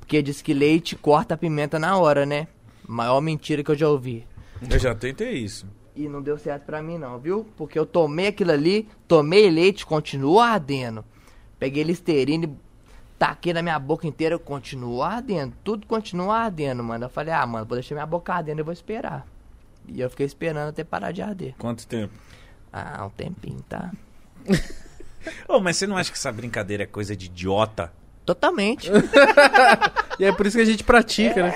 Speaker 3: Porque diz que leite corta a pimenta na hora, né? Maior mentira que eu já ouvi.
Speaker 2: Eu já tentei isso.
Speaker 3: E não deu certo pra mim não, viu? Porque eu tomei aquilo ali, tomei leite, continuou ardendo. Peguei listerine, taquei na minha boca inteira, continuou ardendo. Tudo continuou ardendo, mano. Eu falei, ah, mano, vou deixar minha boca ardendo, eu vou esperar. E eu fiquei esperando até parar de arder.
Speaker 2: Quanto tempo?
Speaker 3: Ah, um tempinho, tá?
Speaker 2: Ô, mas você não acha que essa brincadeira é coisa de idiota?
Speaker 3: Totalmente.
Speaker 1: E é por isso que a gente pratica,
Speaker 3: É,
Speaker 1: né?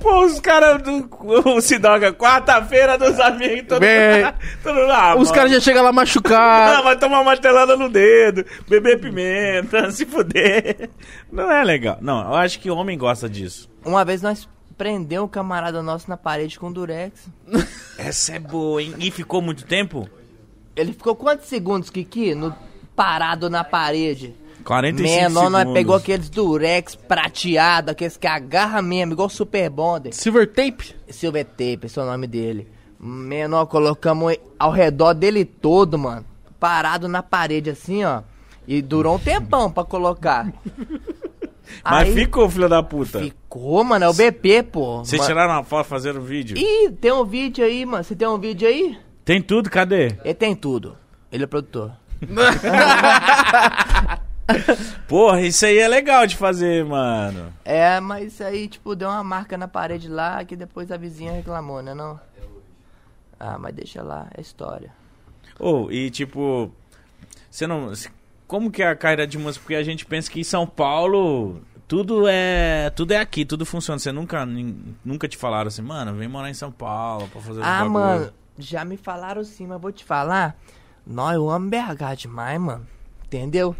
Speaker 2: Pô, os caras do o Sidoga, quarta-feira dos amigos, todo
Speaker 1: Bem,
Speaker 2: todo lá.
Speaker 1: Os caras já chegam lá machucados.
Speaker 2: Ah, vai tomar uma telada no dedo, beber pimenta, se fuder. Não é legal. Não, eu acho que homem gosta disso.
Speaker 3: Uma vez nós prendeu um camarada nosso na parede com durex.
Speaker 2: Essa é boa, hein? E ficou muito tempo?
Speaker 3: Ele ficou quantos segundos, Kiki? No, parado na parede.
Speaker 2: 45
Speaker 3: Menor, nós
Speaker 2: segundos.
Speaker 3: pegou aqueles durex prateado, aqueles que agarra mesmo, igual Super Bonder.
Speaker 1: Silver tape?
Speaker 3: Silver Tape, esse é o nome dele. Menor, colocamos ao redor dele todo, mano. Parado na parede assim, ó. E durou um tempão pra colocar.
Speaker 2: Mas
Speaker 3: Aí
Speaker 2: ficou, filho da puta.
Speaker 3: Ficou, mano, é o BP, pô.
Speaker 2: Vocês
Speaker 3: Ma-
Speaker 2: tiraram a foto, fazer o vídeo?
Speaker 3: Ih, tem um vídeo aí, mano. Você tem um vídeo aí?
Speaker 2: Tem tudo, cadê?
Speaker 3: Ele tem tudo. Ele é produtor.
Speaker 2: Porra, isso aí é legal de fazer, mano.
Speaker 3: É, mas isso aí, tipo, deu uma marca na parede lá que depois a vizinha reclamou, né não? Ah, mas deixa lá, é história.
Speaker 2: Ô, e tipo, você não. Como que é a carreira de música? Porque a gente pensa que em São Paulo tudo é. Tudo é aqui, tudo funciona. Você nunca, nin- nunca te falaram assim, mano, vem morar em São Paulo pra fazer os
Speaker 3: Ah,
Speaker 2: bagulho."
Speaker 3: mano, já me falaram sim, mas vou te falar. Nós, eu amo BH demais, mano. Entendeu?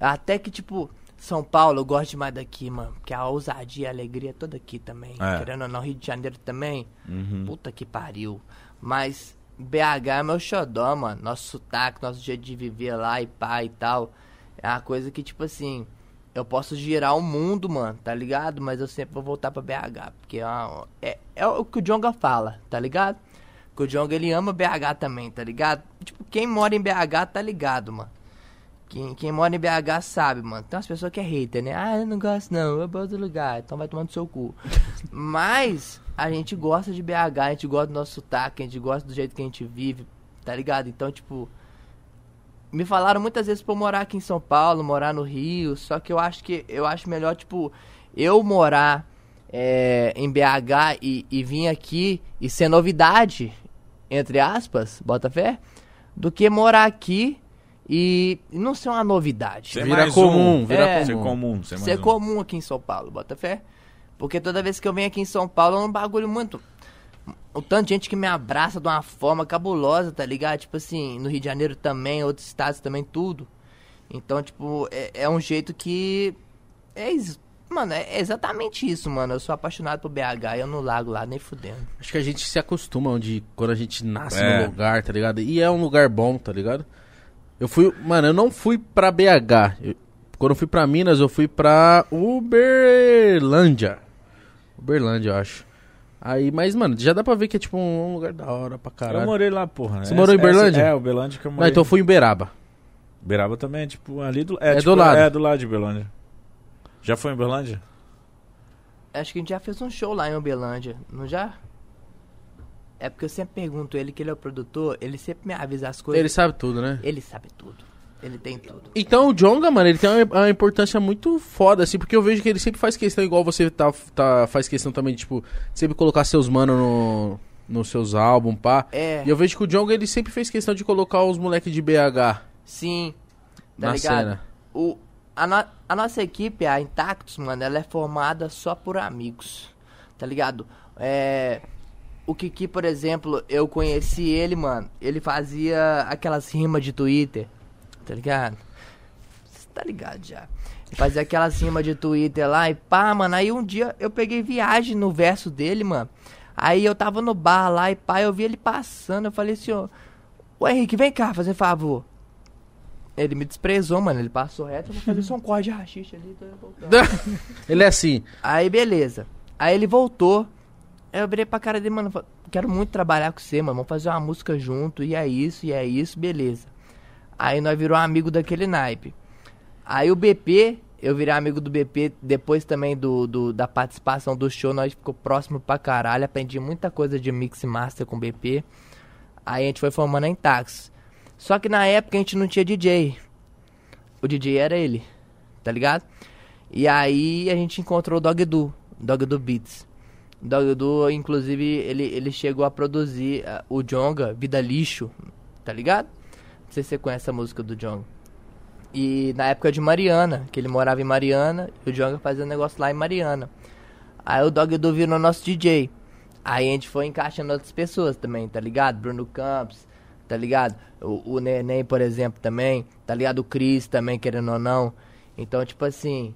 Speaker 3: Até que, tipo, São Paulo, eu gosto demais daqui, mano. Porque a ousadia e a alegria é toda aqui também.
Speaker 2: É.
Speaker 3: Querendo ou não, Rio de Janeiro também. Puta que pariu. Mas BH é meu xodó, mano. Nosso sotaque, nosso jeito de viver lá e pá e tal. É uma coisa que, tipo assim. Eu posso girar o mundo, mano, tá ligado? Mas eu sempre vou voltar pra BH. Porque é, uma- é- é o que o Jonga fala, tá ligado? Que o Jonga ele ama BH também, tá ligado? Tipo, quem mora em BH tá ligado, mano. Quem, quem mora em BH sabe, mano. Tem umas pessoas que é hater, né? Ah, eu não gosto não, eu vou pra outro lugar, então vai tomando seu cu. Mas a gente gosta de BH, a gente gosta do nosso sotaque, a gente gosta do jeito que a gente vive, tá ligado? Então, tipo. Me falaram muitas vezes pra eu morar aqui em São Paulo, morar no Rio, só que eu acho que eu acho melhor, tipo, eu morar é, em BH e, e vir aqui e ser novidade, entre aspas, bota fé, do que morar aqui e não ser uma novidade.
Speaker 2: Ser
Speaker 1: Vira
Speaker 2: mais
Speaker 1: comum,
Speaker 2: um.
Speaker 1: vira
Speaker 3: É.
Speaker 2: Ser
Speaker 1: comum.
Speaker 2: comum, ser
Speaker 3: Isso
Speaker 2: mais
Speaker 3: é
Speaker 2: um.
Speaker 3: comum aqui em São Paulo, Botafé. Porque toda vez que eu venho aqui em São Paulo é um bagulho muito. O tanto de gente que me abraça de uma forma cabulosa, tá ligado? Tipo assim, no Rio de Janeiro também, outros estados também, tudo. Então, tipo, é, é um jeito que. É isso. Mano, é exatamente isso, mano. Eu sou apaixonado por BH e eu não lago lá nem fudendo.
Speaker 1: Acho que a gente se acostuma onde, quando a gente nasce
Speaker 2: É.
Speaker 1: no lugar, tá ligado? E é um lugar bom, tá ligado? Eu fui, mano, eu não fui pra BH. Eu- quando eu fui pra Minas, eu fui pra Uberlândia. Uberlândia, eu acho. Aí, mas, mano, já dá pra ver que é tipo um lugar da hora pra
Speaker 2: Eu
Speaker 1: caralho.
Speaker 2: morei lá, porra. né?
Speaker 1: Você morou em
Speaker 2: Essa-
Speaker 1: Uberlândia?
Speaker 2: É, Uberlândia que eu
Speaker 1: Não,
Speaker 2: morei.
Speaker 1: então eu fui em Beraba.
Speaker 2: Beraba também é tipo ali do. É,
Speaker 1: É
Speaker 2: tipo,
Speaker 1: do lado.
Speaker 2: É do lado de Uberlândia. Já foi em Uberlândia?
Speaker 3: Acho que a gente já fez um show lá em Uberlândia, não já? É porque eu sempre pergunto ele, que ele é o produtor, ele sempre me avisa as coisas.
Speaker 1: Ele sabe tudo, né?
Speaker 3: Ele sabe tudo. Ele tem tudo.
Speaker 1: Então o Jonga, mano, ele tem uma, uma importância muito foda, assim, porque eu vejo que ele sempre faz questão, igual você tá, tá- faz questão também, tipo, sempre colocar seus manos no, nos seus álbuns, pá.
Speaker 3: É.
Speaker 1: E eu vejo que o Jonga, ele sempre fez questão de colocar os moleques de BH.
Speaker 3: Sim. Tá
Speaker 1: Na
Speaker 3: ligado?
Speaker 1: cena.
Speaker 3: O, a, no- a nossa equipe, a Intactus, mano, ela é formada só por amigos. Tá ligado? É. O Kiki, por exemplo, eu conheci ele, mano. Ele fazia aquelas rimas de Twitter. Tá ligado? Você tá ligado já. Fazia aquelas rimas de Twitter lá e pá, mano. Aí um dia eu peguei viagem no verso dele, mano. Aí eu tava no bar lá e pá, eu vi ele passando. Eu falei assim, ó. Ô Henrique, vem cá, fazer favor. Ele me desprezou, mano. Ele passou reto, eu vou fazer só um corte de rachixe ali. Tô voltando.
Speaker 1: ele é assim.
Speaker 3: Aí, beleza. Aí ele voltou. Aí eu virei pra cara dele, mano. fa- Quero muito trabalhar com você, mano. Vamos fazer uma música junto. E é isso, e é isso, beleza. Aí nós virou amigo daquele naipe. Aí o BP, eu virei amigo do BP depois também do, do- da participação do show. Nós ficou próximo pra caralho. Aprendi muita coisa de mix e master com o BP. Aí a gente foi formando em táxi. Só que na época a gente não tinha DJ. O DJ era ele, tá ligado? E aí a gente encontrou o Dog Du, Dog Du Beats. O Dog Du, inclusive, ele, ele chegou a produzir ah, o Jonga, Vida Lixo, tá ligado? Não sei se você conhece a música do Jonga. E na época de Mariana, que ele morava em Mariana, e o Jonga fazia um negócio lá em Mariana. Aí o Dog Do virou nosso DJ. Aí a gente foi encaixando outras pessoas também, tá ligado? Bruno Campos, tá ligado? O, o Neném, por exemplo, também, tá ligado? O Cris também, querendo ou não. Então, tipo assim,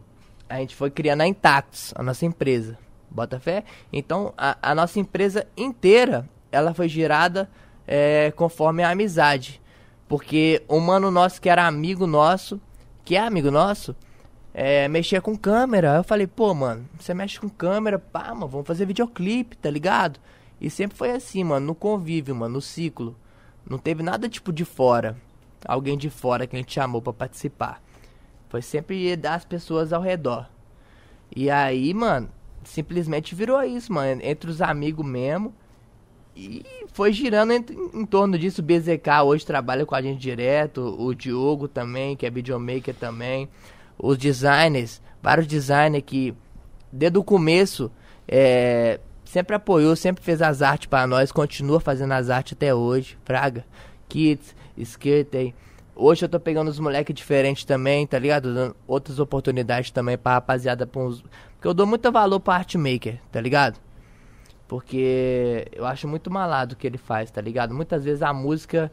Speaker 3: a gente foi criando a Intactus, a nossa empresa. Bota fé? Então, a, a nossa empresa inteira, ela foi girada eh, conforme a amizade. Porque um mano nosso que era amigo nosso, que é amigo nosso, é, mexia com câmera. Aí eu falei, pô, mano, você mexe com câmera, pá, mano, vamos fazer videoclipe, tá ligado? E sempre foi assim, mano, no convívio, mano, no ciclo. Não teve nada tipo de fora. Alguém de fora que a gente chamou pra participar. Foi sempre das pessoas ao redor. E aí, mano, simplesmente virou isso, mano. Entre os amigos mesmo. E foi girando em, em torno disso. O BZK hoje trabalha com a gente direto. O Diogo também, que é videomaker também. Os designers, vários designers que, desde o começo, é, sempre apoiou, sempre fez as artes pra nós. Continua fazendo as artes até hoje. Fraga, Kids, Skirtay. Hoje eu tô pegando os moleques diferentes também, tá ligado? Dando outras oportunidades também pra rapaziada. Pra uns... Porque eu dou muito valor pra art maker, tá ligado? Porque eu acho muito malado o que ele faz, tá ligado? Muitas vezes a música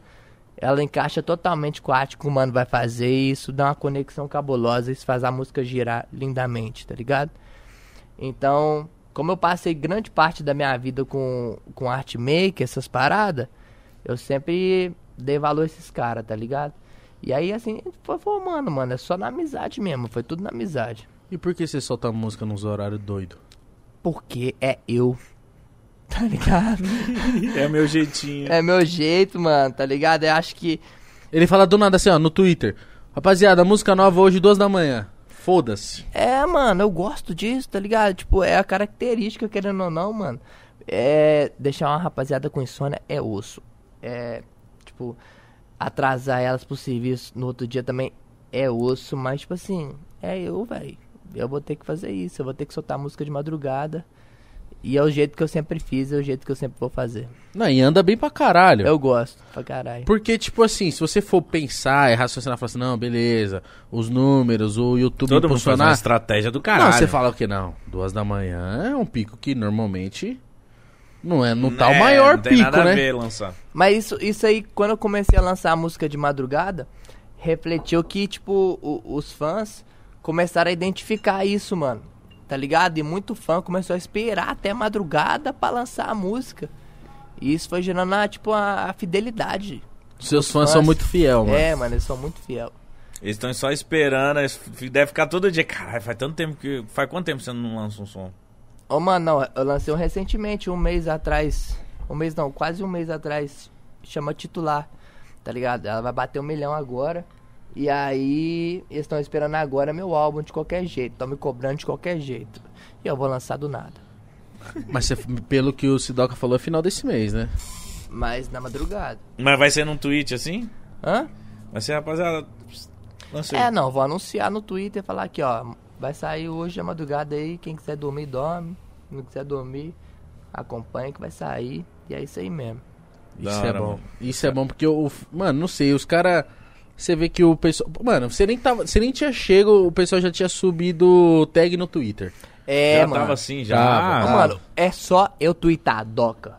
Speaker 3: ela encaixa totalmente com a arte que o mano vai fazer e isso dá uma conexão cabulosa, isso faz a música girar lindamente, tá ligado? Então, como eu passei grande parte da minha vida com, com arte maker, essas paradas, eu sempre dei valor a esses caras, tá ligado? E aí, assim, foi formando, mano. É só na amizade mesmo. Foi tudo na amizade.
Speaker 1: E por que você solta música nos horários doido?
Speaker 3: Porque é eu. Tá ligado?
Speaker 2: É meu jeitinho.
Speaker 3: É meu jeito, mano, tá ligado? Eu acho que.
Speaker 1: Ele fala do nada assim, ó, no Twitter. Rapaziada, música nova hoje, duas da manhã. Foda-se.
Speaker 3: É, mano, eu gosto disso, tá ligado? Tipo, é a característica, querendo ou não, mano. É. Deixar uma rapaziada com insônia é osso. É. Tipo, atrasar elas pro serviço no outro dia também é osso, mas, tipo assim, é eu, velho. Eu vou ter que fazer isso, eu vou ter que soltar música de madrugada. E é o jeito que eu sempre fiz, é o jeito que eu sempre vou fazer.
Speaker 1: Não, e anda bem pra caralho.
Speaker 3: Eu gosto, pra caralho.
Speaker 1: Porque, tipo assim, se você for pensar e raciocinar, falar assim, não, beleza, os números, o YouTube
Speaker 2: Todo mundo faz uma
Speaker 1: impulsionar...
Speaker 2: estratégia do
Speaker 1: Não,
Speaker 2: caralho.
Speaker 1: você fala o que não? Duas da manhã é um pico que normalmente não é, não tá
Speaker 2: É,
Speaker 1: o maior
Speaker 2: não tem
Speaker 1: pico,
Speaker 2: nada a
Speaker 1: né?
Speaker 2: ver lançar.
Speaker 3: Mas isso, isso aí, quando eu comecei a lançar a música de madrugada, refletiu que, tipo, o- os fãs começaram a identificar isso, mano. Tá ligado? E muito fã começou a esperar até madrugada pra lançar a música. E isso foi gerando, a, tipo, a, a fidelidade.
Speaker 1: Seus fãs são muito fiel, mano.
Speaker 3: É, mano, eles são muito fiel.
Speaker 2: Eles estão só esperando, eles fi- deve ficar todo dia. Caralho, faz tanto tempo que. Faz quanto tempo você não lança um som?
Speaker 3: Ô, mano, não, eu lancei um recentemente, um mês atrás. Um mês não, quase um mês atrás. Chama titular, tá ligado? Ela vai bater um milhão agora. E aí, eles estão esperando agora meu álbum de qualquer jeito. Estão me cobrando de qualquer jeito. E eu vou lançar do nada.
Speaker 1: Mas você- pelo que o Sidoca falou, é final desse mês, né?
Speaker 3: Mas na madrugada.
Speaker 2: Mas vai ser num tweet assim?
Speaker 3: Hã?
Speaker 2: Vai ser, rapaziada. Lancei.
Speaker 3: É, não, vou anunciar no Twitter e falar aqui, ó. Vai sair hoje a madrugada aí. Quem quiser dormir, dorme. Não quiser dormir, acompanha que vai sair. E é isso aí mesmo.
Speaker 1: Isso
Speaker 2: Da hora,
Speaker 1: é bom.
Speaker 2: mano.
Speaker 1: Isso é bom porque o. Mano, não sei, os caras. Você vê que o pessoal. Mano, você nem, tava, você nem tinha chego, o pessoal já tinha subido tag no Twitter.
Speaker 3: É,
Speaker 2: já
Speaker 3: mano.
Speaker 2: tava assim, já.
Speaker 1: Tava,
Speaker 3: Ô,
Speaker 1: Ah.
Speaker 3: mano, é só eu twittar, doca.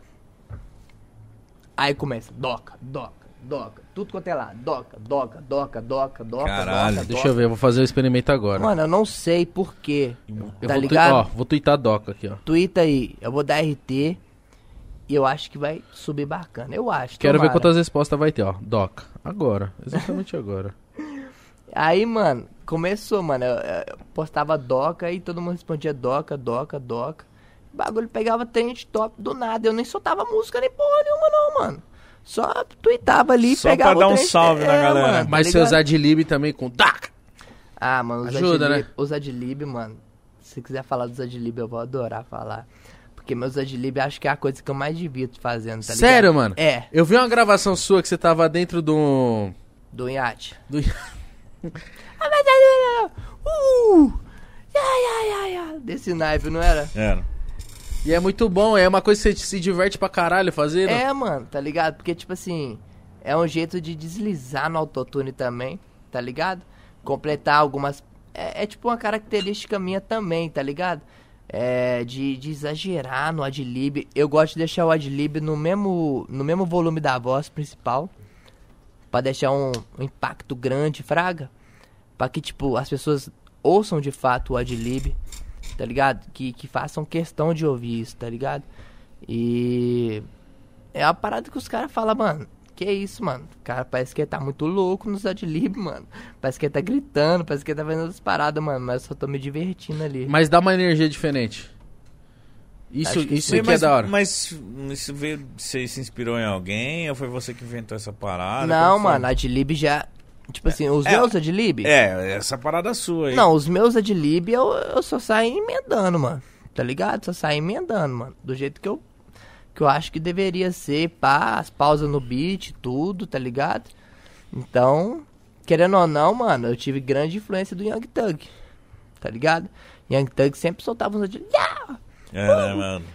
Speaker 3: Aí começa, doca, doca, doca. Tudo quanto é lá, doca, doca, doca, doca, doca.
Speaker 2: Caralho.
Speaker 3: doca,
Speaker 1: Deixa
Speaker 3: doca.
Speaker 1: eu ver, eu vou fazer o experimento agora.
Speaker 3: Mano, eu não sei porquê.
Speaker 1: eu
Speaker 3: Tá
Speaker 1: vou
Speaker 3: ligado?
Speaker 1: Tu, ó, vou tuitar a Doca aqui, ó.
Speaker 3: Twitta aí, eu vou dar RT. E eu acho que vai subir bacana. Eu acho.
Speaker 1: Quero ver
Speaker 3: tomara.
Speaker 1: quantas respostas vai ter, ó. Doca. Agora. Exatamente agora.
Speaker 3: Aí, mano, começou, mano. Eu, eu postava doca e todo mundo respondia doca, doca, doca. O bagulho pegava trend top do nada. Eu nem soltava música nem porra nenhuma, não, mano. Só tweetava ali e
Speaker 2: Só
Speaker 3: pegava.
Speaker 2: pra dar
Speaker 3: o
Speaker 2: um
Speaker 3: trend-
Speaker 2: salve na galera.
Speaker 3: tá
Speaker 1: Mas
Speaker 3: ligado?
Speaker 1: seus adlib também com Doca.
Speaker 3: Ah, mano, os
Speaker 1: Ajuda,
Speaker 3: adlib,
Speaker 1: né?
Speaker 3: os adlib, mano. Se quiser falar dos adlib, eu vou adorar falar. Porque meus adlib acho que é a coisa que eu mais divirto fazendo, tá ligado?
Speaker 1: Sério, mano?
Speaker 3: É,
Speaker 1: Eu vi uma gravação sua que você tava dentro do.
Speaker 3: do iate.
Speaker 1: do...
Speaker 3: Ah, mas aí, Uh! Ai, ai, ai, ai. Desse naipe, não era?
Speaker 2: Era.
Speaker 1: E é muito bom, é uma coisa que você se diverte pra caralho fazendo.
Speaker 3: É, mano, tá ligado? Porque, tipo assim, é um jeito de deslizar no autotune também, tá ligado? Completar algumas. É, é tipo uma característica minha também, tá ligado? É, de, de exagerar no adlib. Eu gosto de deixar o adlib no mesmo, no mesmo volume da voz principal. Pra deixar um, um impacto grande, fraga. Pra que, tipo, as pessoas ouçam de fato o adlib, tá ligado? Que, que façam questão de ouvir isso, tá ligado? E é uma parada que os caras falam, mano. Que isso, mano? Cara, parece que ele tá muito louco nos adlib, mano. Parece que ele tá gritando, parece que ele tá fazendo as paradas, mano. Mas eu só tô me divertindo ali.
Speaker 1: Mas dá uma energia diferente. Isso,
Speaker 3: Acho que
Speaker 1: isso
Speaker 2: Sim,
Speaker 1: aqui é
Speaker 2: mas-
Speaker 1: da hora.
Speaker 2: Mas isso veio, você se inspirou em alguém ou foi você que inventou essa parada?
Speaker 3: não,
Speaker 2: Como foi?
Speaker 3: mano, adlib já. Tipo assim, os
Speaker 2: é,
Speaker 3: meus adlib?
Speaker 2: É, essa parada sua aí.
Speaker 3: Não, os meus adlib eu, eu só saio emendando, mano. Tá ligado? Só saio emendando, mano. Do jeito que eu. Que eu acho que deveria ser, pá, as pausas no beat, tudo, tá ligado? Então, querendo ou não, mano, eu tive grande influência do Young Thug. Tá ligado? Young Thug sempre soltava uns adlib. "Yeah!"
Speaker 2: É, né,
Speaker 3: Uh!
Speaker 2: mano.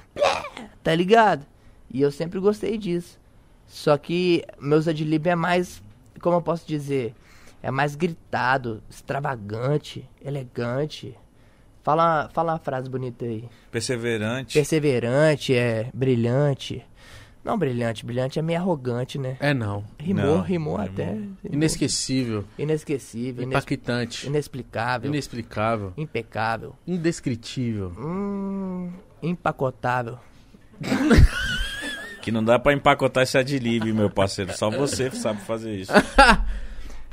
Speaker 3: tá ligado? E eu sempre gostei disso. Só que meus adlib é mais, como eu posso dizer, é mais gritado, extravagante, elegante. Fala, fala uma frase bonita aí.
Speaker 2: Perseverante.
Speaker 3: Perseverante, é brilhante. Não brilhante, brilhante é meio arrogante, né?
Speaker 1: É não.
Speaker 3: Rimou,
Speaker 2: Não, rimou.
Speaker 3: rimou até. rimou.
Speaker 1: Inesquecível,
Speaker 3: Inesquecível, ines-
Speaker 1: impactante,
Speaker 3: inexplicável,
Speaker 1: inexplicável,
Speaker 3: impecável.
Speaker 1: indescritível.
Speaker 3: Hum, empacotável.
Speaker 2: Que não dá pra empacotar esse adlib, meu parceiro. Só você sabe fazer isso.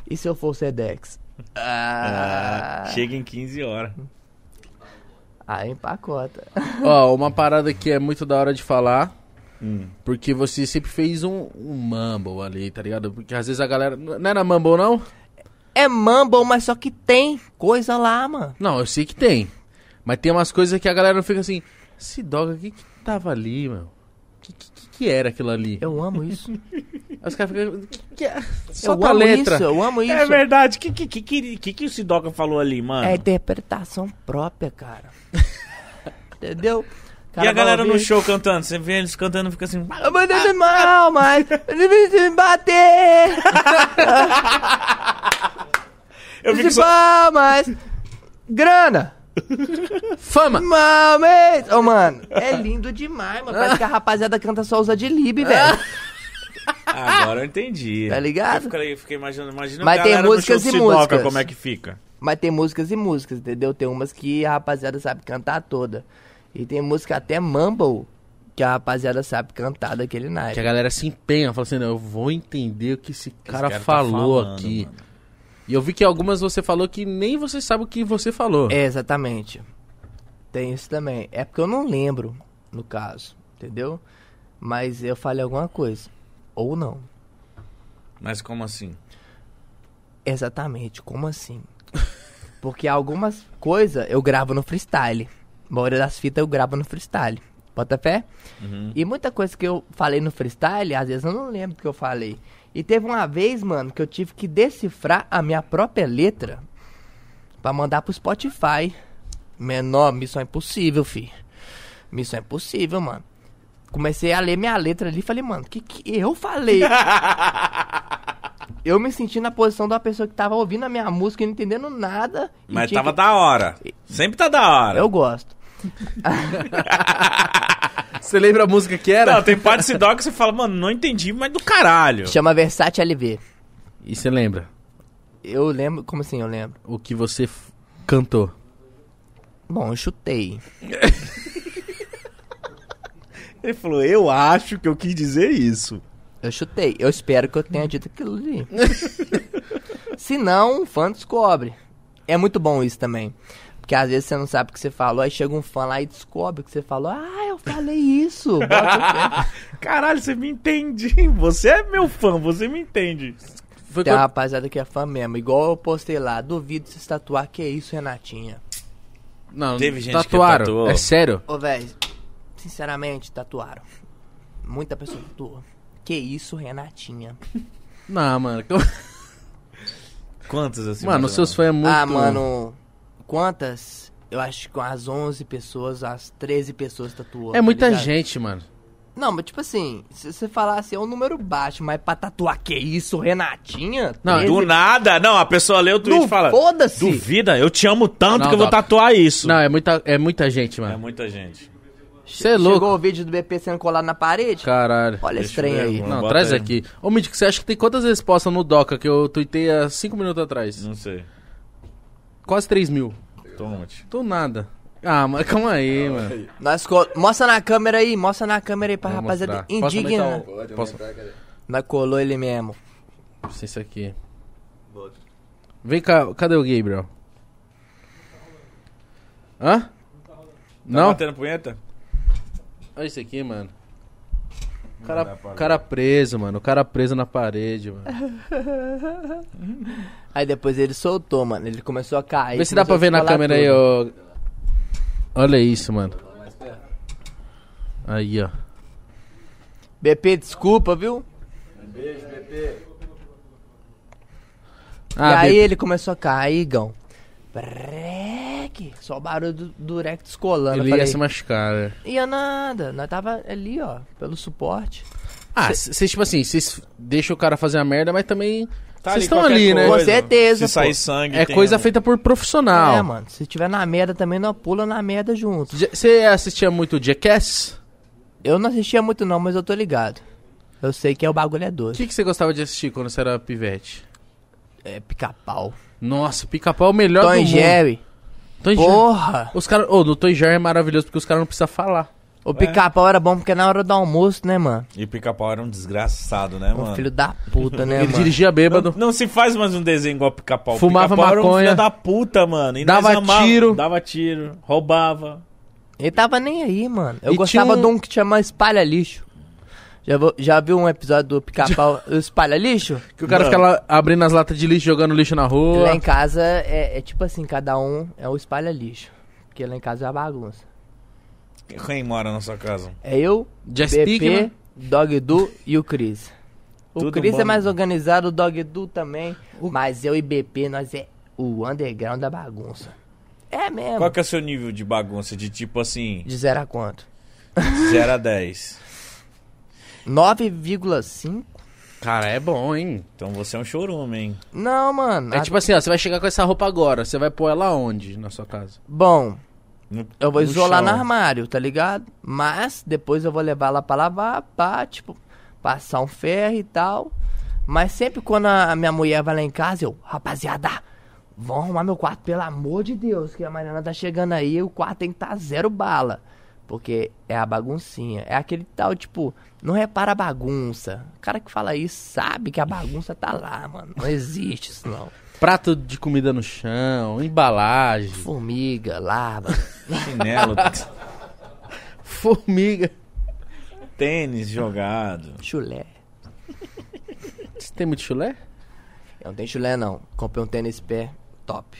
Speaker 3: E se eu for o Sedex? Ah,
Speaker 2: Chega em 15 horas.
Speaker 3: ah empacota.
Speaker 1: Ó, uma parada que é muito da hora de falar,
Speaker 2: Hum.
Speaker 1: porque você sempre fez um, um mumble ali, tá ligado? Porque às vezes a galera. Não era mumble, não?
Speaker 3: É mumble, mas só que tem coisa lá, mano.
Speaker 1: Não, eu sei que tem. Mas tem umas coisas que a galera fica assim, esse doga, o que que tava ali, mano? O que, que, que era aquilo ali?
Speaker 3: Eu amo isso.
Speaker 1: Aí os caras ficam. "Que que é?" Só
Speaker 3: eu
Speaker 1: tá a
Speaker 3: amo
Speaker 1: letra.
Speaker 3: isso, eu amo isso.
Speaker 2: É verdade. O que, que, que, que, que, que o Sidoca falou ali, mano?
Speaker 3: É interpretação própria, cara. Entendeu?
Speaker 2: e a galera no
Speaker 3: não
Speaker 2: show cantando? Você vê eles cantando e fica assim.
Speaker 3: Eu mandei mal, mas. Ele me bater!
Speaker 2: Eu fico só.
Speaker 3: Mal, mas. Grana!
Speaker 1: Fama!
Speaker 3: Mal, mas. Ô, mano, é lindo demais, mano. Parece que a rapaziada canta só os adlib, velho.
Speaker 2: Agora eu entendi.
Speaker 3: Tá ligado?
Speaker 2: Eu fiquei, fiquei imaginando. Imagina
Speaker 3: Mas
Speaker 2: a
Speaker 3: tem
Speaker 2: galera no show
Speaker 3: músicas
Speaker 2: do
Speaker 3: e
Speaker 2: Sidoca,
Speaker 3: músicas.
Speaker 2: como é que fica.
Speaker 3: Mas tem músicas e músicas, entendeu? Tem umas que a rapaziada sabe cantar toda. E tem música até mumble que a rapaziada sabe cantar daquele
Speaker 1: Que
Speaker 3: night.
Speaker 1: a galera se empenha, fala assim, não, eu vou entender o que esse cara,
Speaker 2: cara tá
Speaker 1: falou
Speaker 2: falando,
Speaker 1: aqui.
Speaker 2: mano.
Speaker 1: E eu vi que algumas você falou que nem você sabe o que você falou.
Speaker 3: É, exatamente. Tem isso também. É porque eu não lembro, no caso, entendeu? Mas eu falei alguma coisa. Ou não.
Speaker 2: Mas como assim?
Speaker 3: Exatamente, como assim? Porque algumas coisas eu gravo no freestyle. A maioria das fitas eu gravo no freestyle. Bota fé? E muita coisa que eu falei no freestyle, às vezes eu não lembro do que eu falei. E teve uma vez, mano, que eu tive que decifrar a minha própria letra pra mandar pro Spotify. Menor, missão impossível, fi. Missão impossível, mano. Comecei a ler minha letra ali e falei, mano, o que, que eu falei? eu me senti na posição de uma pessoa que tava ouvindo a minha música e não entendendo nada. e
Speaker 2: Mas
Speaker 3: tinha
Speaker 2: tava
Speaker 3: que-
Speaker 2: da hora. Sempre tá da hora.
Speaker 3: Eu gosto.
Speaker 1: Você lembra a música que era?
Speaker 2: Não, tem parte do Sidoca que você fala, mano, não entendi, mas do caralho.
Speaker 3: Chama Versace LV.
Speaker 1: E você lembra
Speaker 3: Eu lembro, como assim eu lembro?
Speaker 1: o que você f- cantou?
Speaker 3: Bom, eu chutei.
Speaker 2: Ele falou, eu acho que eu quis dizer isso.
Speaker 3: Eu chutei. Eu espero que eu tenha dito aquilo ali. Se não, um fã descobre. É muito bom isso também. Porque às vezes você não sabe o que você falou, aí chega um fã lá e descobre o que você falou. Ah, eu falei isso. Bota o pé.
Speaker 2: Caralho, você me entende. Você é meu fã, você me entende.
Speaker 1: Foi
Speaker 3: Tem uma
Speaker 1: quando-
Speaker 3: rapaziada que é fã mesmo. Igual eu postei lá. Duvido se tatuar. Que isso, Renatinha?
Speaker 1: Não,
Speaker 2: Teve gente que
Speaker 1: tatuaram.
Speaker 2: tatuou.
Speaker 1: É sério?
Speaker 3: Ô, velho. Sinceramente, tatuaram. Muita pessoa tatuou. Que isso, Renatinha?
Speaker 1: Não, mano.
Speaker 2: Quantos assim?
Speaker 1: mano,
Speaker 2: mais ou
Speaker 1: seus fãs é muito...
Speaker 3: Ah, mano. Quantas? Eu acho que umas 11 pessoas, umas 13 pessoas tatuou.
Speaker 1: É
Speaker 3: tá
Speaker 1: muita
Speaker 3: ligado?
Speaker 1: gente, mano.
Speaker 3: Não, mas tipo assim, se você falar assim, é um número baixo, mas pra tatuar que isso, Renatinha?
Speaker 1: Não,
Speaker 2: Do nada. Não, a pessoa lê o tweet
Speaker 3: Não, tá.
Speaker 2: e fala...
Speaker 3: foda-se!
Speaker 2: Duvida, eu te amo tanto
Speaker 1: Não,
Speaker 2: que eu vou
Speaker 1: Doc.
Speaker 2: tatuar isso.
Speaker 1: Não, é muita, é muita gente,
Speaker 2: É
Speaker 1: mano.
Speaker 2: muita gente.
Speaker 1: Você é
Speaker 3: Chegou
Speaker 1: louco.
Speaker 3: o vídeo do BP sendo colado na parede?
Speaker 1: Caralho.
Speaker 3: Olha esse
Speaker 2: Deixa eu
Speaker 3: trem
Speaker 2: ver,
Speaker 3: aí.
Speaker 2: mano.
Speaker 1: Não,
Speaker 2: Bota
Speaker 1: traz
Speaker 2: aí.
Speaker 1: aqui. Ô, Mítico, você acha que tem quantas respostas no Doca que eu tuitei há 5 minutos atrás?
Speaker 2: Não sei. um
Speaker 1: Quase 3 mil.
Speaker 2: Toma. tio.
Speaker 1: Tô nada. Ah, mas calma aí, mano.
Speaker 3: Nós co- Mostra na câmera aí, mostra na câmera aí pra
Speaker 1: Vou
Speaker 3: rapaziada
Speaker 1: mostrar. Posso
Speaker 3: indigna.
Speaker 2: um
Speaker 1: aumentar né?
Speaker 4: Pode
Speaker 1: Posso-
Speaker 4: aumentar, cara.
Speaker 3: Nós colou ele mesmo.
Speaker 1: Isso, isso aqui. Vem cá, cadê o Gabriel? Hã?
Speaker 2: Tá
Speaker 1: Não?
Speaker 2: batendo punheta?
Speaker 1: Olha isso aqui, mano. O cara,
Speaker 2: dá pra
Speaker 1: o cara preso, mano. O cara preso na parede, mano.
Speaker 3: Aí depois ele soltou, mano. Ele começou a cair.
Speaker 1: Vê se dá pra
Speaker 3: começou
Speaker 1: ver
Speaker 3: a
Speaker 1: na
Speaker 3: falar
Speaker 1: câmera
Speaker 3: tudo.
Speaker 1: aí, ó. Olha isso, mano.
Speaker 2: Tá
Speaker 1: Aí, ó.
Speaker 3: BP, desculpa, viu?
Speaker 1: Ah,
Speaker 3: e aí
Speaker 1: Be-
Speaker 3: ele começou a cair, Igão. Breque. Só o barulho do, do Rex descolando.
Speaker 1: ele
Speaker 3: eu falei,
Speaker 1: ia se machucar, né?
Speaker 3: ia nada. Nós tava ali, ó, pelo suporte.
Speaker 1: Ah, vocês, tipo assim, vocês deixam o cara fazer a merda, mas também.
Speaker 2: Tá
Speaker 1: Vocês
Speaker 2: ali
Speaker 1: estão
Speaker 2: qualquer
Speaker 1: ali, né?
Speaker 2: coisa.
Speaker 3: Com certeza,
Speaker 2: Se
Speaker 3: pô.
Speaker 2: sair sangue.
Speaker 1: É
Speaker 2: tem
Speaker 1: coisa
Speaker 2: um-
Speaker 1: feita por profissional.
Speaker 3: É, mano. Se tiver na merda também, nós pula na merda junto.
Speaker 1: Você assistia muito Jackass?
Speaker 3: Eu não assistia muito não, mas eu tô ligado. Eu sei que é o bagulho é
Speaker 1: O
Speaker 3: doido.
Speaker 1: que você gostava de assistir quando você era pivete?
Speaker 3: É pica-pau.
Speaker 1: Nossa, pica-pau é o melhor
Speaker 3: Tom
Speaker 1: do
Speaker 3: e
Speaker 1: mundo. né?
Speaker 3: Jerry.
Speaker 1: Tom e Jerry.
Speaker 3: Porra.
Speaker 1: Os caras. Ô, no Tom e Jerry é maravilhoso porque os caras não precisam falar.
Speaker 3: O pica-pau era bom porque na hora do almoço, né, mano?
Speaker 2: E pica-pau era um desgraçado, né,
Speaker 3: Um
Speaker 2: mano?
Speaker 3: filho da puta, né,
Speaker 1: Ele
Speaker 3: mano?
Speaker 1: dirigia bêbado.
Speaker 2: Não, não se faz mais um desenho igual pica-pau.
Speaker 1: Fumava
Speaker 2: pica-pau era um
Speaker 1: maconha.
Speaker 2: filho da puta, mano. E nós
Speaker 1: Dava
Speaker 2: amava-
Speaker 1: tiro.
Speaker 2: Dava tiro. Roubava.
Speaker 3: Ele tava nem aí, mano. Eu
Speaker 1: E
Speaker 3: gostava
Speaker 1: tinha um-
Speaker 3: de um que chama Espalha Lixo. Já, vou- já viu um episódio do pica-pau do Espalha Lixo?
Speaker 1: Que o cara
Speaker 2: Mano.
Speaker 1: fica lá abrindo as latas de lixo, jogando lixo na
Speaker 3: Lá
Speaker 1: rua.
Speaker 3: em casa é, é tipo assim, cada um é o Espalha Lixo. Porque lá em casa é a bagunça.
Speaker 2: Quem mora na sua casa?
Speaker 3: É eu,
Speaker 1: Jess né?
Speaker 3: BP,
Speaker 1: Pinkman.
Speaker 3: Dog Du e o Cris. O
Speaker 2: Tudo
Speaker 3: Cris
Speaker 2: bom.
Speaker 3: é mais organizado, o Dog Du também. Mas eu e BP, nós é o underground da bagunça. É mesmo.
Speaker 2: Qual que é o seu nível de bagunça? De tipo assim,
Speaker 3: De 0 a quanto?
Speaker 2: 0 a 10.
Speaker 3: 9,5?
Speaker 1: Cara, é bom, hein?
Speaker 2: Então você é um chorume, hein?
Speaker 3: Não, mano.
Speaker 1: É
Speaker 3: a-
Speaker 1: tipo assim, ó, você vai chegar com essa roupa agora, você vai pôr ela onde na sua casa?
Speaker 3: Bom,
Speaker 2: No-
Speaker 3: eu vou
Speaker 2: no
Speaker 3: isolar no
Speaker 2: chão.
Speaker 3: armário, tá ligado? Mas depois eu vou levar lá pra lavar, pá, tipo, passar um ferro e tal. Mas sempre quando a a minha mulher vai lá em casa, eu, rapaziada, vão arrumar meu quarto, pelo amor de Deus, que a Mariana tá chegando aí e o quarto tem que tá zero bala. Porque é a baguncinha. É aquele tal, tipo, não repara a bagunça. O cara que fala isso sabe que a bagunça tá lá, mano. Não existe isso, não.
Speaker 1: Prato de comida no chão, embalagem,
Speaker 3: Formiga, larva,
Speaker 2: Chinelo,
Speaker 1: formiga.
Speaker 2: tênis jogado.
Speaker 3: chulé.
Speaker 1: Você tem muito chulé?
Speaker 3: Eu não tenho chulé, não. Comprei um tênis pé top.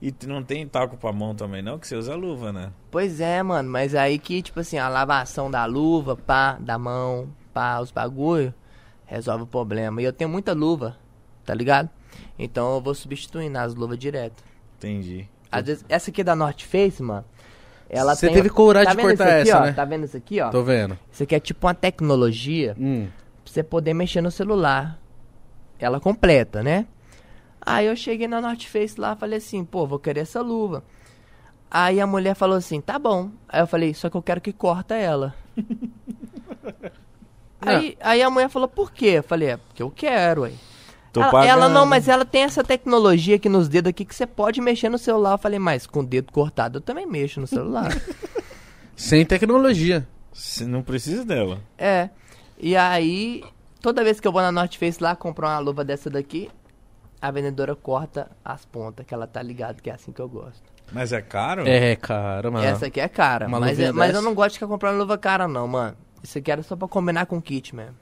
Speaker 2: E tu não tem taco pra mão também, não? Que você usa luva, né?
Speaker 3: Pois é, mano. Mas aí que, tipo assim, a lavação da luva, pá, da mão, pá, os bagulho, resolve o problema. E eu tenho muita luva, tá ligado? Então eu vou substituindo as luvas direto.
Speaker 2: Entendi.
Speaker 3: Às vezes, essa aqui da North Face, mano. Ela
Speaker 1: Você
Speaker 3: tem-
Speaker 1: teve coragem
Speaker 3: tá
Speaker 1: de
Speaker 3: vendo
Speaker 1: cortar
Speaker 3: isso aqui,
Speaker 1: essa,
Speaker 3: ó?
Speaker 1: né?
Speaker 3: Tá vendo isso aqui, ó?
Speaker 1: Tô vendo.
Speaker 3: Isso aqui é tipo uma tecnologia
Speaker 1: Hum.
Speaker 3: pra você poder mexer no celular. Ela completa, né? Aí eu cheguei na North Face lá, falei assim, pô, vou querer essa luva. Aí a mulher falou assim, tá bom. Aí eu falei, só que eu quero que corta ela. aí, aí a mulher falou, por quê? Eu falei, é porque eu quero, aí.
Speaker 2: Tô
Speaker 3: ela,
Speaker 2: pagando.
Speaker 3: ela, não, mas ela tem essa tecnologia aqui nos dedos aqui que você pode mexer no celular. Eu falei, mas com o dedo cortado eu também mexo no celular.
Speaker 1: Sem tecnologia.
Speaker 2: Você não precisa dela.
Speaker 3: É. E aí, toda vez que eu vou na North Face lá comprar uma luva dessa daqui, a vendedora corta as pontas, que ela tá ligada, que é assim que eu gosto.
Speaker 2: Mas é caro?
Speaker 1: É, cara, mano.
Speaker 3: Essa aqui é cara,
Speaker 1: Uma
Speaker 3: mas,
Speaker 1: luvinha
Speaker 3: é- mas
Speaker 1: dessa?
Speaker 3: eu não gosto de ficar comprando luva cara não, mano. Isso aqui era só pra combinar com o kit mesmo.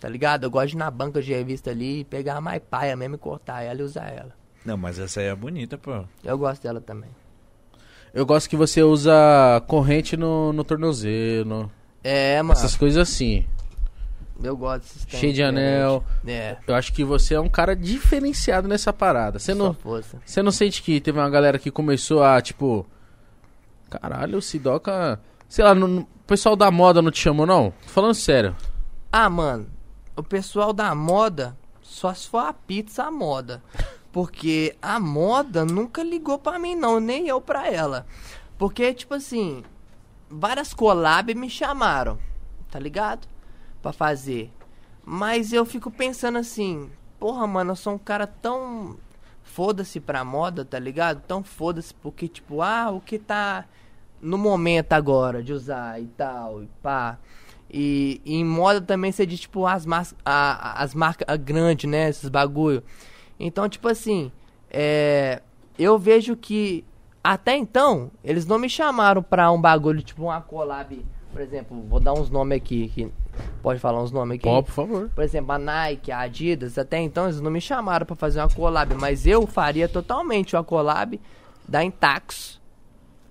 Speaker 3: Tá ligado? Eu gosto de ir na banca de revista ali e pegar a mais paia mesmo e cortar ela e usar ela.
Speaker 2: Não, mas essa aí é bonita, pô.
Speaker 3: Eu gosto dela também.
Speaker 1: Eu gosto que você usa corrente no, no tornozelo.
Speaker 3: É, mano.
Speaker 1: Essas coisas assim.
Speaker 3: Eu gosto desses tênis
Speaker 1: Cheio de anel.
Speaker 3: diferentes. É.
Speaker 1: Eu acho que você é um cara diferenciado nessa parada. Você
Speaker 3: Só
Speaker 1: não,
Speaker 3: força.
Speaker 1: Você não sente que teve uma galera que começou a, tipo. Caralho, o Sidoca. Sei lá, não- não- o pessoal da moda não te chamou, não? Tô falando sério.
Speaker 3: Ah, mano, o pessoal da moda só se for a pizza à moda. Porque a moda nunca ligou pra mim, não, nem eu pra ela. Porque, tipo assim, várias collab me chamaram, tá ligado? Pra fazer. Mas eu fico pensando assim, porra, mano, eu sou um cara tão foda-se pra moda, tá ligado? Tão foda-se porque, tipo, ah, o que tá no momento agora de usar e tal, e pá. E, e em moda também você diz, tipo, as, mas, a- a- as marcas grandes, né? Esses bagulho. Então, tipo assim, é, eu vejo que até então, eles não me chamaram pra um bagulho, tipo uma collab. Por exemplo, vou dar uns nomes aqui. que- pode falar uns nomes aqui?
Speaker 1: Pop, por favor.
Speaker 3: Por exemplo, a Nike, a Adidas, até então eles não me chamaram pra fazer uma collab, mas eu faria totalmente uma collab da Intax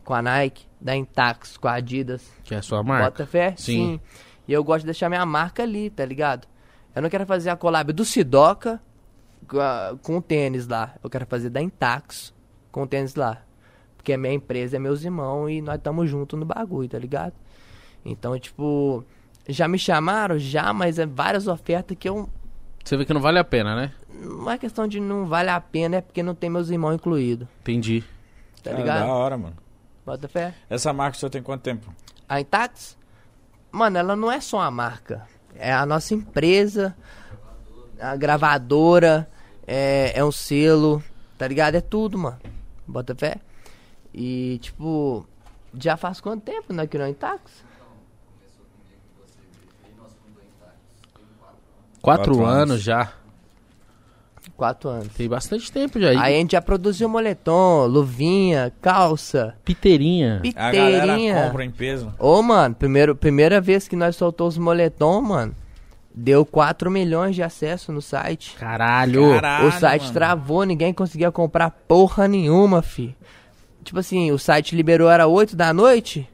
Speaker 3: com a Nike, da Intax com a Adidas.
Speaker 1: Que é a sua marca.
Speaker 3: Bota fé?
Speaker 1: Sim.
Speaker 3: E eu gosto de deixar minha marca ali, tá ligado? Eu não quero fazer a collab do Sidoca com a- com o tênis lá. Eu quero fazer da Intax com o tênis lá. Porque a minha empresa é meus irmãos e nós estamos juntos no bagulho, tá ligado? Então, tipo, já me chamaram, já, mas é várias ofertas que eu.
Speaker 1: Você vê que não vale a pena, né?
Speaker 3: Não é questão de não vale a pena, é porque não tem meus irmãos incluídos,
Speaker 1: Entendi.
Speaker 3: tá
Speaker 2: Cara,
Speaker 3: ligado?
Speaker 2: Ah, É Da hora, mano.
Speaker 3: Bota fé.
Speaker 2: Essa marca só tem quanto tempo?
Speaker 3: A Intax, mano, ela não é só uma marca. É a nossa empresa, a gravadora, é, é um selo, tá ligado? É tudo, mano. Bota fé. E, tipo, já faz quanto tempo né, que não é Intax?
Speaker 1: Quatro,
Speaker 2: Quatro
Speaker 1: anos.
Speaker 2: anos.
Speaker 1: já.
Speaker 3: Quatro anos.
Speaker 1: Tem bastante tempo já.
Speaker 3: Aí a gente já produziu moletom, luvinha, calça,
Speaker 1: Piteirinha.
Speaker 2: A galera
Speaker 3: piteirinha.
Speaker 2: compra em peso.
Speaker 3: Ô, mano, primeiro, primeira vez que nós soltou os moletom, mano, deu 4 milhões de acesso no site.
Speaker 1: Caralho.
Speaker 2: Caralho,
Speaker 3: o site
Speaker 2: mano.
Speaker 3: travou, ninguém conseguia comprar porra nenhuma, fi. Tipo assim, o site liberou era 8 da noite,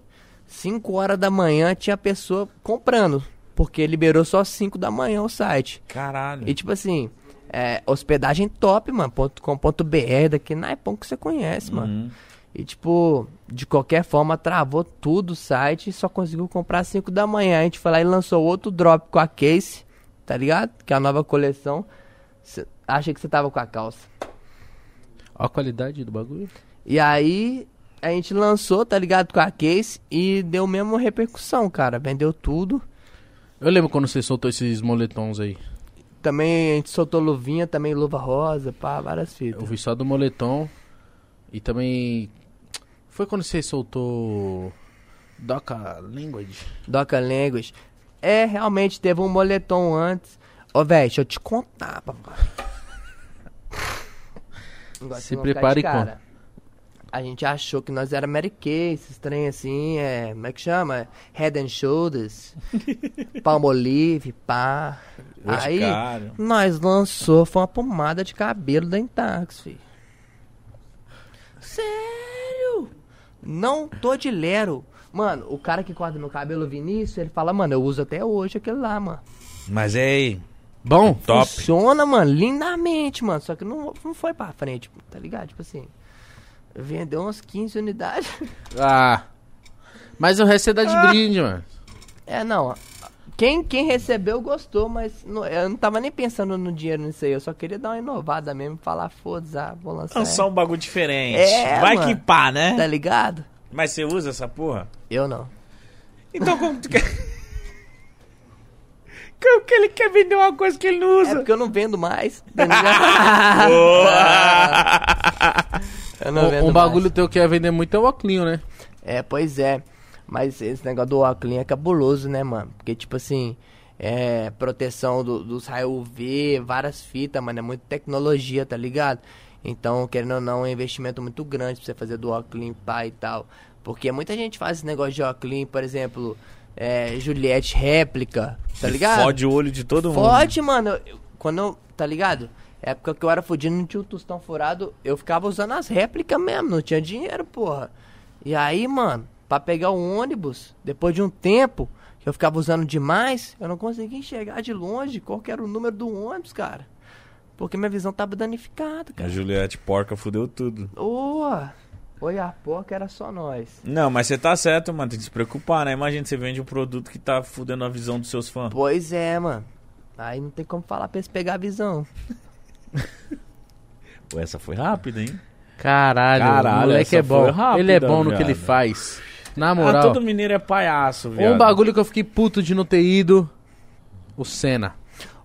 Speaker 3: 5 horas da manhã tinha pessoa comprando. Porque liberou só 5 da manhã o site.
Speaker 2: Caralho.
Speaker 3: E tipo assim, é, hospedagem top, mano, .com.br, daqui na Ipon que você conhece, mano.
Speaker 2: Uhum.
Speaker 3: E, tipo, de qualquer forma, travou tudo o site e só conseguiu comprar às 5 da manhã. A gente foi lá e lançou outro drop com a Case, tá ligado? Que é a nova coleção. Cê- achei que você tava com a calça.
Speaker 1: Olha a qualidade do bagulho.
Speaker 3: E aí, a gente lançou, tá ligado? Com a Case e deu mesmo repercussão, cara. Vendeu tudo.
Speaker 1: Eu lembro quando você soltou esses moletons aí.
Speaker 3: Também a gente soltou luvinha, também luva rosa, pá, várias
Speaker 1: Eu
Speaker 3: fitas.
Speaker 1: vi só do moletom. E também. Foi quando você soltou. Doca Language.
Speaker 3: Doca Language. É, realmente, teve um moletom antes. Ô, velho, deixa eu te contar, papai. Negócio
Speaker 1: Se
Speaker 3: não ficar
Speaker 1: prepare
Speaker 3: de cara. A gente achou que nós era Mary Kay, esses trem assim, é... Como é que chama? Head and Shoulders, Palmolive, pá.
Speaker 2: é
Speaker 3: Aí,
Speaker 2: Boticário.
Speaker 3: nós lançou, foi uma pomada de cabelo da Intax, filho. Sério? Não tô de lero. Mano, o cara que corta meu cabelo, o Vinícius, ele fala, mano, eu uso até hoje aquele lá, mano.
Speaker 2: Mas é aí.
Speaker 1: Bom,
Speaker 2: Top.
Speaker 3: Funciona, mano, lindamente, mano. Só que não, não foi pra frente, tá ligado? Tipo assim, vendeu umas 15 unidades.
Speaker 1: Ah. Mas o resto é dar de brinde, mano.
Speaker 3: É, não. Quem, quem recebeu gostou, mas não- eu não tava nem pensando no dinheiro nisso aí. Eu só queria dar uma inovada mesmo, falar, foda-se, ah, vou lançar.
Speaker 2: Lançar um bagulho diferente.
Speaker 3: É,
Speaker 2: Vai
Speaker 3: mano.
Speaker 2: que pá, né?
Speaker 3: Tá ligado?
Speaker 2: Mas você usa essa porra?
Speaker 3: Eu não.
Speaker 2: Então como tu quer... Como que ele quer vender uma coisa que ele não
Speaker 3: É
Speaker 2: usa?
Speaker 3: porque eu não vendo mais. tá ligado? eu não
Speaker 1: Um,
Speaker 3: vendo
Speaker 1: um bagulho
Speaker 3: mais.
Speaker 1: teu que ia vender muito é o Oclinho, né?
Speaker 3: É, pois é. Mas esse negócio do óculos é cabuloso, né, mano? Porque, tipo assim, é proteção do- dos raios UV, várias fitas, mano. É muita tecnologia, tá ligado? Então, querendo ou não, é um investimento muito grande pra você fazer do óculos pá e tal. Porque muita gente faz esse negócio de óculos, por exemplo, é, Juliette réplica, tá
Speaker 2: Ele
Speaker 3: ligado?
Speaker 2: Fode o olho de todo mundo.
Speaker 3: Fode, mano. Eu- Quando eu, tá ligado? Época que eu era fodido, não tinha o tostão furado, eu ficava usando as réplicas mesmo, não tinha dinheiro, porra. E aí, mano, pra pegar o ônibus, depois de um tempo, que eu ficava usando demais, eu não conseguia enxergar de longe qual que era o número do ônibus, cara. Porque minha visão tava danificada,
Speaker 2: A
Speaker 3: cara.
Speaker 2: Juliette porca fudeu tudo.
Speaker 3: Ô, oi a porca era só nós.
Speaker 2: Não, mas você tá certo, mano. Tem que se preocupar, né? Imagina, você vende um produto que tá fudendo a visão dos seus fãs.
Speaker 3: Pois é, mano. Aí não tem como falar pra eles pegar a visão.
Speaker 2: Pô, essa foi rápida, hein?
Speaker 1: Caralho,
Speaker 2: Caralho,
Speaker 1: o moleque
Speaker 2: essa
Speaker 1: é bom.
Speaker 2: foi rápida,
Speaker 1: ele é bom no que ele
Speaker 2: viado.
Speaker 1: faz. Na
Speaker 2: Ah,
Speaker 1: moral,
Speaker 2: todo mineiro é palhaço, velho.
Speaker 1: um bagulho que eu fiquei puto de não ter ido, o Senna.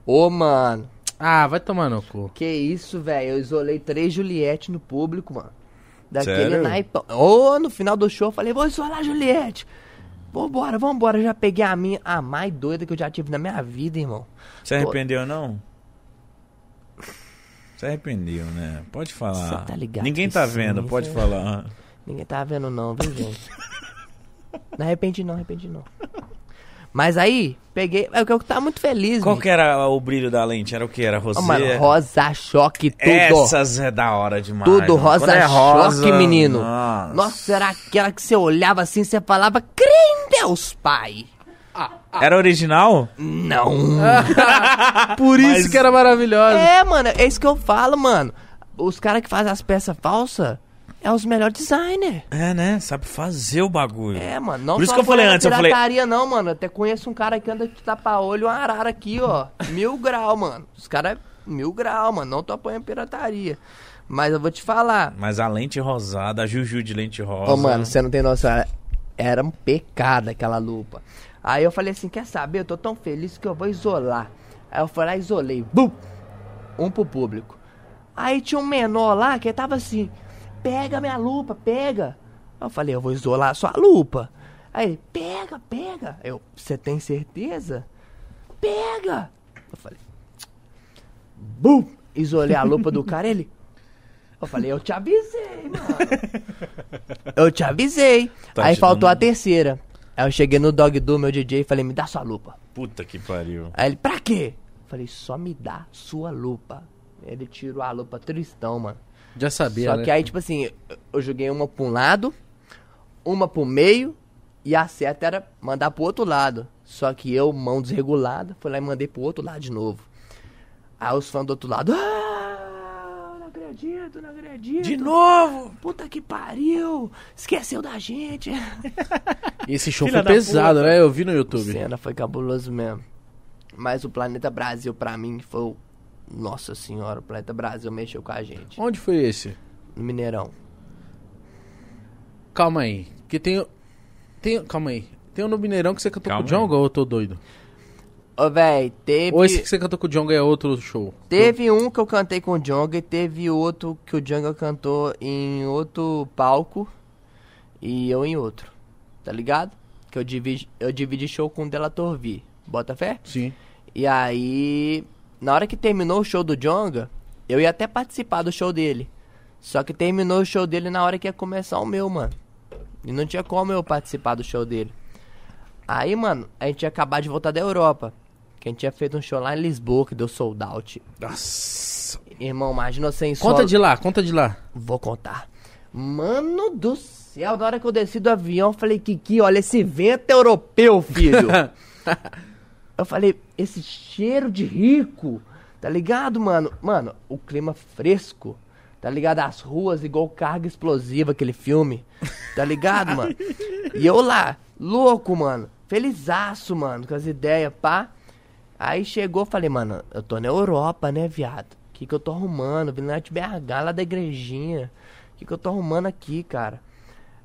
Speaker 3: Ô, mano.
Speaker 1: Ah, vai tomar no cu.
Speaker 3: Que isso, velho. Eu isolei três Juliette no público, mano. Daquele
Speaker 2: Sério?
Speaker 3: naipão. Ô, no final do show eu falei, vou isolar a Juliette. Pô, bora, vambora. Eu já peguei a minha, a mais doida que eu já tive na minha vida, irmão.
Speaker 2: Se arrependeu, não? Se arrependeu, né? Pode falar.
Speaker 3: Você tá ligado
Speaker 2: Ninguém
Speaker 3: que
Speaker 2: tá
Speaker 3: sim,
Speaker 2: vendo,
Speaker 3: né?
Speaker 2: pode falar.
Speaker 3: Ninguém tá vendo não, viu, gente? não arrependi não, arrependi não. Mas aí, peguei... É o que eu tava muito feliz,
Speaker 2: Qual
Speaker 3: bicho.
Speaker 2: que é era o brilho da lente? Era o que? Era rosé?
Speaker 3: Ó, mano, rosa, choque, tudo.
Speaker 2: Essas é da hora demais. mano.
Speaker 3: Tudo rosa,
Speaker 2: Quando é rosa,
Speaker 3: choque, menino.
Speaker 2: Nossa.
Speaker 3: Nossa, era aquela que você olhava assim, você falava, crê em Deus, pai.
Speaker 2: Era original?
Speaker 3: Não.
Speaker 1: Ah, Por isso
Speaker 2: Mas-
Speaker 1: que era maravilhosa.
Speaker 3: É, mano, é isso que eu falo, mano. Os caras que fazem as peças falsas é os melhores designers.
Speaker 2: É, né? Sabe fazer o bagulho.
Speaker 3: É, mano. Não
Speaker 2: Por isso
Speaker 3: só
Speaker 2: que eu falei
Speaker 3: apoiando a
Speaker 2: antes, eu falei-
Speaker 3: pirataria, não, mano. Até conheço um cara que anda de tapa-olho, uma arara aqui, ó. Mil grau, mano. Os caras, mil grau, mano. Não tô apoiando pirataria. Mas eu vou te falar.
Speaker 2: Mas a lente rosada, a Juju de lente rosa.
Speaker 3: Ô, mano, você não tem noção. era- Era um pecado aquela lupa. Aí eu falei assim: quer saber? Eu tô tão feliz que eu vou isolar. Aí eu fui lá e isolei. Bum! Um pro público. Aí tinha um menor lá que tava assim: pega minha lupa, pega. Eu falei: eu vou isolar só a lupa. Aí, pega, pega. Eu, você tem certeza? Pega! Eu falei: bum! Isolei a lupa do cara, ele. Eu falei, eu te avisei, mano. eu te avisei.
Speaker 2: Tá
Speaker 3: Aí
Speaker 2: te
Speaker 3: faltou
Speaker 2: dando-
Speaker 3: a terceira. Aí eu cheguei no dog do meu DJ e falei, me dá sua lupa.
Speaker 2: Puta que pariu.
Speaker 3: Aí ele, pra quê? Eu falei, só me dá sua lupa. Ele tirou a lupa tristão, mano.
Speaker 1: Já sabia,
Speaker 3: Só
Speaker 1: né?
Speaker 3: que aí, tipo assim, eu- eu joguei uma pra um lado, uma pro meio, e a seta era mandar pro outro lado. Só que eu, mão desregulada, fui lá e mandei pro outro lado de novo. Aí os fãs do outro lado. Ah, não acredito, não acredito.
Speaker 2: De novo!
Speaker 3: Puta que pariu! Esqueceu da gente!
Speaker 1: Esse show
Speaker 2: Filha
Speaker 1: foi
Speaker 2: da
Speaker 1: pesado, né? Eu vi no
Speaker 3: A
Speaker 1: YouTube.
Speaker 3: cena foi cabuloso mesmo. Mas o Planeta Brasil, pra mim, foi o. Nossa senhora, o Planeta Brasil mexeu com a gente.
Speaker 1: Onde foi esse?
Speaker 3: No Mineirão.
Speaker 1: Calma aí. Porque tem. o- tem... Calma aí. Tem um no Mineirão que você cantou
Speaker 2: Calma
Speaker 1: com o
Speaker 2: aí.
Speaker 1: Django ou eu tô doido?
Speaker 3: Ô, véi, teve.
Speaker 1: Ou esse que você cantou com o Django é outro show?
Speaker 3: Teve um que eu cantei com o Djonga e teve outro que o Djonga cantou em outro palco e eu em outro, tá ligado? Que eu dividi, eu dividi show com o Delator V, bota fé?
Speaker 1: Sim.
Speaker 3: E aí, na hora que terminou o show do Djonga, eu ia até participar do show dele. Só que terminou o show dele na hora que ia começar o meu, mano. E não tinha como eu participar do show dele. Aí, mano, a gente ia acabar de voltar da Europa. Que a gente tinha feito um show lá em Lisboa, que deu sold out.
Speaker 1: Nossa.
Speaker 3: Irmão, imagina você em
Speaker 1: Conta
Speaker 3: solo-
Speaker 1: de lá, conta de lá.
Speaker 3: Vou contar. Mano do céu, na hora que eu desci do avião, eu falei, Kiki, olha esse vento europeu, filho. eu falei, esse cheiro de rico, tá ligado, mano? Mano, o clima fresco, tá ligado? As ruas igual carga explosiva, aquele filme, tá ligado, mano? E eu lá, louco, mano, felizaço, mano, com as ideias, pá. Aí chegou, falei, mano, eu tô na Europa, né, viado? O que que eu tô arrumando? Vim lá de BH, lá da igrejinha. O que que eu tô arrumando aqui, cara?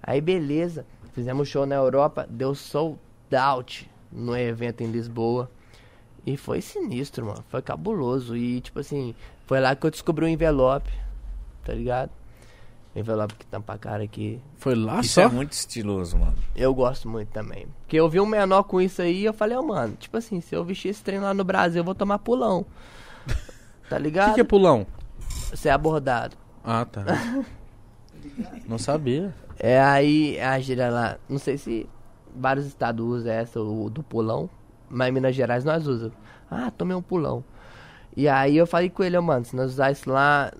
Speaker 3: Aí, beleza. Fizemos show na Europa, deu sold out no evento em Lisboa. E foi sinistro, mano. Foi cabuloso. E, tipo assim, foi lá que eu descobri o envelope, tá ligado? O envelope que tampa a cara aqui.
Speaker 1: Foi lá
Speaker 2: Isso
Speaker 1: só?
Speaker 2: é muito estiloso, mano.
Speaker 3: Eu gosto muito também. Porque eu vi um menor com isso aí e eu falei, ô mano, tipo assim, se eu vestir esse trem lá no Brasil, eu vou tomar pulão. Tá
Speaker 1: O
Speaker 3: ligado?
Speaker 1: que, que é pulão?
Speaker 3: Ser abordado.
Speaker 1: Ah, tá. Não sabia.
Speaker 3: É aí a gíria lá. Não sei se vários estados usam essa, o do pulão, mas em Minas Gerais nós usamos. Ah, tomei um pulão. E aí eu falei com ele, ô mano, se nós usar isso lá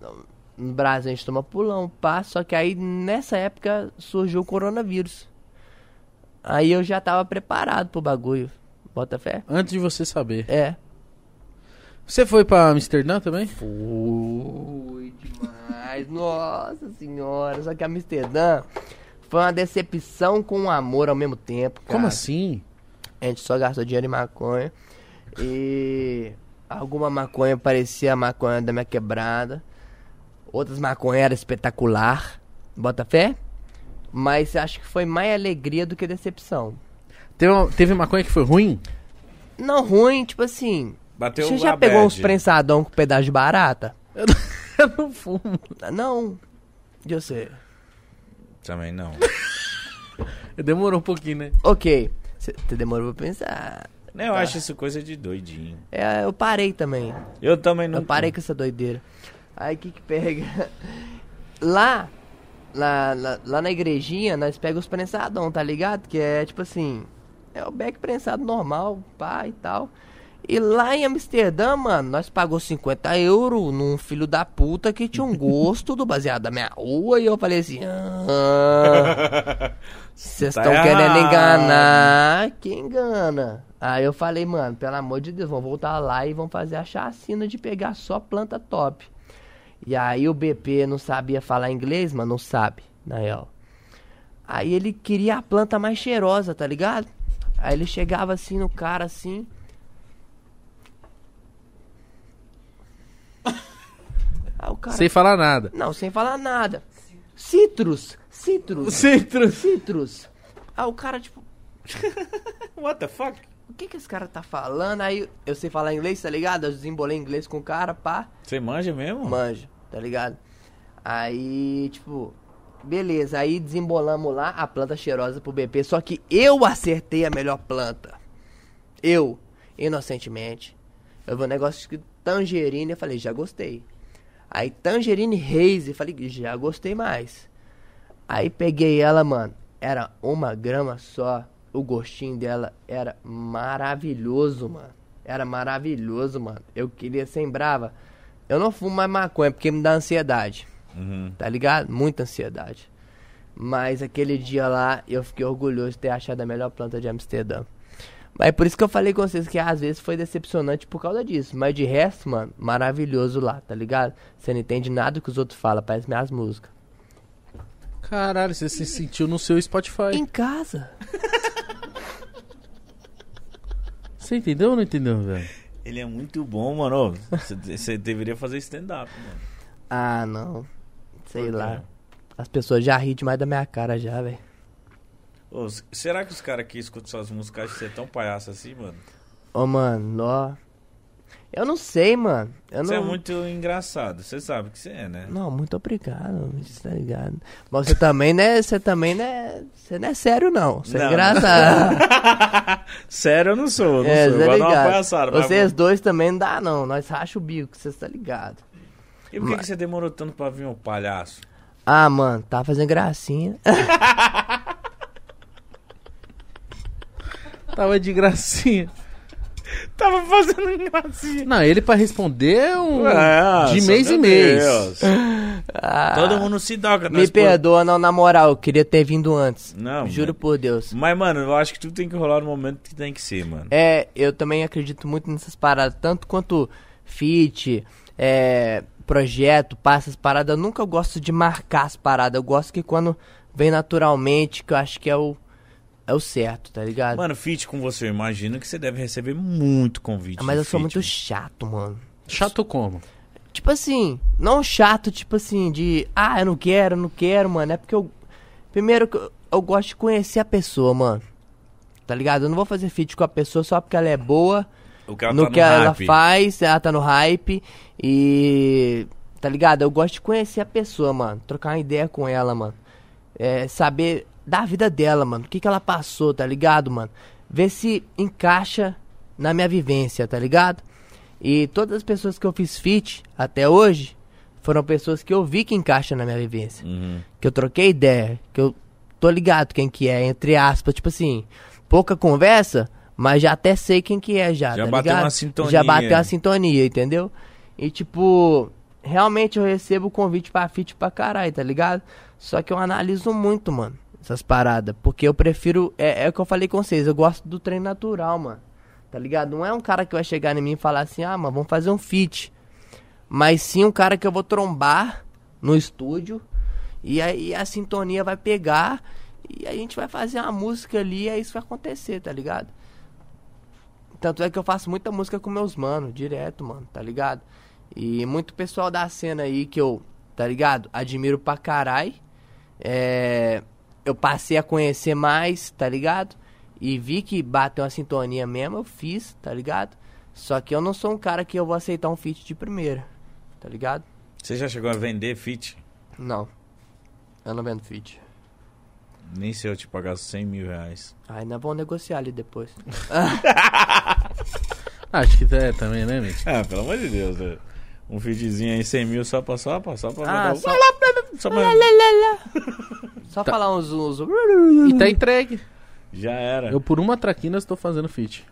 Speaker 3: no Brasil, a gente toma pulão, pá. Só que aí nessa época surgiu o coronavírus. Aí eu já tava preparado pro bagulho. Bota fé?
Speaker 1: Antes de você saber.
Speaker 3: É.
Speaker 1: Você foi pra Amsterdã também?
Speaker 3: Foi demais, nossa senhora. Só que Amsterdã foi uma decepção com o amor ao mesmo tempo. Cara.
Speaker 1: Como assim?
Speaker 3: A gente só gastou dinheiro em maconha. E alguma maconha parecia a maconha da minha quebrada. Outras maconhas era espetacular. Bota fé? Mas acho que foi mais alegria do que decepção.
Speaker 1: Teve, uma- teve maconha que foi ruim?
Speaker 3: Não ruim, tipo assim.
Speaker 2: Bateu
Speaker 3: você
Speaker 2: a
Speaker 3: já pegou
Speaker 2: bad.
Speaker 3: uns prensadão com pedaço de barata?
Speaker 1: Eu não, eu não fumo.
Speaker 3: Não. E você?
Speaker 2: Também não.
Speaker 1: Demorou um pouquinho, né?
Speaker 3: Ok. Você demorou pra pensar.
Speaker 2: Né,
Speaker 1: Tá.
Speaker 2: Eu acho isso coisa de doidinho.
Speaker 3: É, eu parei também.
Speaker 2: Eu também não.
Speaker 3: Eu parei com essa doideira. Aí o que que pega? Lá, lá, lá, lá na igrejinha, nós pegamos os prensadão, tá ligado? Que é tipo assim, é o back prensado normal, pá e tal. E lá em Amsterdã, mano, nós pagou 50 euros num filho da puta que tinha um gosto do baseado da minha rua. E eu falei assim: "Ah, vocês
Speaker 2: Tá
Speaker 3: estão querendo
Speaker 2: errado."
Speaker 3: enganar que engana. Aí eu falei, mano, pelo amor de Deus, vamos voltar lá e vamos fazer a chacina de pegar só planta top. E aí o BP não sabia falar inglês, mas não sabe, na real. Aí ele queria a planta mais cheirosa, tá ligado? Aí ele chegava assim no cara, assim. Aí o cara.
Speaker 1: Sem falar nada.
Speaker 3: Não, sem falar nada. Citrus, citrus, citrus, citrus. Aí o cara, tipo,
Speaker 2: What the fuck?
Speaker 3: o que que esse cara tá falando? Aí eu sei falar inglês, tá ligado? Eu desembolei inglês com o cara, pá.
Speaker 2: Você manja mesmo?
Speaker 3: Manjo, tá ligado? Aí, tipo, beleza. Aí desembolamos lá a planta cheirosa pro BP. Só que eu acertei a melhor planta. Eu, inocentemente. Eu vi um negócio escrito tangerine. Eu falei, já gostei. Aí tangerine Haze. Eu falei, já gostei mais. Aí peguei ela, mano. Era uma grama só. O gostinho dela era maravilhoso, mano. Era maravilhoso, mano. Eu queria sem brava. Eu não fumo mais maconha porque me dá ansiedade. Tá ligado? Muita ansiedade. Mas aquele dia lá eu fiquei orgulhoso de ter achado a melhor planta de Amsterdã. Mas é por isso que eu falei com vocês que às vezes foi decepcionante por causa disso. Mas de resto, mano, maravilhoso lá, tá ligado? Você não entende nada que os outros falam, parece minhas músicas.
Speaker 1: Caralho, você se sentiu no seu Spotify.
Speaker 3: Em casa.
Speaker 1: Você entendeu ou não entendeu, velho?
Speaker 2: Ele é muito bom, mano. Você- Você deveria fazer stand-up, mano.
Speaker 3: Ah, não. Sei
Speaker 2: Por quê?
Speaker 3: lá. As pessoas já ri demais da minha cara já, velho.
Speaker 2: Ô, s- será que os caras que escutam suas músicas acham que você é tão palhaço assim, mano?
Speaker 3: Ô, mano, nó. Eu não sei, mano. Eu
Speaker 2: Você
Speaker 3: não...
Speaker 2: é muito engraçado, você sabe que você é, né?
Speaker 3: Não, muito obrigado, você tá ligado? Mas você também, né? Você também, né? Você não é sério, não. Você é
Speaker 2: Não.
Speaker 3: engraçado.
Speaker 2: Sério, eu não sou, eu não
Speaker 3: É,
Speaker 2: sou.
Speaker 3: você
Speaker 2: Eu
Speaker 3: é
Speaker 2: gosto de uma
Speaker 3: ligado. é
Speaker 2: palhaçada. mas-
Speaker 3: Vocês dois também não dá, não. Nós racha o bico, você tá ligado.
Speaker 2: E por que, que você demorou tanto pra vir, ô palhaço?
Speaker 3: Ah, mano, tá fazendo gracinha.
Speaker 2: É,
Speaker 1: Tava de gracinha.
Speaker 2: Tava fazendo gracinha.
Speaker 1: Não, ele pra responder um.
Speaker 2: É,
Speaker 1: de
Speaker 2: só
Speaker 1: mês em
Speaker 2: meu
Speaker 1: mês.
Speaker 2: Deus.
Speaker 3: Ah,
Speaker 2: Todo mundo se doga.
Speaker 3: me
Speaker 2: nós pô-
Speaker 3: perdoa, não, na moral. Eu queria ter vindo antes.
Speaker 2: Não, né?
Speaker 3: Juro
Speaker 2: mano.
Speaker 3: por Deus.
Speaker 2: Mas, mano, eu acho que tudo tem que rolar no momento que tem que ser, mano.
Speaker 3: É, eu também acredito muito nessas paradas, tanto quanto fit, é, projeto, passa as paradas. Eu nunca gosto de marcar as paradas, eu gosto que quando vem naturalmente, que eu acho que é o, é o certo, tá ligado?
Speaker 2: Mano, fit com você, eu imagino que você deve receber muito convite.
Speaker 3: Ah, Mas
Speaker 2: de
Speaker 3: eu sou
Speaker 2: feat,
Speaker 3: muito chato, mano.
Speaker 1: Chato como?
Speaker 3: Tipo assim, não chato, tipo assim, de ah, eu não quero, eu não quero, mano. É porque eu. Primeiro que eu, eu gosto de conhecer a pessoa, mano. Tá ligado? Eu não vou fazer feat com a pessoa só porque ela é boa.
Speaker 2: O cara
Speaker 3: no
Speaker 2: tá
Speaker 3: que ela faz, ela tá no hype e tá ligado? Eu gosto de conhecer a pessoa, mano, trocar uma ideia com ela, mano. É, saber da vida dela, mano, o que que ela passou, tá ligado, mano? Ver se encaixa na minha vivência, tá ligado? E todas as pessoas que eu fiz fit até hoje foram pessoas que eu vi que encaixa na minha vivência
Speaker 2: Uhum.
Speaker 3: que eu troquei ideia, que eu tô ligado quem que é, entre aspas, tipo assim, pouca conversa, mas já até sei quem que é já,
Speaker 2: Já
Speaker 3: tá
Speaker 2: bateu
Speaker 3: ligado?
Speaker 2: uma sintonia.
Speaker 3: Já bateu a sintonia, entendeu? E tipo, realmente eu recebo convite pra fit pra caralho, tá ligado? Só que eu analiso muito, mano, essas paradas, porque eu prefiro, é, é o que eu falei com vocês, eu gosto do treino natural, mano. Tá ligado? Não é um cara que vai chegar em mim e falar assim, ah, mano, vamos fazer um fit mas sim um cara que eu vou trombar no estúdio e aí a sintonia vai pegar e a gente vai fazer uma música ali e é isso que vai acontecer, tá ligado? Tanto é que eu faço muita música com meus manos, direto, mano, tá ligado? E muito pessoal da cena aí que eu, tá ligado? Admiro pra carai. É, eu passei a conhecer mais, tá ligado? E vi que bateu uma sintonia mesmo, eu fiz, tá ligado? Só que eu não sou um cara que eu vou aceitar um feat de primeira, tá ligado?
Speaker 2: Você já chegou a vender fit?
Speaker 3: Não. Eu não vendo feat.
Speaker 2: Nem se eu te pagasse 100 mil reais.
Speaker 3: Aí nós vamos negociar ali depois.
Speaker 1: Acho que é também, né, Mitch?
Speaker 2: Ah, pelo amor de Deus, né? Um feedzinho aí, 100 mil só pra, só pra, só pra
Speaker 3: Ah,
Speaker 2: mandar um-
Speaker 3: só-
Speaker 2: só pra-
Speaker 3: Só falar uns. uns...
Speaker 1: Tá. E
Speaker 2: Uhum.
Speaker 1: tá entregue.
Speaker 2: Já era.
Speaker 1: Eu por uma traquina estou fazendo fit.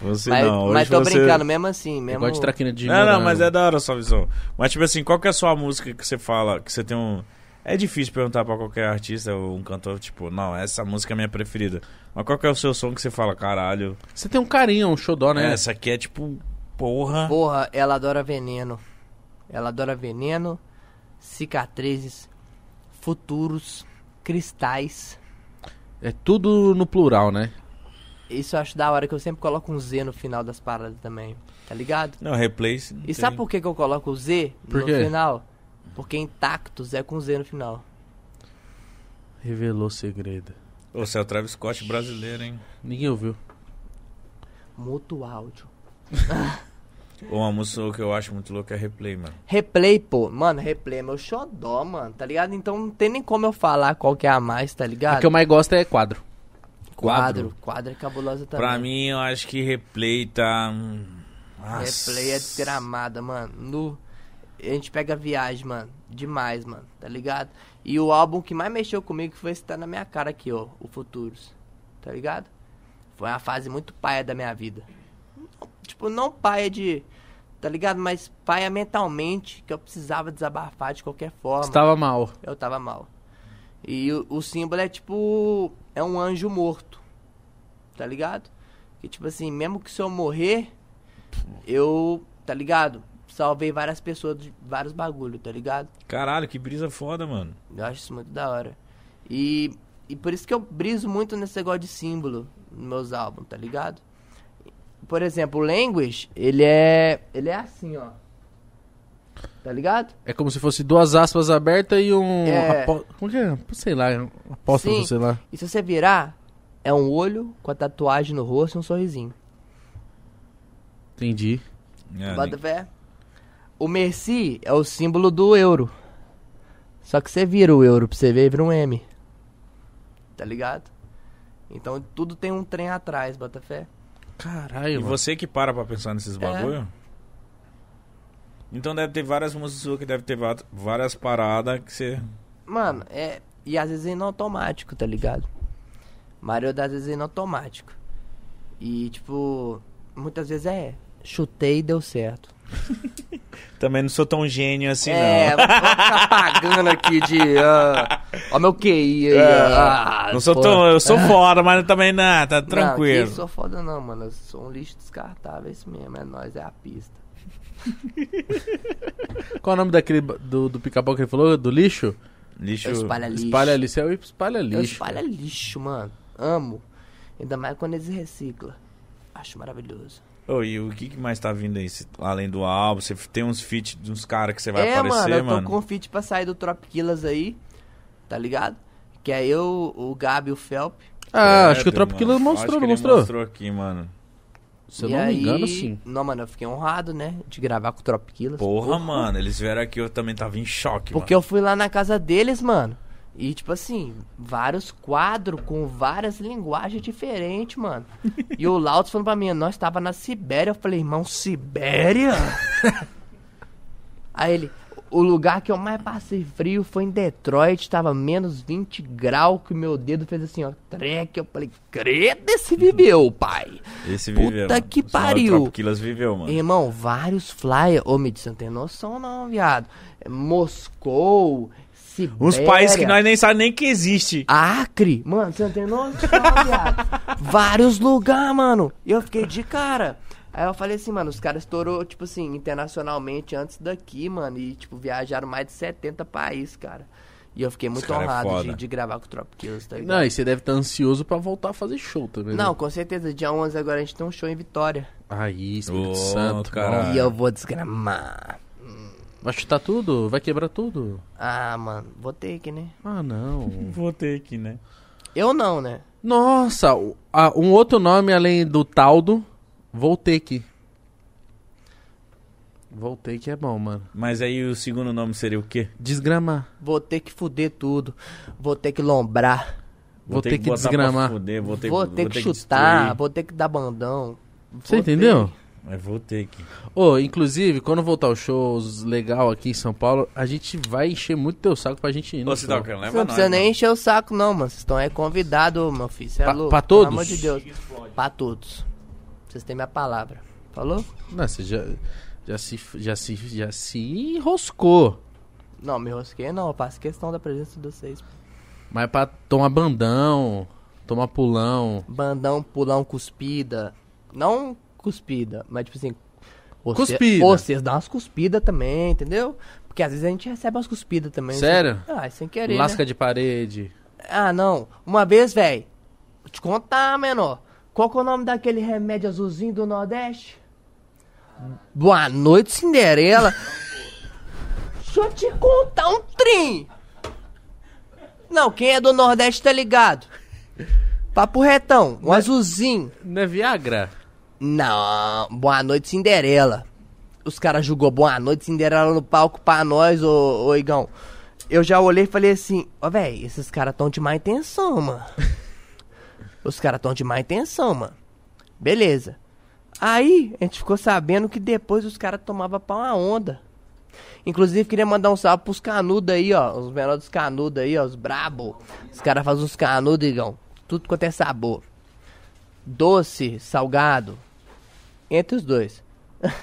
Speaker 2: Você
Speaker 3: Mas,
Speaker 2: não, hoje
Speaker 3: mas tô
Speaker 2: você...
Speaker 3: brincando mesmo assim.
Speaker 1: Eu
Speaker 3: Mesmo...
Speaker 1: gosto de traquina de
Speaker 2: Não, não,
Speaker 1: morango.
Speaker 2: mas é da hora a sua visão. Mas, tipo assim, qual que é a sua música que você fala, que você tem um... É difícil perguntar pra qualquer artista ou um cantor, tipo, não, essa música é minha preferida. Mas qual que é o seu som que você fala, caralho,
Speaker 1: Você tem um carinho, um xodó, né?
Speaker 2: essa aqui é tipo, porra...
Speaker 3: Porra, ela adora veneno. Ela adora veneno, cicatrizes, futuros, cristais.
Speaker 1: É tudo no plural, né?
Speaker 3: Isso eu acho da hora que eu sempre coloco um Z no final das paradas também, tá ligado?
Speaker 2: Não, replace... não
Speaker 3: E
Speaker 2: tem-
Speaker 3: sabe por que, que eu coloco o Z
Speaker 1: Por
Speaker 3: no
Speaker 1: quê?
Speaker 3: final? Porque intactos é com Z no final.
Speaker 1: Revelou segredo.
Speaker 2: Ô, Você é o Travis Scott brasileiro, hein?
Speaker 1: Ninguém ouviu.
Speaker 3: Muta o áudio.
Speaker 2: Ou uma música que eu acho muito louca é Replay, mano.
Speaker 3: Replay, pô. Mano, replay é meu xodó, mano, tá ligado? Então não tem nem como eu falar qual que é a mais, tá
Speaker 1: A
Speaker 3: ligado?
Speaker 1: que eu mais gosto é quadro.
Speaker 3: Quadro. Quadro é cabulosa também.
Speaker 2: Pra mim, eu acho que Replay tá... hum, nossa.
Speaker 3: Replay é desgramada, mano. No... A gente pega viagem, mano. Demais, mano. Tá ligado? E o álbum que mais mexeu comigo foi esse que tá na minha cara aqui, ó. O Futuros. Tá ligado? Foi uma fase muito paia da minha vida. Tipo, não paia de. Tá ligado? Mas paia mentalmente, que eu precisava desabafar de qualquer forma.
Speaker 1: Estava mal.
Speaker 3: Eu tava mal. E o, o símbolo é tipo. É um anjo morto. Tá ligado? Que tipo assim, mesmo que se eu morrer, eu. Tá ligado? Salvei várias pessoas de vários bagulho, tá ligado?
Speaker 2: Caralho, que brisa foda, mano.
Speaker 3: Eu acho isso muito da hora. E, e por isso que eu briso muito nesse negócio de símbolo nos meus álbuns, tá ligado? Por exemplo, o Language, ele é. Ele é assim, ó. Tá ligado?
Speaker 1: É como se fosse duas aspas abertas e um.
Speaker 3: É.
Speaker 1: apó- Como que é? Sei lá, é um apóstolo,
Speaker 3: Sim.
Speaker 1: sei lá.
Speaker 3: E se você virar, é um olho com a tatuagem no rosto e um sorrisinho.
Speaker 1: Entendi.
Speaker 2: É,
Speaker 3: Bota
Speaker 2: nem-
Speaker 3: fé. O Merci é o símbolo do euro. Só que você vira o euro pra você ver, vira um M. Tá ligado? Então tudo tem um trem atrás, bota fé.
Speaker 1: Caralho,
Speaker 2: E
Speaker 1: mano.
Speaker 2: você que para pra pensar nesses
Speaker 3: É.
Speaker 2: bagulho? Então deve ter várias músicas suas que deve ter va- várias paradas que você...
Speaker 3: Mano, é. E às vezes é no automático, tá ligado? Mario às vezes é no automático. E tipo, muitas vezes é. Chutei e deu certo.
Speaker 2: Também não sou tão gênio assim,
Speaker 3: é,
Speaker 2: não.
Speaker 3: vamos ficar pagando aqui de. ah, ó, meu QI aí. ah,
Speaker 2: É. não sou
Speaker 3: pô.
Speaker 2: tão... Eu sou foda, mas também não, tá
Speaker 3: Não,
Speaker 2: tranquilo.
Speaker 3: que isso é foda não, mano. Eu sou um lixo descartável, é isso mesmo. É nós, é a pista.
Speaker 1: Qual é o nome daquele ba- do, do pica-pau que ele falou? Do lixo?
Speaker 2: Lixo...
Speaker 3: Eu espalho lixo.
Speaker 1: Espalha lixo. É o espalha
Speaker 3: Eu
Speaker 1: lixo.
Speaker 3: espalho lixo, mano. Amo. Ainda mais quando eles reciclam. Acho maravilhoso.
Speaker 2: Ô, e o que, que mais tá vindo aí? se- Além do álbum, você tem uns feats de uns caras que você vai
Speaker 3: é, mano,
Speaker 2: aparecer,
Speaker 3: eu tô
Speaker 2: mano?
Speaker 3: com um feat pra sair do Tropiquilas aí, tá ligado? Que é eu, o Gabi e o Felp.
Speaker 1: Ah, acho que o
Speaker 2: Credo,
Speaker 1: Tropquilo
Speaker 2: mano.
Speaker 1: mostrou,
Speaker 2: Acho que
Speaker 1: não
Speaker 2: ele
Speaker 1: mostrou?
Speaker 2: mostrou aqui, mano.
Speaker 1: Se eu
Speaker 3: E
Speaker 1: não
Speaker 3: aí-
Speaker 1: me engano, sim.
Speaker 3: Não, mano, eu fiquei honrado, né, de gravar com o Tropiquilas.
Speaker 2: Porra, mano, eles vieram aqui, eu também tava em choque,
Speaker 3: Porque eu fui lá na casa deles, mano. E, tipo assim, vários quadros com várias linguagens diferentes, mano. E o Lautos falando pra mim, nós tava na Sibéria. Eu falei, irmão, Sibéria? Aí ele, o lugar que eu mais passei frio foi em Detroit, tava menos 20 graus, que o meu dedo fez assim, ó, treque. Eu falei, credo, esse viveu, pai.
Speaker 2: mano. Esse
Speaker 3: Puta
Speaker 2: viveu, mano.
Speaker 3: que
Speaker 2: O Samuel
Speaker 3: pariu.
Speaker 2: Tropiquilas viveu, mano.
Speaker 3: Irmão, vários flyers. Ô, Mid, você não tem noção, não, viado. É Moscou, Sibéria.
Speaker 2: Uns países que nós nem sabemos nem que existe.
Speaker 3: Acre. Mano, você não tem noção, viado. Vários lugares, mano. E eu fiquei de cara. Aí eu falei assim, mano, os caras estourou, tipo assim, internacionalmente antes daqui, mano. E, tipo, viajaram mais de 70 países, cara. E eu fiquei muito
Speaker 2: cara é
Speaker 3: honrado
Speaker 2: foda.
Speaker 3: de, de gravar com o Tropiquilos, tá ligado?
Speaker 1: Não, e você deve estar ansioso pra voltar a fazer show também. né?
Speaker 3: Não, com certeza, dia 11 agora a gente tem um show em Vitória.
Speaker 1: Aí, Espírito
Speaker 2: Ô,
Speaker 1: Santo,
Speaker 2: caralho.
Speaker 1: cara.
Speaker 3: E eu vou desgramar.
Speaker 1: Vai chutar tudo? Vai quebrar tudo?
Speaker 3: Ah, mano, vou ter que, né?
Speaker 1: Ah, não.
Speaker 2: Vou ter aqui, né?
Speaker 3: Eu não, né?
Speaker 1: Nossa, o- ah, um outro nome além do Taldo, Voltec. Voltei que é bom, mano.
Speaker 2: Mas aí o segundo nome seria o quê?
Speaker 1: Desgramar.
Speaker 3: Vou ter que fuder tudo. Vou ter que lombrar.
Speaker 1: Vou ter que
Speaker 2: botar pra
Speaker 1: desgramar.
Speaker 2: Fuder, vou ter,
Speaker 3: vou
Speaker 2: vou
Speaker 3: ter que chutar. Vou ter que dar bandão.
Speaker 1: Você
Speaker 3: vou ter-
Speaker 1: entendeu?
Speaker 2: destruir. Mas vou ter que.
Speaker 1: Ô, inclusive, quando voltar os shows legal aqui em São Paulo, a gente vai encher muito teu saco pra gente ir. no
Speaker 2: Ô, Cidal,
Speaker 1: show.
Speaker 2: que
Speaker 3: Você
Speaker 2: leva
Speaker 3: não
Speaker 2: É nós,
Speaker 3: precisa nem
Speaker 2: mano.
Speaker 3: encher o saco, não, mano. Vocês estão é convidado, meu filho. Cê é
Speaker 1: Pa-
Speaker 3: louco.
Speaker 1: pra
Speaker 3: Pelo
Speaker 1: todos?
Speaker 3: amor de Deus. Pra todos. Vocês têm minha palavra. Falou?
Speaker 1: Não, você já, já, se, já, se, já se enroscou.
Speaker 3: Não, me rosquei não. Eu faço questão da presença de vocês.
Speaker 1: Mas é pra tomar bandão, tomar pulão.
Speaker 3: Bandão, pulão, cuspida. Não cuspida, mas tipo assim. você-
Speaker 1: Cuspida.
Speaker 3: Vocês dão umas cuspidas também, entendeu? Porque às vezes a gente recebe umas cuspidas também. assim.
Speaker 1: Sério?
Speaker 3: Ah, sem querer. né?
Speaker 1: Lasca de parede.
Speaker 3: Ah, não. Uma vez, velho. Vou te contar, menor. Qual que é o nome daquele remédio azulzinho do Nordeste? Boa noite, Cinderela. Deixa eu te contar um trim. Não, quem é do Nordeste tá ligado. Papo retão, um azulzinho.
Speaker 1: Não é Viagra?
Speaker 3: Não, boa noite, Cinderela. Os caras julgou boa noite, Cinderela no palco pra nós, ô, ô Igão. Eu já olhei e falei assim, ó, véi, esses caras tão de má intenção, mano. Os caras tão de má intenção, mano. Beleza. Aí, a gente ficou sabendo que depois os caras tomavam pra uma onda. Inclusive, queria mandar um salve pros canudos aí, ó. Os menores dos canudos aí, ó, os brabo. Os caras fazem uns canudos, Igão. Tudo quanto é sabor. Doce, salgado. Entre os dois.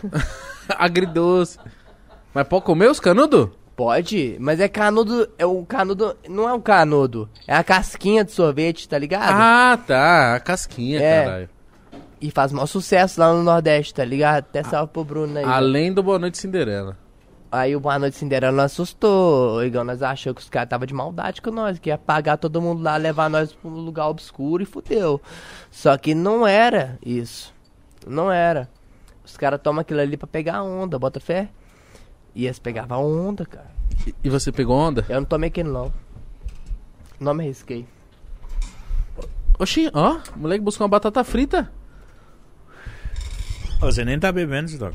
Speaker 1: Agridoce. Mas pode comer os canudos?
Speaker 3: Pode, mas é canudo. É o canudo. Não é um canudo. É a casquinha de sorvete, tá ligado?
Speaker 1: Ah, tá. A casquinha,
Speaker 3: É.
Speaker 1: caralho.
Speaker 3: E faz maior sucesso lá no Nordeste, tá ligado? Até salve pro Bruno aí.
Speaker 1: Além do Boa Noite Cinderela.
Speaker 3: Aí o Boa Noite Cinderela não assustou. Igão, nós achamos que os caras tava de maldade com nós, que ia pagar todo mundo lá, levar nós pra um lugar obscuro e fudeu. Só que não era isso. Não era. Os caras tomam aquilo ali pra pegar onda, bota fé. E eles pegavam onda, cara.
Speaker 1: E- E você pegou onda?
Speaker 3: Eu não tomei aquilo não. Não me arrisquei.
Speaker 1: Oxi, ó. O moleque buscou uma batata frita.
Speaker 2: Ô, Você nem tá bebendo, Cidal.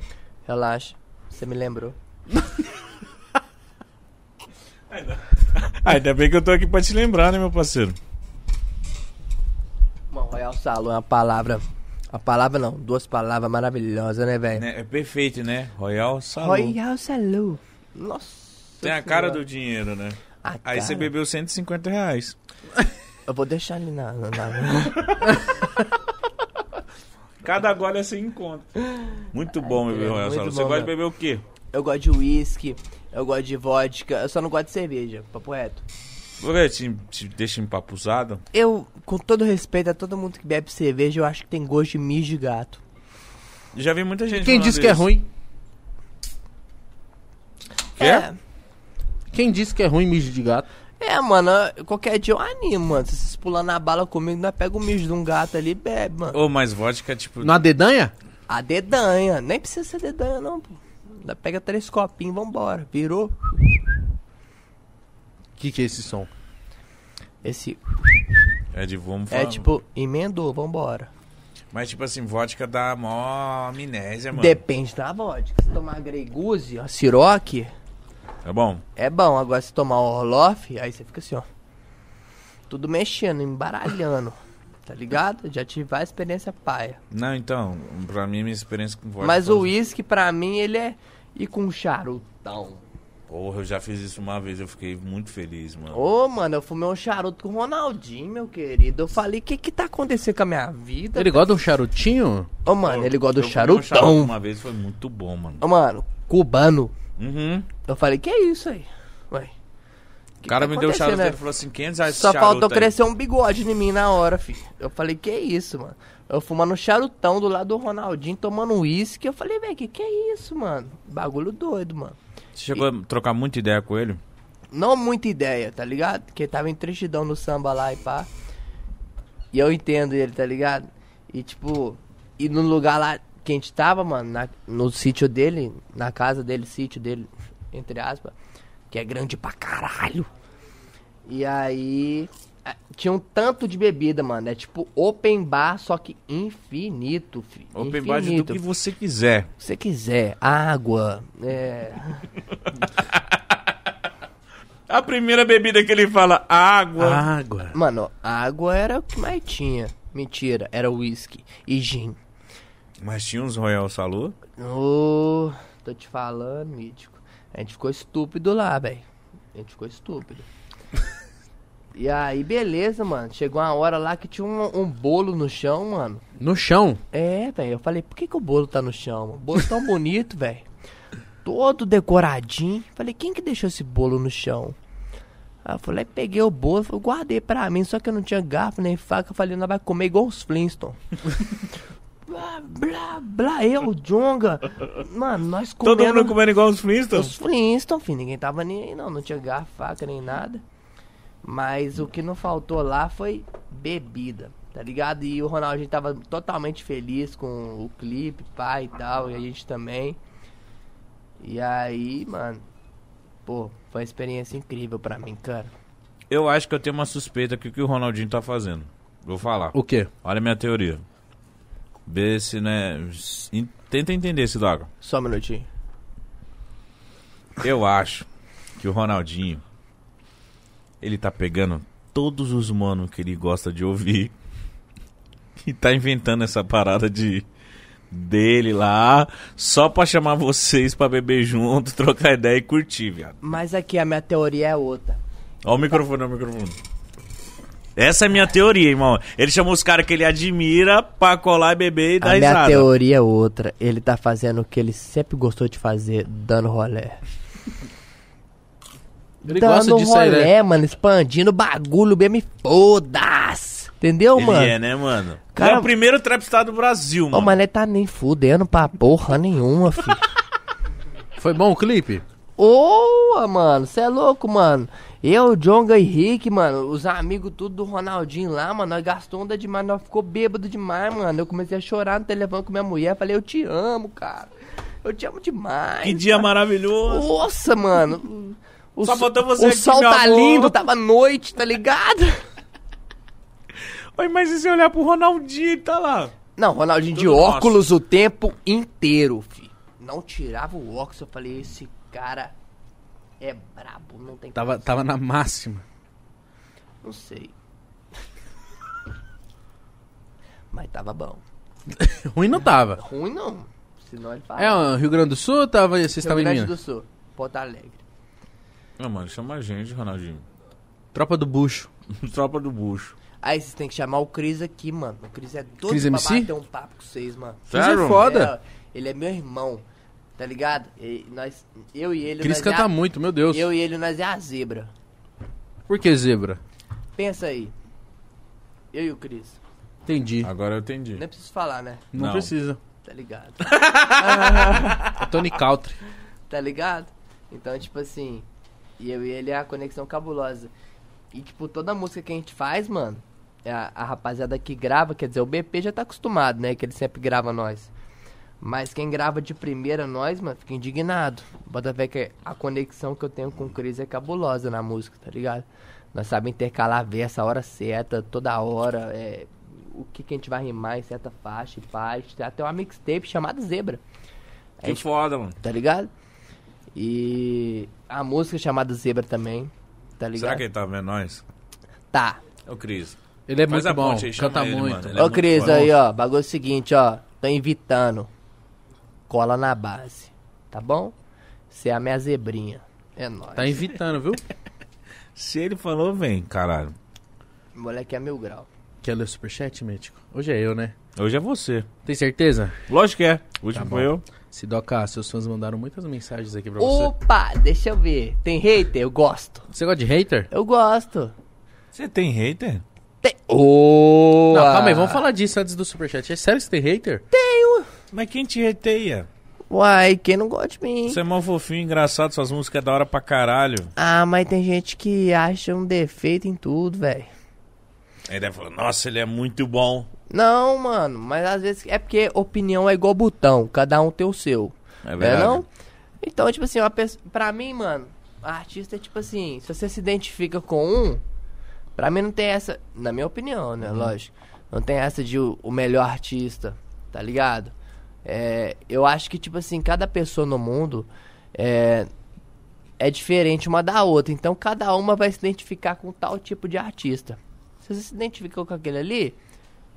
Speaker 3: Relaxa. Você me lembrou.
Speaker 2: Ah, ainda bem que eu tô aqui pra te lembrar, né, meu parceiro?
Speaker 3: Bom, Royal Salão é uma palavra. A palavra não, duas palavras maravilhosas, né, velho?
Speaker 2: Né, É perfeito, né? Royal Salão.
Speaker 3: Royal Salão. Nossa.
Speaker 2: Tem a cara
Speaker 3: Senhora.
Speaker 2: do dinheiro, né?
Speaker 3: A
Speaker 2: Aí você
Speaker 3: cara.
Speaker 2: bebeu 150 reais.
Speaker 3: Eu vou deixar ali na. na,
Speaker 2: Cada gole é sem conta. Muito bom
Speaker 3: Ai,
Speaker 2: beber Royal
Speaker 3: muito
Speaker 2: Salão.
Speaker 3: bom,
Speaker 2: Você gosta de
Speaker 3: né?
Speaker 2: beber o quê?
Speaker 3: eu gosto de uísque, eu gosto de vodka, eu só não gosto de cerveja, papo reto.
Speaker 2: Vou ver, te, te deixa empapuzado.
Speaker 3: Eu, com todo respeito a todo mundo que bebe cerveja, eu acho que tem gosto de mijo de gato.
Speaker 2: Já vi muita gente
Speaker 1: Quem
Speaker 2: falando
Speaker 1: disse que é
Speaker 2: isso.
Speaker 1: ruim?
Speaker 2: Quê?
Speaker 1: Quem disse que é ruim mijo de gato?
Speaker 3: É, mano, eu- qualquer dia eu animo, mano. Se vocês pular na bala comigo, nós pega o mijo de um gato ali e bebe, mano.
Speaker 2: Ô, mas vodka, tipo...
Speaker 1: Na dedanha?
Speaker 3: A dedanha. Nem precisa ser dedanha, não, pô. Ainda Pega três copinhos, vambora. Virou
Speaker 1: O que, que é esse som?
Speaker 3: esse.
Speaker 2: É de vamos
Speaker 3: É tipo, emendou, vambora.
Speaker 2: Mas, tipo assim, vodka dá mó amnésia, mano.
Speaker 3: Depende da vodka. Se tomar Greguzi, ó, Ciroc,
Speaker 2: Tá bom?
Speaker 3: é bom. Agora se tomar Orloff, aí você fica assim, ó. Tudo mexendo, embaralhando. Tá ligado? Já tive várias experiência paia.
Speaker 2: Não, então, pra mim, minha experiência com vodka...
Speaker 3: Mas o uísque, pra mim, ele é. E com charutão.
Speaker 4: um.
Speaker 2: Porra, eu já fiz isso uma vez, eu fiquei muito feliz, mano.
Speaker 3: Ô, mano, eu fumei um charuto com o Ronaldinho, meu querido. Eu falei, o que que tá acontecendo com a minha vida?
Speaker 1: Ele gosta de um charutinho?
Speaker 3: Ô, mano, ele gosta
Speaker 2: Eu
Speaker 3: do
Speaker 2: comi um charuto
Speaker 3: charutão.
Speaker 2: Uma vez foi muito bom, mano.
Speaker 3: Ô, mano, cubano.
Speaker 2: Uhum.
Speaker 3: Eu falei, que é isso aí? Ué.
Speaker 2: O cara me deu o charuto,
Speaker 3: né?
Speaker 2: ele falou assim, 500 reais esse
Speaker 3: Só
Speaker 2: charuto
Speaker 3: faltou
Speaker 2: aí.
Speaker 3: crescer um bigode em mim na hora, filho. Eu falei, que é isso, mano? Eu fumando um charutão do lado do Ronaldinho, tomando uísque. Eu falei, velho, que que é isso, mano? Bagulho doido, mano.
Speaker 2: Você chegou a trocar muita ideia com ele?
Speaker 3: Não muita ideia, tá ligado? Porque tava em tristidão no samba lá e pá. E eu entendo ele, tá ligado? E tipo, e no lugar lá que a gente tava, mano, na- no sítio dele, na casa dele, sítio dele, entre aspas, que é grande pra caralho. E aí, ah, Tinha um tanto de bebida, mano. É tipo open bar, só que infinito, filho.
Speaker 2: Open
Speaker 3: infinito.
Speaker 2: bar de do que você quiser.
Speaker 3: você quiser. Água. É.
Speaker 2: A primeira bebida que ele fala, água.
Speaker 1: Água.
Speaker 3: Mano, água era o que mais tinha. Mentira, era whisky e gin.
Speaker 2: Mas tinha uns Royal Salud.
Speaker 3: Ô, tô te falando, mítico. A gente ficou estúpido lá, velho. A gente ficou estúpido. e aí, beleza, mano. Chegou uma hora lá que tinha um, um bolo no chão, mano.
Speaker 1: No chão.
Speaker 3: É, velho. Eu falei, por que, que o bolo tá no chão? Mano? O bolo tão bonito, velho. Todo decoradinho. Falei, quem que deixou esse bolo no chão? Aí eu falei, "É, peguei o bolo, falei, guardei pra mim, só que eu não tinha garfo nem faca. Eu falei, nós vai comer igual os Flintstones. blá, blá, blá, eu, Jonga. Mano, nós comemos.
Speaker 2: Todo mundo comendo igual os
Speaker 3: Os
Speaker 2: Flintstones.
Speaker 3: Flintstones, filho, ninguém tava nem aí, não. Não tinha garfo, faca, nem nada. Mas o que não faltou lá foi bebida, tá ligado? E o Ronaldinho tava totalmente feliz com o clipe, pai e tal, e a gente também. E aí, mano, pô, foi uma experiência incrível pra mim, cara.
Speaker 2: Eu acho que eu tenho uma suspeita que o que o Ronaldinho tá fazendo. Vou falar.
Speaker 1: O quê?
Speaker 2: Olha a minha teoria. Vê se, né... en- Tenta entender esse Dago.
Speaker 3: Só um minutinho.
Speaker 2: Eu acho que o Ronaldinho... Ele tá pegando todos os mano que ele gosta de ouvir. E tá inventando essa parada de... Dele lá, só pra chamar vocês pra beber junto, trocar ideia e curtir, viado.
Speaker 3: Mas aqui a minha teoria é outra.
Speaker 2: Ó o microfone, ó o microfone. Essa é a minha teoria, irmão. Ele chamou os caras que ele admira pra colar e beber e dar
Speaker 3: a minha
Speaker 2: risada.
Speaker 3: teoria é outra. Ele tá fazendo o que ele sempre gostou de fazer, dando rolé.
Speaker 1: Ele
Speaker 3: dando um
Speaker 1: gosta disso aí,
Speaker 3: rolé,
Speaker 1: né?
Speaker 3: mano, expandindo o bagulho mesmo e foda-se. Entendeu,
Speaker 2: Ele
Speaker 3: mano?
Speaker 2: é, né, mano?
Speaker 3: Cara-
Speaker 2: É o primeiro trapstar do Brasil,
Speaker 3: Ô,
Speaker 2: mano.
Speaker 3: mas ele tá nem fudendo pra porra nenhuma, filho.
Speaker 1: Foi bom o clipe?
Speaker 3: Oa, mano, cê é louco, mano. Eu, Jonga e Rick, mano, os amigos tudo do Ronaldinho lá, mano, nós gastou onda demais, nós ficou bêbado demais, mano. Eu comecei a chorar no telefone com minha mulher, falei, eu te amo, cara. Eu te amo demais.
Speaker 2: Que dia
Speaker 3: mano.
Speaker 2: maravilhoso.
Speaker 3: Nossa, mano. O
Speaker 2: Só
Speaker 3: sol-
Speaker 2: faltou você
Speaker 3: O
Speaker 2: aqui,
Speaker 3: sol
Speaker 2: meu
Speaker 3: tá
Speaker 2: amor.
Speaker 3: lindo, tava noite, tá ligado?
Speaker 2: Oi, mas e se olhar pro Ronaldinho, ele tá lá?
Speaker 3: Não, Ronaldinho de
Speaker 2: Tudo nosso.
Speaker 3: óculos o tempo inteiro, fi. Não tirava o óculos, eu falei, esse cara é brabo, não tem
Speaker 1: Tava, tá-
Speaker 3: como-
Speaker 1: tava na máxima.
Speaker 3: Não sei. Mas tava bom.
Speaker 1: Ruim não tava.
Speaker 3: Ruim não, senão ele fala.
Speaker 1: É, ó, Rio Grande do Sul tava, vocês
Speaker 3: Rio
Speaker 1: estavam em
Speaker 3: Grande
Speaker 1: Minas?
Speaker 3: do Sul, Porto Alegre.
Speaker 2: Não, mano, chama a gente, Ronaldinho.
Speaker 1: Tropa do Bucho.
Speaker 2: Tropa do bucho.
Speaker 3: Aí vocês têm que chamar o Cris aqui, mano. O Cris é doido
Speaker 1: Cris
Speaker 3: pra
Speaker 1: MC?
Speaker 3: bater um papo com vocês, mano.
Speaker 1: Cris é
Speaker 2: Sério?
Speaker 1: foda.
Speaker 3: É, ele é meu irmão, tá ligado? E nós, eu e ele...
Speaker 1: Cris
Speaker 3: nós é
Speaker 1: canta
Speaker 3: a-
Speaker 1: muito, meu Deus.
Speaker 3: Eu e ele, nós é a zebra.
Speaker 1: Por que zebra?
Speaker 3: Pensa aí. Eu e o Cris.
Speaker 1: Entendi.
Speaker 2: Agora eu entendi.
Speaker 3: Nem preciso falar, né?
Speaker 1: Não,
Speaker 2: Não.
Speaker 1: precisa.
Speaker 3: Tá ligado?
Speaker 1: É Tony Country.
Speaker 3: Tá ligado? Então, tipo assim, e eu e ele é a conexão cabulosa. E, tipo, toda música que a gente faz, mano, é a, a rapaziada que grava, quer dizer, o BP já tá acostumado, né? Que ele sempre grava nós. Mas quem grava de primeira nós, mano, fica indignado. Bota fé que a conexão que eu tenho com o Cris é cabulosa na música, tá ligado? Nós sabemos intercalar verso a hora certa, toda hora, é, o que, que a gente vai rimar em certa faixa e parte. Tem até uma mixtape chamada Zebra. A
Speaker 2: Que É foda, mano.
Speaker 3: tá ligado? E a música chamada Zebra também, tá ligado?
Speaker 2: Será que ele tá vendo nós?
Speaker 3: Tá.
Speaker 2: É o Cris.
Speaker 1: Ele é
Speaker 2: Faz a
Speaker 1: muito bom,
Speaker 2: ponte aí, chama
Speaker 1: canta
Speaker 2: ele,
Speaker 1: muito.
Speaker 2: mano. Ele é
Speaker 3: Ô,
Speaker 2: muito
Speaker 3: Cris,
Speaker 2: bom.
Speaker 3: aí, ó, bagulho é o seguinte, ó, tô invitando. Cola na base, tá bom? Você é a minha zebrinha. É nóis.
Speaker 1: Tá invitando, viu?
Speaker 2: Se ele falou, vem, caralho.
Speaker 3: Moleque é mil grau.
Speaker 1: Quer ler o superchat, Mítico? Hoje é eu, né?
Speaker 2: Hoje é você.
Speaker 1: Tem certeza?
Speaker 2: Lógico que é. O último
Speaker 1: bom.
Speaker 2: foi eu.
Speaker 1: Sidoca, seus fãs mandaram muitas mensagens aqui pra você.
Speaker 3: Opa, deixa eu ver. Tem hater? Eu gosto.
Speaker 1: Você gosta de hater?
Speaker 3: Eu gosto.
Speaker 2: Você tem hater?
Speaker 3: Tem... Ô!
Speaker 1: Não, calma aí, vamos falar disso antes do superchat. É sério que você tem hater? Tem.
Speaker 2: Mas quem te reteia?
Speaker 3: Uai, quem não gosta de mim?
Speaker 2: Você é mó fofinho, engraçado, suas músicas é da hora pra caralho.
Speaker 3: Ah, mas tem gente que acha um defeito em tudo, velho.
Speaker 2: Aí deve falar, nossa, ele é muito bom.
Speaker 3: Não, mano, mas às vezes é porque opinião é igual botão, cada um tem o seu.
Speaker 2: É
Speaker 3: Não É
Speaker 2: verdade.
Speaker 3: não? Então, tipo assim, uma pessoa, pra mim, mano, artista é tipo assim, se você se identifica com um, Pra mim não tem essa, na minha opinião,
Speaker 2: Uhum.
Speaker 3: né? Lógico. Não tem essa de o, o melhor artista, tá ligado? É, eu acho que, tipo assim, cada pessoa no mundo é, é diferente uma da outra. Então cada uma vai se identificar com tal tipo de artista. Se você se identificou com aquele ali,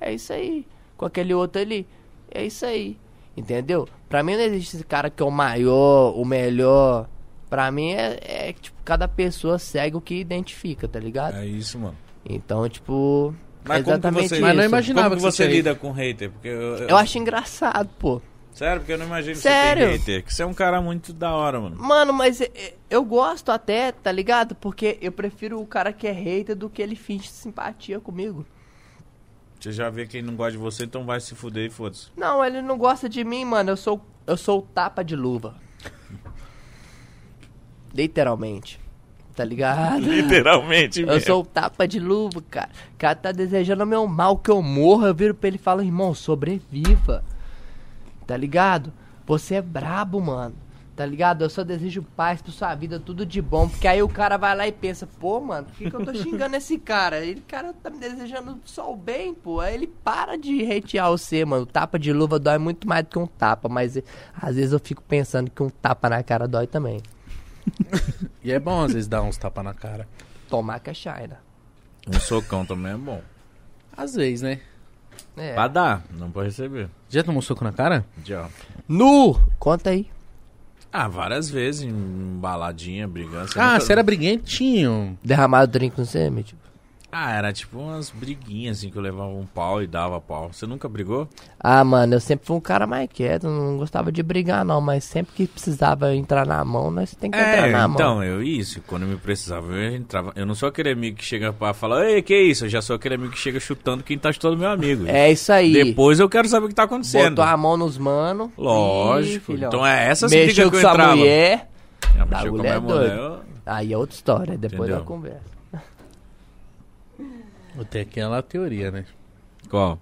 Speaker 3: é isso aí. Com aquele outro ali, é isso aí. Entendeu? Pra mim não existe esse cara que é o maior, o melhor. Pra mim é, é tipo, cada pessoa segue o que identifica, tá ligado?
Speaker 2: É isso, mano.
Speaker 3: Então, tipo. é
Speaker 2: como que
Speaker 3: exatamente
Speaker 2: você-
Speaker 3: isso.
Speaker 1: Mas não imagina- imaginava
Speaker 2: Como que
Speaker 1: que você
Speaker 2: você
Speaker 1: seria.
Speaker 2: lida com hater? Porque eu, eu-
Speaker 3: Eu acho engraçado, pô.
Speaker 2: Sério, porque eu não imagino
Speaker 3: Sério?
Speaker 2: que você tem hater. Que você é um cara muito da hora, mano.
Speaker 3: Mano, mas é- é- eu gosto até, tá ligado? Porque eu prefiro o cara que é hater do que ele finge simpatia comigo.
Speaker 2: Você já vê quem não gosta de você, então vai se fuder e foda-se.
Speaker 3: Não, ele não gosta de mim, mano. Eu sou, eu sou o tapa de luva. Literalmente. Tá ligado?
Speaker 2: Literalmente,
Speaker 3: Eu
Speaker 2: mesmo.
Speaker 3: sou o tapa de luva, cara. O cara tá desejando o meu mal, que eu morra. Eu viro pra ele e falo, irmão, sobreviva. Tá ligado? Você é brabo, mano. Tá ligado? Eu só desejo paz pra sua vida, tudo de bom. Porque aí o cara vai lá e pensa, pô, mano, por que, que eu tô xingando esse cara? Ele, cara, tá me desejando só o bem, pô. Aí ele para de hatear você, mano. O tapa de luva dói muito mais do que um tapa. Mas eh, às vezes eu fico pensando que um tapa na cara dói também.
Speaker 1: E é bom às vezes dar uns tapas na cara.
Speaker 3: Tomar que é China.
Speaker 2: Um socão também é bom.
Speaker 1: Às vezes, né?
Speaker 3: É.
Speaker 2: Pra dar, não pra receber.
Speaker 1: Já tomou soco na cara?
Speaker 2: Já.
Speaker 3: Nu! Conta aí.
Speaker 2: Ah, várias vezes, em baladinha, brigando. Você
Speaker 1: Ah,
Speaker 2: nunca-
Speaker 1: você era briguentinho.
Speaker 3: Derramar o drink no sêmen, tipo.
Speaker 2: Ah, era tipo umas briguinhas, assim, que eu levava um pau e dava pau. Você nunca brigou?
Speaker 3: Ah, mano, eu sempre fui um cara mais quieto, não gostava de brigar não, mas sempre que precisava entrar na mão, nós tem que entrar na mão.
Speaker 2: então, eu isso. Quando eu me precisava, eu entrava. Eu não sou aquele amigo que chega pra falar, ei, que isso? Eu já sou aquele amigo que chega chutando quem tá chutando meu amigo.
Speaker 3: É isso aí.
Speaker 2: Depois eu quero saber o que tá acontecendo.
Speaker 3: Botou a mão nos mano.
Speaker 2: Lógico.
Speaker 3: Ih, filhão.
Speaker 2: então é essas brigas que
Speaker 3: Mexeu
Speaker 2: eu
Speaker 3: com sua
Speaker 2: entrava.
Speaker 3: mulher.
Speaker 2: Ah,
Speaker 3: Da
Speaker 2: mexeu com a
Speaker 3: mulher
Speaker 2: minha
Speaker 3: é
Speaker 2: mulher.
Speaker 3: doido. Aí é outra história, depois
Speaker 2: Entendeu?
Speaker 3: eu converso.
Speaker 1: Eu tenho aquela teoria, né?
Speaker 2: eu- Qual?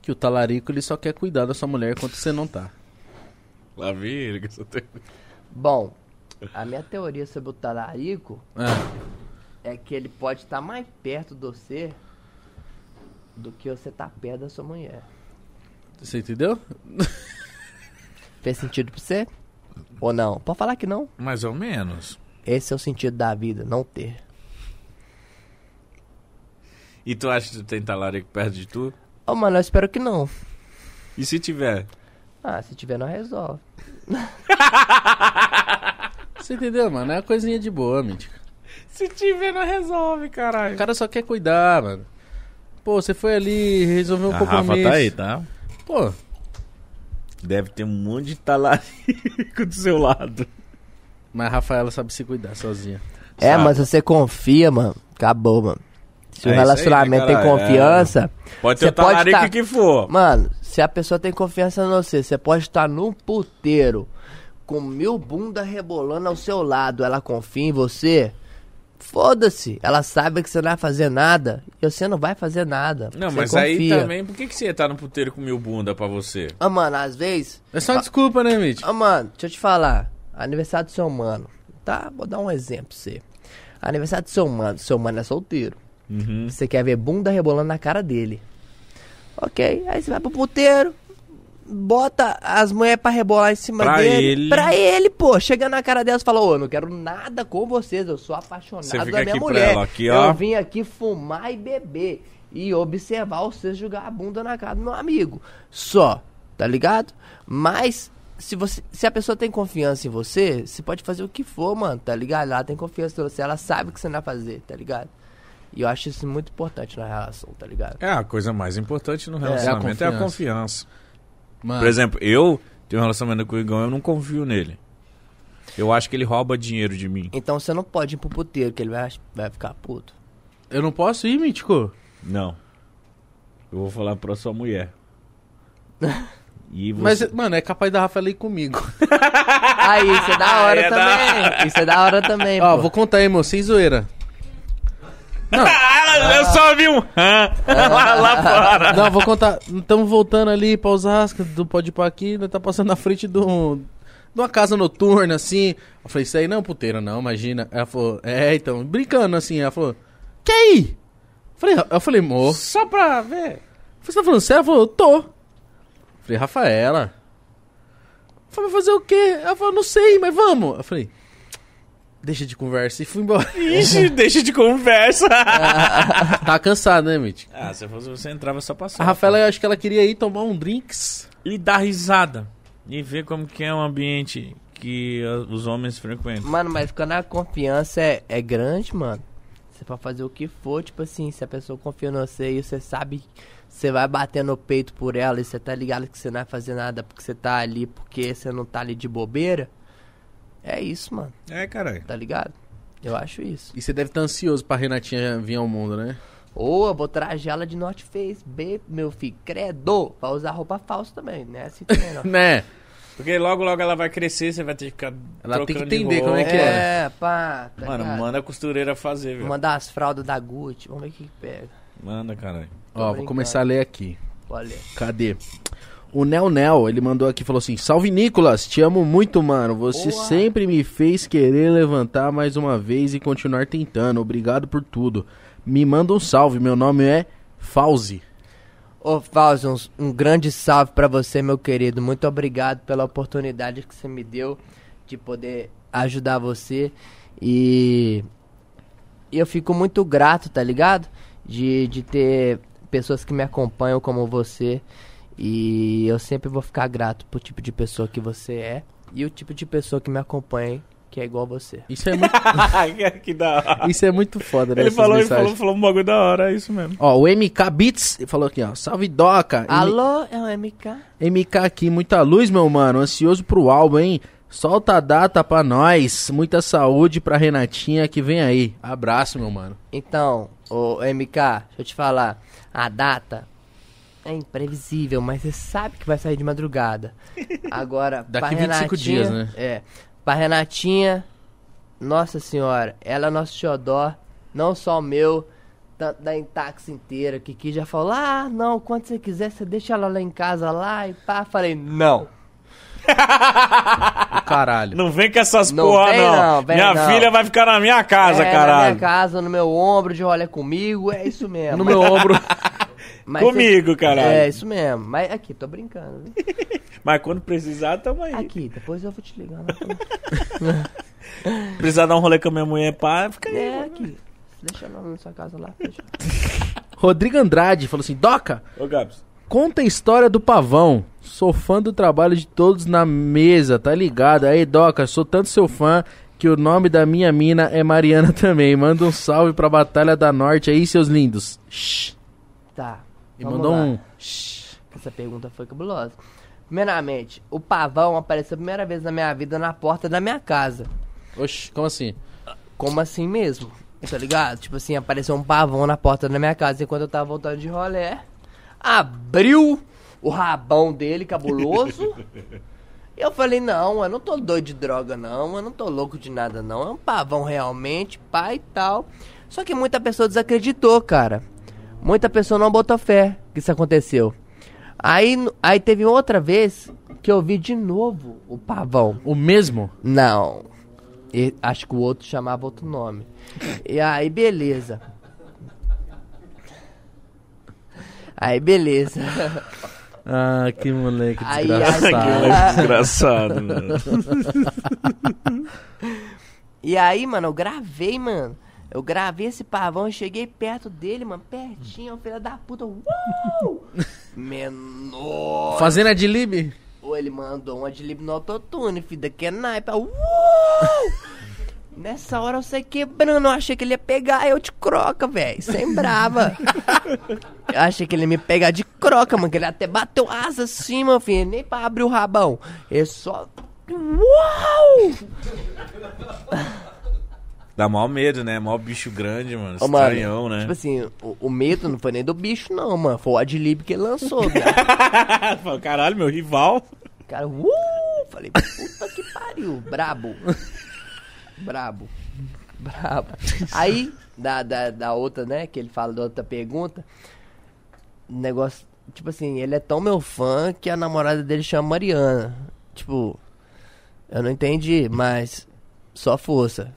Speaker 1: Que o talarico ele só quer cuidar da sua mulher enquanto você não tá.
Speaker 2: Lá vi ele que eu só tenho.
Speaker 3: Bom, a minha teoria sobre o talarico é que ele pode estar mais perto de você do que você tá perto da sua mulher.
Speaker 1: Você entendeu?
Speaker 3: Fez sentido pra você? Ou não? Pode falar que não.
Speaker 2: Mais ou menos.
Speaker 3: Esse é o sentido da vida, não ter.
Speaker 2: E tu acha que tu tem talarico perto de tu?
Speaker 3: Ô, mano, eu espero que não.
Speaker 2: E se tiver?
Speaker 3: Ah, se tiver, não resolve.
Speaker 1: Você entendeu, mano? É uma coisinha de boa, mítico.
Speaker 2: Se tiver, não resolve,
Speaker 1: O
Speaker 2: caralho.
Speaker 1: cara só quer cuidar, mano. Pô, você foi ali, resolveu um
Speaker 2: A
Speaker 1: compromisso.
Speaker 2: Rafa tá aí, tá?
Speaker 1: Pô,
Speaker 2: Deve ter um monte de talarico do seu lado.
Speaker 1: mas a Rafaela sabe se cuidar sozinha.
Speaker 3: É,
Speaker 2: Sabe?
Speaker 3: mas se você confia, mano, acabou, mano. Se
Speaker 2: É isso
Speaker 3: o
Speaker 2: aí, né,
Speaker 3: relacionamento tem
Speaker 2: caralho?
Speaker 3: confiança.
Speaker 2: Pode ter
Speaker 3: Você
Speaker 2: o talarico
Speaker 3: pode tá-
Speaker 2: que for.
Speaker 3: Mano, se a pessoa tem confiança em você, você pode estar num puteiro com mil bunda rebolando ao seu lado, ela confia em você. Foda-se, ela sabe que você não vai fazer nada e você não vai fazer nada.
Speaker 2: Não,
Speaker 3: você
Speaker 2: mas aí
Speaker 3: confia.
Speaker 2: também, por que, que você ia estar no puteiro com mil bunda pra você?
Speaker 3: Ah, mano, às vezes
Speaker 1: É
Speaker 2: Ah.
Speaker 1: só uma desculpa, né, mítico?
Speaker 3: Ô, Ah, mano, deixa eu te falar. Aniversário do seu mano, tá? Vou dar um exemplo pra você. Aniversário do seu mano. Seu mano é solteiro.
Speaker 2: Uhum.
Speaker 3: Você quer ver bunda rebolando na cara dele. Ok, aí você vai pro puteiro, bota as mulheres pra rebolar em cima
Speaker 2: Pra
Speaker 3: dele.
Speaker 2: ele.
Speaker 3: Pra ele, pô. Chegando na cara delas, fala, ô, eu não quero nada com vocês, eu sou apaixonado
Speaker 2: Você fica
Speaker 3: da é minha
Speaker 2: aqui pra
Speaker 3: mulher.
Speaker 2: ela, aqui,
Speaker 3: eu
Speaker 2: ó.
Speaker 3: vim aqui fumar e beber e observar vocês jogar a bunda na cara do meu amigo. Só, tá ligado? Mas se você, se a pessoa tem confiança em você, você pode fazer o que for, mano, tá ligado? Ela tem confiança em você, ela sabe o que você não vai fazer, tá ligado? E eu acho isso muito importante na relação, tá ligado?
Speaker 2: É, a coisa mais importante no
Speaker 1: relacionamento é a
Speaker 2: confiança.
Speaker 1: Mano,
Speaker 2: Por exemplo, eu tenho um relacionamento com o Igão, eu não confio nele. Eu acho que ele rouba dinheiro de mim.
Speaker 3: Então você não pode ir pro puteiro, que ele vai, vai ficar puto.
Speaker 1: eu não posso ir, mítico?
Speaker 2: Não. Eu vou falar pra sua mulher. E
Speaker 1: Mas,
Speaker 2: você...
Speaker 1: mano, é capaz da Rafaela ir comigo.
Speaker 3: Aí, isso é da hora
Speaker 2: É da
Speaker 3: também. Isso é da hora também,
Speaker 1: Ó,
Speaker 3: pô.
Speaker 1: vou contar aí, moço, sem zoeira.
Speaker 2: Ah, eu só vi um hã lá, lá fora.
Speaker 1: Não, vou contar. Estamos voltando ali pra Osasco, do Pode Pá aqui, nós tá passando na frente de, um, de uma casa noturna, assim. "É, Eu falei, isso aí não, puteira, não, imagina. Ela falou, é, então, brincando assim, ela falou, que aí? Falei, eu falei, mo,
Speaker 2: Só pra ver.
Speaker 1: você tá falando sério? Ela falou, eu tô. Falei, Rafaela. Eu Falei, fazer o quê? Ela falou, não sei, mas vamos. Eu falei, deixa de conversa e fui embora.
Speaker 2: Ixi, deixa de conversa.
Speaker 1: Tava cansado, né, Mitch?
Speaker 2: Ah, se eu fosse você, entrava só pra
Speaker 1: A Rafaela, eu acho que ela queria ir tomar um drinks.
Speaker 2: E dar risada. E ver como que é um ambiente que ah, os homens frequentam.
Speaker 3: Mano, mas quando a confiança é, é grande, mano, você pode fazer o que for, tipo assim, se a pessoa confia em você e você sabe, que você vai bater no peito por ela e você tá ligado que você não vai fazer nada porque você tá ali, porque você não tá ali de bobeira. É isso, mano,
Speaker 2: É, caralho.
Speaker 3: tá ligado? Eu acho isso.
Speaker 1: E você deve estar ansioso pra Renatinha vir ao mundo, né?
Speaker 3: Ou eu vou trajar ela de North Face, B, meu filho, credo, pra usar roupa falsa também, né? Assim também, não.
Speaker 1: Né?
Speaker 2: Porque logo, logo ela vai crescer, você vai ter que ficar
Speaker 1: Ela tem que
Speaker 2: trocando de
Speaker 1: entender como é que
Speaker 2: roupa.
Speaker 3: É, pá, tá
Speaker 2: Mano,
Speaker 3: ligado?
Speaker 2: manda a costureira fazer, velho. Manda,
Speaker 3: Mandar as fraldas da Gucci, vamos ver o que que pega.
Speaker 2: caralho.
Speaker 1: Ó, vou
Speaker 3: brincando.
Speaker 1: começar a ler aqui.
Speaker 3: Olha.
Speaker 1: Cadê? O Nel Nel, ele mandou aqui, falou assim: Salve Nicolas, te amo muito, mano. Você
Speaker 3: Boa.
Speaker 1: sempre me fez querer levantar mais uma vez e continuar tentando. Obrigado por tudo. Me manda um salve, meu nome é Fauzi.
Speaker 3: Ô, Fausto, uns- um, grande salve pra você, meu querido. Muito obrigado pela oportunidade que você me deu de poder ajudar você. E e eu fico muito grato, tá ligado? De, de ter pessoas que me acompanham como você. E eu sempre vou ficar grato pro tipo de pessoa que você é e o tipo de pessoa que me acompanha, que é igual você.
Speaker 1: Isso é muito,
Speaker 2: que da hora.
Speaker 1: isso é muito foda, né?
Speaker 2: Ele
Speaker 1: essas
Speaker 2: falou, ele
Speaker 1: mensagens.
Speaker 2: falou, falou um bagulho da hora, é isso mesmo.
Speaker 1: Ó, o MK Beats falou aqui, ó. Salve Doca.
Speaker 3: Alô, é o MK?
Speaker 1: MK aqui, muita luz, meu mano. Ansioso pro álbum, hein? Solta a data pra nós. Muita saúde pra Renatinha que vem aí. Abraço, meu mano.
Speaker 3: Então, ô MK, deixa eu te falar. A data é imprevisível, mas você sabe que vai sair de madrugada. Agora,
Speaker 1: Daqui
Speaker 3: pra
Speaker 1: 25
Speaker 3: Renatinha-
Speaker 1: dias, né?
Speaker 3: É. Pra Renatinha, nossa senhora, ela é nosso xodó, não só o meu, tanto da Intax inteira. Kiki já falou, ah, não, quando você quiser, você deixa ela lá em casa, lá e pá. Falei, não.
Speaker 1: Do Caralho.
Speaker 2: Não vem com essas
Speaker 3: Não
Speaker 2: porra,
Speaker 3: vem
Speaker 2: não.
Speaker 3: não, vem
Speaker 2: minha
Speaker 3: não.
Speaker 2: filha vai ficar na minha casa,
Speaker 3: é, Na
Speaker 2: caralho.
Speaker 3: minha casa, no meu ombro, de rolê comigo, é isso mesmo.
Speaker 1: No meu ombro.
Speaker 3: Mas você-
Speaker 2: Comigo, caralho.
Speaker 3: É, isso mesmo. Mas aqui, tô brincando, viu?
Speaker 2: Mas quando precisar, tamo aí.
Speaker 3: Aqui, depois eu vou te ligar. né?
Speaker 2: Precisar dar um rolê com a minha mulher, pá, fica aí.
Speaker 3: é, aqui. Deixa ela na sua casa lá. Deixa.
Speaker 1: Rodrigo Andrade falou assim: Doca,
Speaker 2: Ô, Gabs.
Speaker 1: conta a história do pavão. Sou fã do trabalho de todos na mesa, tá ligado? Aí, Doca, sou tanto seu fã que o nome da minha mina é Mariana também. Manda um salve pra Batalha da Norte aí, seus lindos. Shhh.
Speaker 3: Tá.
Speaker 1: E
Speaker 3: vamos
Speaker 1: mandou
Speaker 3: lá.
Speaker 1: um.
Speaker 3: Essa pergunta foi cabulosa. Primeiramente, o pavão apareceu a primeira vez na minha vida na porta da minha casa.
Speaker 1: Oxi, como assim?
Speaker 3: Como assim mesmo? Tá ligado? Tipo assim, apareceu um pavão na porta da minha casa enquanto eu tava voltando de rolé. Abriu o rabão dele, cabuloso. eu falei, não, eu não tô doido de droga, não. Eu não tô louco de nada, não. É um pavão realmente, pai e tal. Só que muita pessoa desacreditou, cara. Muita pessoa não botou fé que isso aconteceu. Aí, aí teve outra vez que eu vi de novo o pavão.
Speaker 1: O mesmo?
Speaker 3: Não. E- acho que o outro chamava outro nome. E aí, beleza. Aí, beleza.
Speaker 1: Ah, que moleque
Speaker 3: Ai, ai,
Speaker 2: Que
Speaker 1: desgraçado.
Speaker 2: moleque desgraçado, mano.
Speaker 3: E aí, mano, eu gravei, mano. Eu gravei esse pavão, cheguei perto dele, mano, pertinho, filho da puta. Uou! Menor!
Speaker 1: Fazendo a de lib?
Speaker 3: Ou ele mandou uma de lib no autotune, filho, daqui é naipe. Uou! Nessa hora eu saí quebrando, eu achei que ele ia pegar eu de croca, velho, sem brava. eu achei que ele ia me pegar de croca, mano, que ele até bateu asa assim, meu filho, nem pra abrir o rabão. Ele só... Uau!
Speaker 2: Dá mó medo, né? Mó bicho grande, mano.
Speaker 3: Ô, mano,
Speaker 2: Estranhão, né?
Speaker 3: Tipo assim, o, o medo não foi nem do bicho, não, mano. Foi o adlib que ele lançou, velho. assim-
Speaker 2: Fala, Caralho, meu rival.
Speaker 3: Cara, uh! Falei, puta que pariu, brabo. Brabo. Brabo. Aí, da, da, da outra, né, que ele fala da outra pergunta, o negócio, tipo assim, ele é tão meu fã que a namorada dele chama Mariana. Tipo, eu não entendi, mas Só força.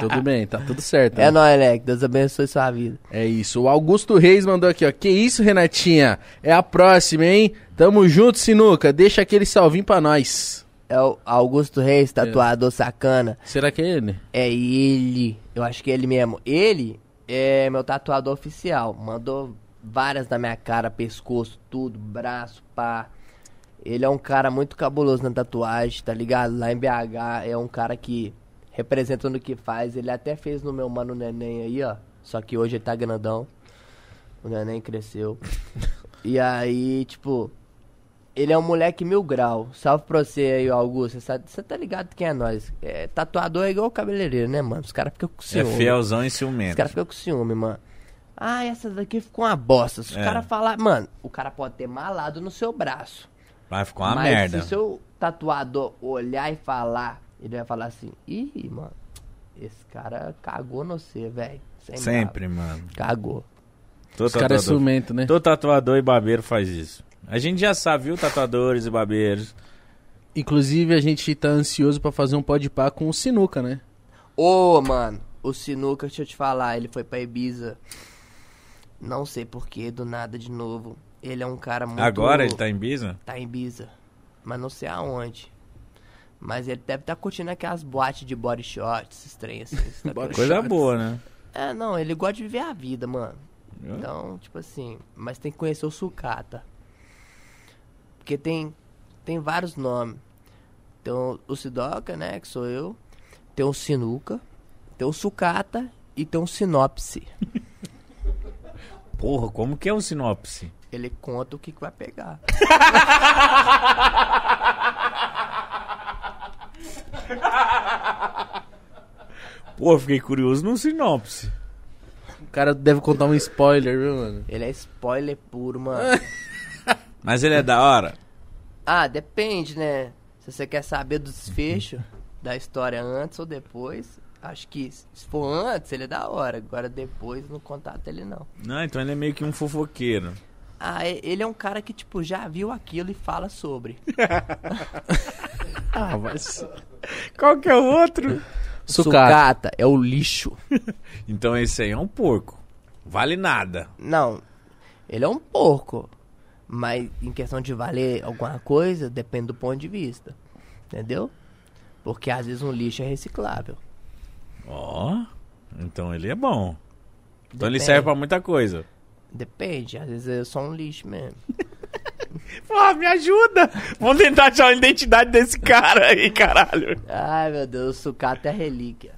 Speaker 1: Tudo bem, tá tudo certo.
Speaker 3: É
Speaker 1: né?
Speaker 3: nóis, Leque. Deus abençoe sua vida.
Speaker 1: É isso. O Augusto Reis mandou aqui, ó. Que isso, Renatinha? É a próxima, hein? Tamo junto, Sinuca. Deixa aquele salvinho pra nós.
Speaker 3: É o Augusto Reis, tatuador sacana.
Speaker 1: Será que é ele?
Speaker 3: É ele. Eu acho que é ele mesmo. Ele é meu tatuador oficial. Mandou várias na minha cara, pescoço, tudo, braço, pá. Ele é um cara muito cabuloso na tatuagem, tá ligado? Lá em BH é um cara que representa no que faz. Ele até fez no meu mano neném aí, ó. Só que hoje ele tá grandão. O neném cresceu. e aí, tipo, ele é um moleque mil grau. Salve pra você aí, Augusto. Você tá, você tá ligado quem é nós? É, tatuador é igual cabeleireiro, né, mano? Os caras ficam com
Speaker 2: É
Speaker 3: ciúme.
Speaker 2: fielzão e
Speaker 3: Os
Speaker 2: ciumento.
Speaker 3: caras ficam com ciúme, mano. Ah, essa daqui ficou uma bosta. Se
Speaker 2: É.
Speaker 3: o cara falar. Mano, o cara pode ter malado no seu braço.
Speaker 2: Mas ficou uma
Speaker 3: mas
Speaker 2: merda.
Speaker 3: se o seu tatuador olhar e falar, ele vai falar assim: ih, mano, esse cara cagou no você, velho. Sem
Speaker 2: Sempre, mano.
Speaker 3: bravo. Cagou.
Speaker 2: Todo
Speaker 1: Os caras é
Speaker 2: tatuador-
Speaker 1: ciumento, né?
Speaker 2: todo tatuador e barbeiro faz isso. A gente já sabe, viu? Tatuadores e barbeiros.
Speaker 1: Inclusive, a gente tá ansioso pra fazer um pode pá com o Sinuca, né?
Speaker 3: Ô, mano, o Sinuca, deixa eu te falar, ele foi pra Ibiza. Não sei porquê, do nada de novo. Ele é um cara muito.
Speaker 2: Agora ele tá em business?
Speaker 3: Tá em Ibiza. Mas não sei aonde. Mas ele deve estar tá curtindo aquelas boates de body shots, estranho assim. você tá
Speaker 1: Body
Speaker 3: curtindo?
Speaker 2: Coisa
Speaker 1: Shots.
Speaker 2: boa, né?
Speaker 3: É, não, ele gosta de viver a vida, mano. Então, tipo assim, mas tem que conhecer o sucata. Porque tem tem vários nomes. Tem o, o Sidoca, né, que sou eu. Tem o Sinuca, tem o sucata e tem o sinopse.
Speaker 2: Porra, como que é o sinopse?
Speaker 3: Ele conta o que, que vai pegar.
Speaker 2: Pô, fiquei curioso no sinopse.
Speaker 1: O cara deve contar um spoiler, viu, mano?
Speaker 3: Ele é spoiler puro, mano.
Speaker 2: Mas ele é da hora?
Speaker 3: Ah, depende, né? Se você quer saber do desfecho da história antes ou depois, acho que se for antes, ele é da hora. Agora depois não contata ele não.
Speaker 2: Não, então ele é meio que um fofoqueiro.
Speaker 3: Ah, e- ele é um cara que, tipo, já viu aquilo e fala sobre.
Speaker 1: Ah, mas...
Speaker 2: Qual que é o outro?
Speaker 1: Sucata.
Speaker 3: é o lixo.
Speaker 2: Então esse aí é um porco. Vale nada.
Speaker 3: Não, ele é um porco. Mas em questão de valer alguma coisa, depende do ponto de vista. Entendeu? Porque às vezes um lixo é reciclável.
Speaker 2: Ó, então ele é bom. Então ele
Speaker 3: Depende.
Speaker 2: serve pra muita coisa.
Speaker 3: Depende, às vezes é só um lixo mesmo.
Speaker 2: Porra, me ajuda! Vamos tentar achar a identidade desse cara aí, caralho.
Speaker 3: Ai, meu Deus, o sucata é relíquia.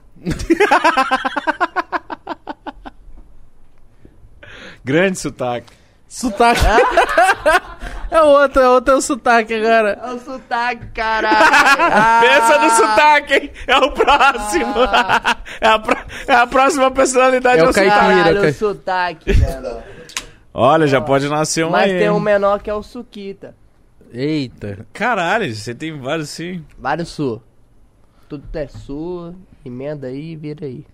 Speaker 2: Grande sotaque.
Speaker 1: Sotaque. é outro, é outro é o sotaque agora.
Speaker 3: É o sotaque, caralho.
Speaker 2: Pensa no sotaque, hein? É o próximo. é, a pró- é a próxima personalidade
Speaker 1: É o
Speaker 2: do sotaque.
Speaker 1: caipira.
Speaker 3: Caralho,
Speaker 1: cara.
Speaker 3: Ah. o sotaque, velho.
Speaker 2: Olha, já pode nascer um
Speaker 3: Mas
Speaker 2: aí.
Speaker 3: tem um
Speaker 2: hein?
Speaker 3: menor que é o Suquita.
Speaker 1: Eita.
Speaker 2: Caralho, você tem vários sim.
Speaker 3: Vários Su. Tudo é Su. Emenda aí e vira aí.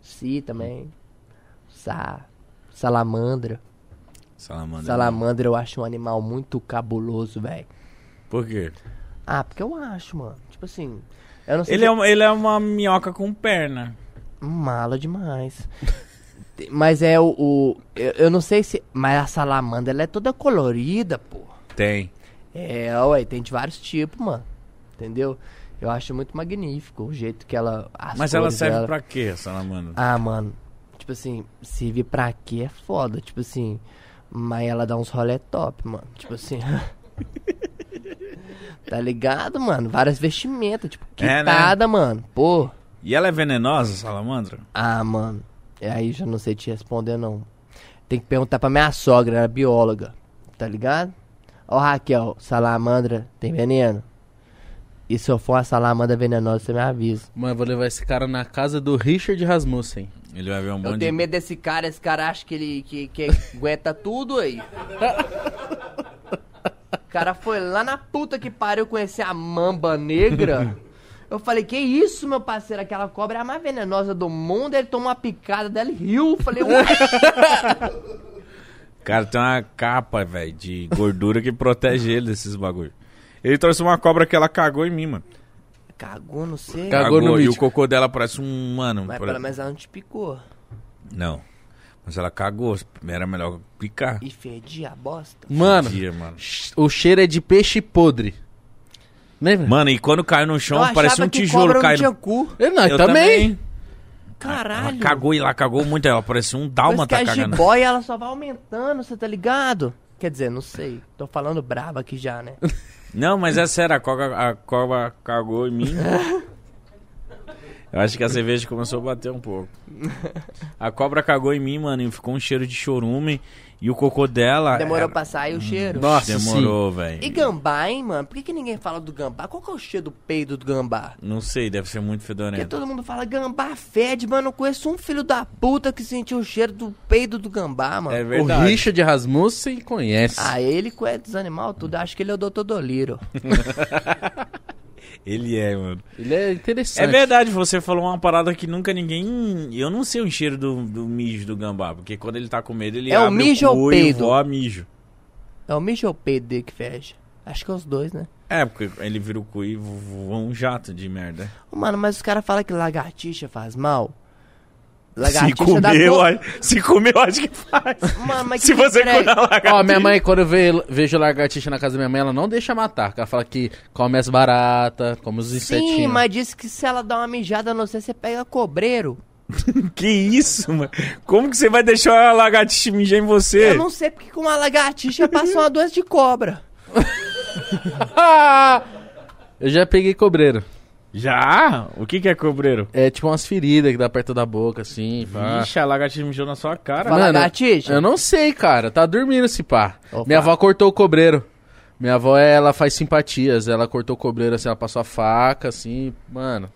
Speaker 3: Si também. Sa. Salamandra.
Speaker 2: Salamandra.
Speaker 3: Salamandra eu acho um animal muito cabuloso, velho.
Speaker 2: Por quê?
Speaker 3: Ah, porque eu acho, mano. Tipo assim. Eu não sei
Speaker 2: Ele
Speaker 3: se-
Speaker 2: é, um uma, ele é uma minhoca com perna.
Speaker 3: Mala demais. Tem- mas é o. o- eu, eu não sei se. Mas a salamandra ela é toda colorida, pô.
Speaker 2: Tem.
Speaker 3: É, ué, tem de vários tipos, mano. Entendeu? Eu acho muito magnífico o jeito que ela. as
Speaker 2: Mas ela
Speaker 3: cores
Speaker 2: serve
Speaker 3: dela.
Speaker 2: pra quê, a salamandra?
Speaker 3: Ah, mano. Tipo assim, servir pra quê é foda. Tipo assim. Mas ela dá uns rolé top, mano. Tipo assim. tá ligado, mano? Várias vestimentas. Tipo,
Speaker 2: É, né?
Speaker 3: quitada, mano. Pô.
Speaker 2: E ela é venenosa, a salamandra?
Speaker 3: Ah, mano. É aí já não sei te responder, não. Tem que perguntar pra minha sogra, ela é bióloga. Tá ligado? Ó, Raquel, salamandra tem veneno? E se eu for uma salamandra venenosa, você me avisa.
Speaker 1: Mano, eu vou levar esse cara na casa do Richard Rasmussen.
Speaker 2: Ele vai ver um
Speaker 3: Eu
Speaker 2: bando de...
Speaker 3: tenho medo desse cara, esse cara acha que ele que, que aguenta tudo aí. O cara foi lá na puta que pariu conhecer a mamba negra. Eu falei, que isso, meu parceiro, aquela cobra é a mais venenosa do mundo. Ele tomou uma picada dela e riu. Eu Falei, ué.
Speaker 2: Cara, tem uma capa, velho, de gordura que protege ele desses bagulho. Ele trouxe uma cobra que ela cagou em mim, mano.
Speaker 3: Cagou no você.
Speaker 1: Cagou. no
Speaker 2: e
Speaker 1: mítico.
Speaker 2: o cocô dela parece um mano.
Speaker 3: Mas
Speaker 2: por-
Speaker 3: pelo menos ela não te picou.
Speaker 2: Não. Mas ela cagou. Era melhor picar.
Speaker 3: E fedia a bosta.
Speaker 1: Mano,
Speaker 2: Dia, mano.
Speaker 1: ch- o cheiro é de peixe podre. Né, Lembra?
Speaker 2: Mano, e quando caiu no chão,
Speaker 3: Eu
Speaker 2: parece
Speaker 3: achava
Speaker 2: um
Speaker 3: que
Speaker 2: tijolo
Speaker 3: cobra não
Speaker 2: caindo.
Speaker 3: tinha cu.
Speaker 1: Eu não, eu,
Speaker 2: Eu
Speaker 1: Ah, também.
Speaker 3: Caralho.
Speaker 2: Ela cagou e lá cagou muito. Ela parecia um
Speaker 3: Parece
Speaker 2: dálmata
Speaker 3: que é a
Speaker 2: cagando.
Speaker 3: jiboia, ela só vai aumentando, você tá ligado? Quer dizer, não sei. Tô falando braba aqui já, né?
Speaker 2: Não, mas é sério, a cobra, a cobra cagou em mim. Eu acho que a cerveja começou a bater um pouco. A cobra cagou em mim, mano, e ficou um cheiro de chorume. E o cocô dela.
Speaker 3: Demorou
Speaker 2: era-
Speaker 3: pra sair o cheiro.
Speaker 1: Nossa,
Speaker 2: Demorou,
Speaker 3: E
Speaker 2: velho.
Speaker 3: gambá, hein, mano? Por que, que ninguém fala do gambá? Qual que é o cheiro do peido do gambá?
Speaker 2: Não sei, deve ser muito
Speaker 3: Porque
Speaker 2: fedorento.
Speaker 3: todo mundo fala gambá fede, mano. Eu conheço um filho da puta que sentiu o cheiro do peido do gambá, mano.
Speaker 2: É
Speaker 1: O
Speaker 2: verdade.
Speaker 1: Richard Rasmussen conhece.
Speaker 3: Ah, ele conhece dos animais tudo. Acho que ele é o Dr. Doliro.
Speaker 2: Ele é, mano.
Speaker 1: Ele é
Speaker 2: É
Speaker 1: interessante.
Speaker 2: verdade, você falou uma parada que nunca ninguém. Eu não sei o cheiro do, do mijo do gambá, porque quando ele tá com medo, ele
Speaker 3: É o
Speaker 2: abre
Speaker 3: mijo
Speaker 2: o
Speaker 3: ou
Speaker 2: cu
Speaker 3: o
Speaker 2: e
Speaker 3: peido?
Speaker 2: voa mijo.
Speaker 3: É o mijo ou o peido dele que fede? Acho que é os dois, né?
Speaker 2: É, porque ele vira o cu e vo- voa um jato de merda.
Speaker 3: Ô, Mano, mas os caras falam que lagartixa faz mal.
Speaker 2: Se
Speaker 3: Lagartixa dá
Speaker 2: comeu,
Speaker 3: dor.
Speaker 2: acho- se comeu, acho que faz.
Speaker 3: Mano, mas
Speaker 2: Se
Speaker 3: que
Speaker 2: você
Speaker 3: diferente.
Speaker 2: cuidar lagartixa.
Speaker 1: Ó, minha mãe, quando eu ve- vejo lagartixa na casa da minha mãe, ela não deixa matar. Ela fala que come as baratas, come os insetinhos.
Speaker 3: Sim, mas disse que se ela dá uma mijada no você, você pega cobreiro.
Speaker 2: Que isso, mano? Como que você vai deixar a lagartixa mijar em você?
Speaker 3: Eu não sei porque com uma lagartixa passa uma doença de cobra.
Speaker 1: Ah! Eu já peguei cobreiro.
Speaker 2: Já? O que que é cobreiro?
Speaker 1: É tipo umas feridas que dá perto da boca, assim. pá.
Speaker 2: Ixi, a lagartixa mijou na sua cara. né?
Speaker 3: Fala,
Speaker 1: Mano,
Speaker 3: lagartixa.
Speaker 1: Eu não sei, cara. Tá dormindo esse pá.
Speaker 3: Opa.
Speaker 1: Minha avó cortou o cobreiro. Minha avó, ela faz simpatias. Ela cortou o cobreiro, assim, ela passou a faca, assim. Mano.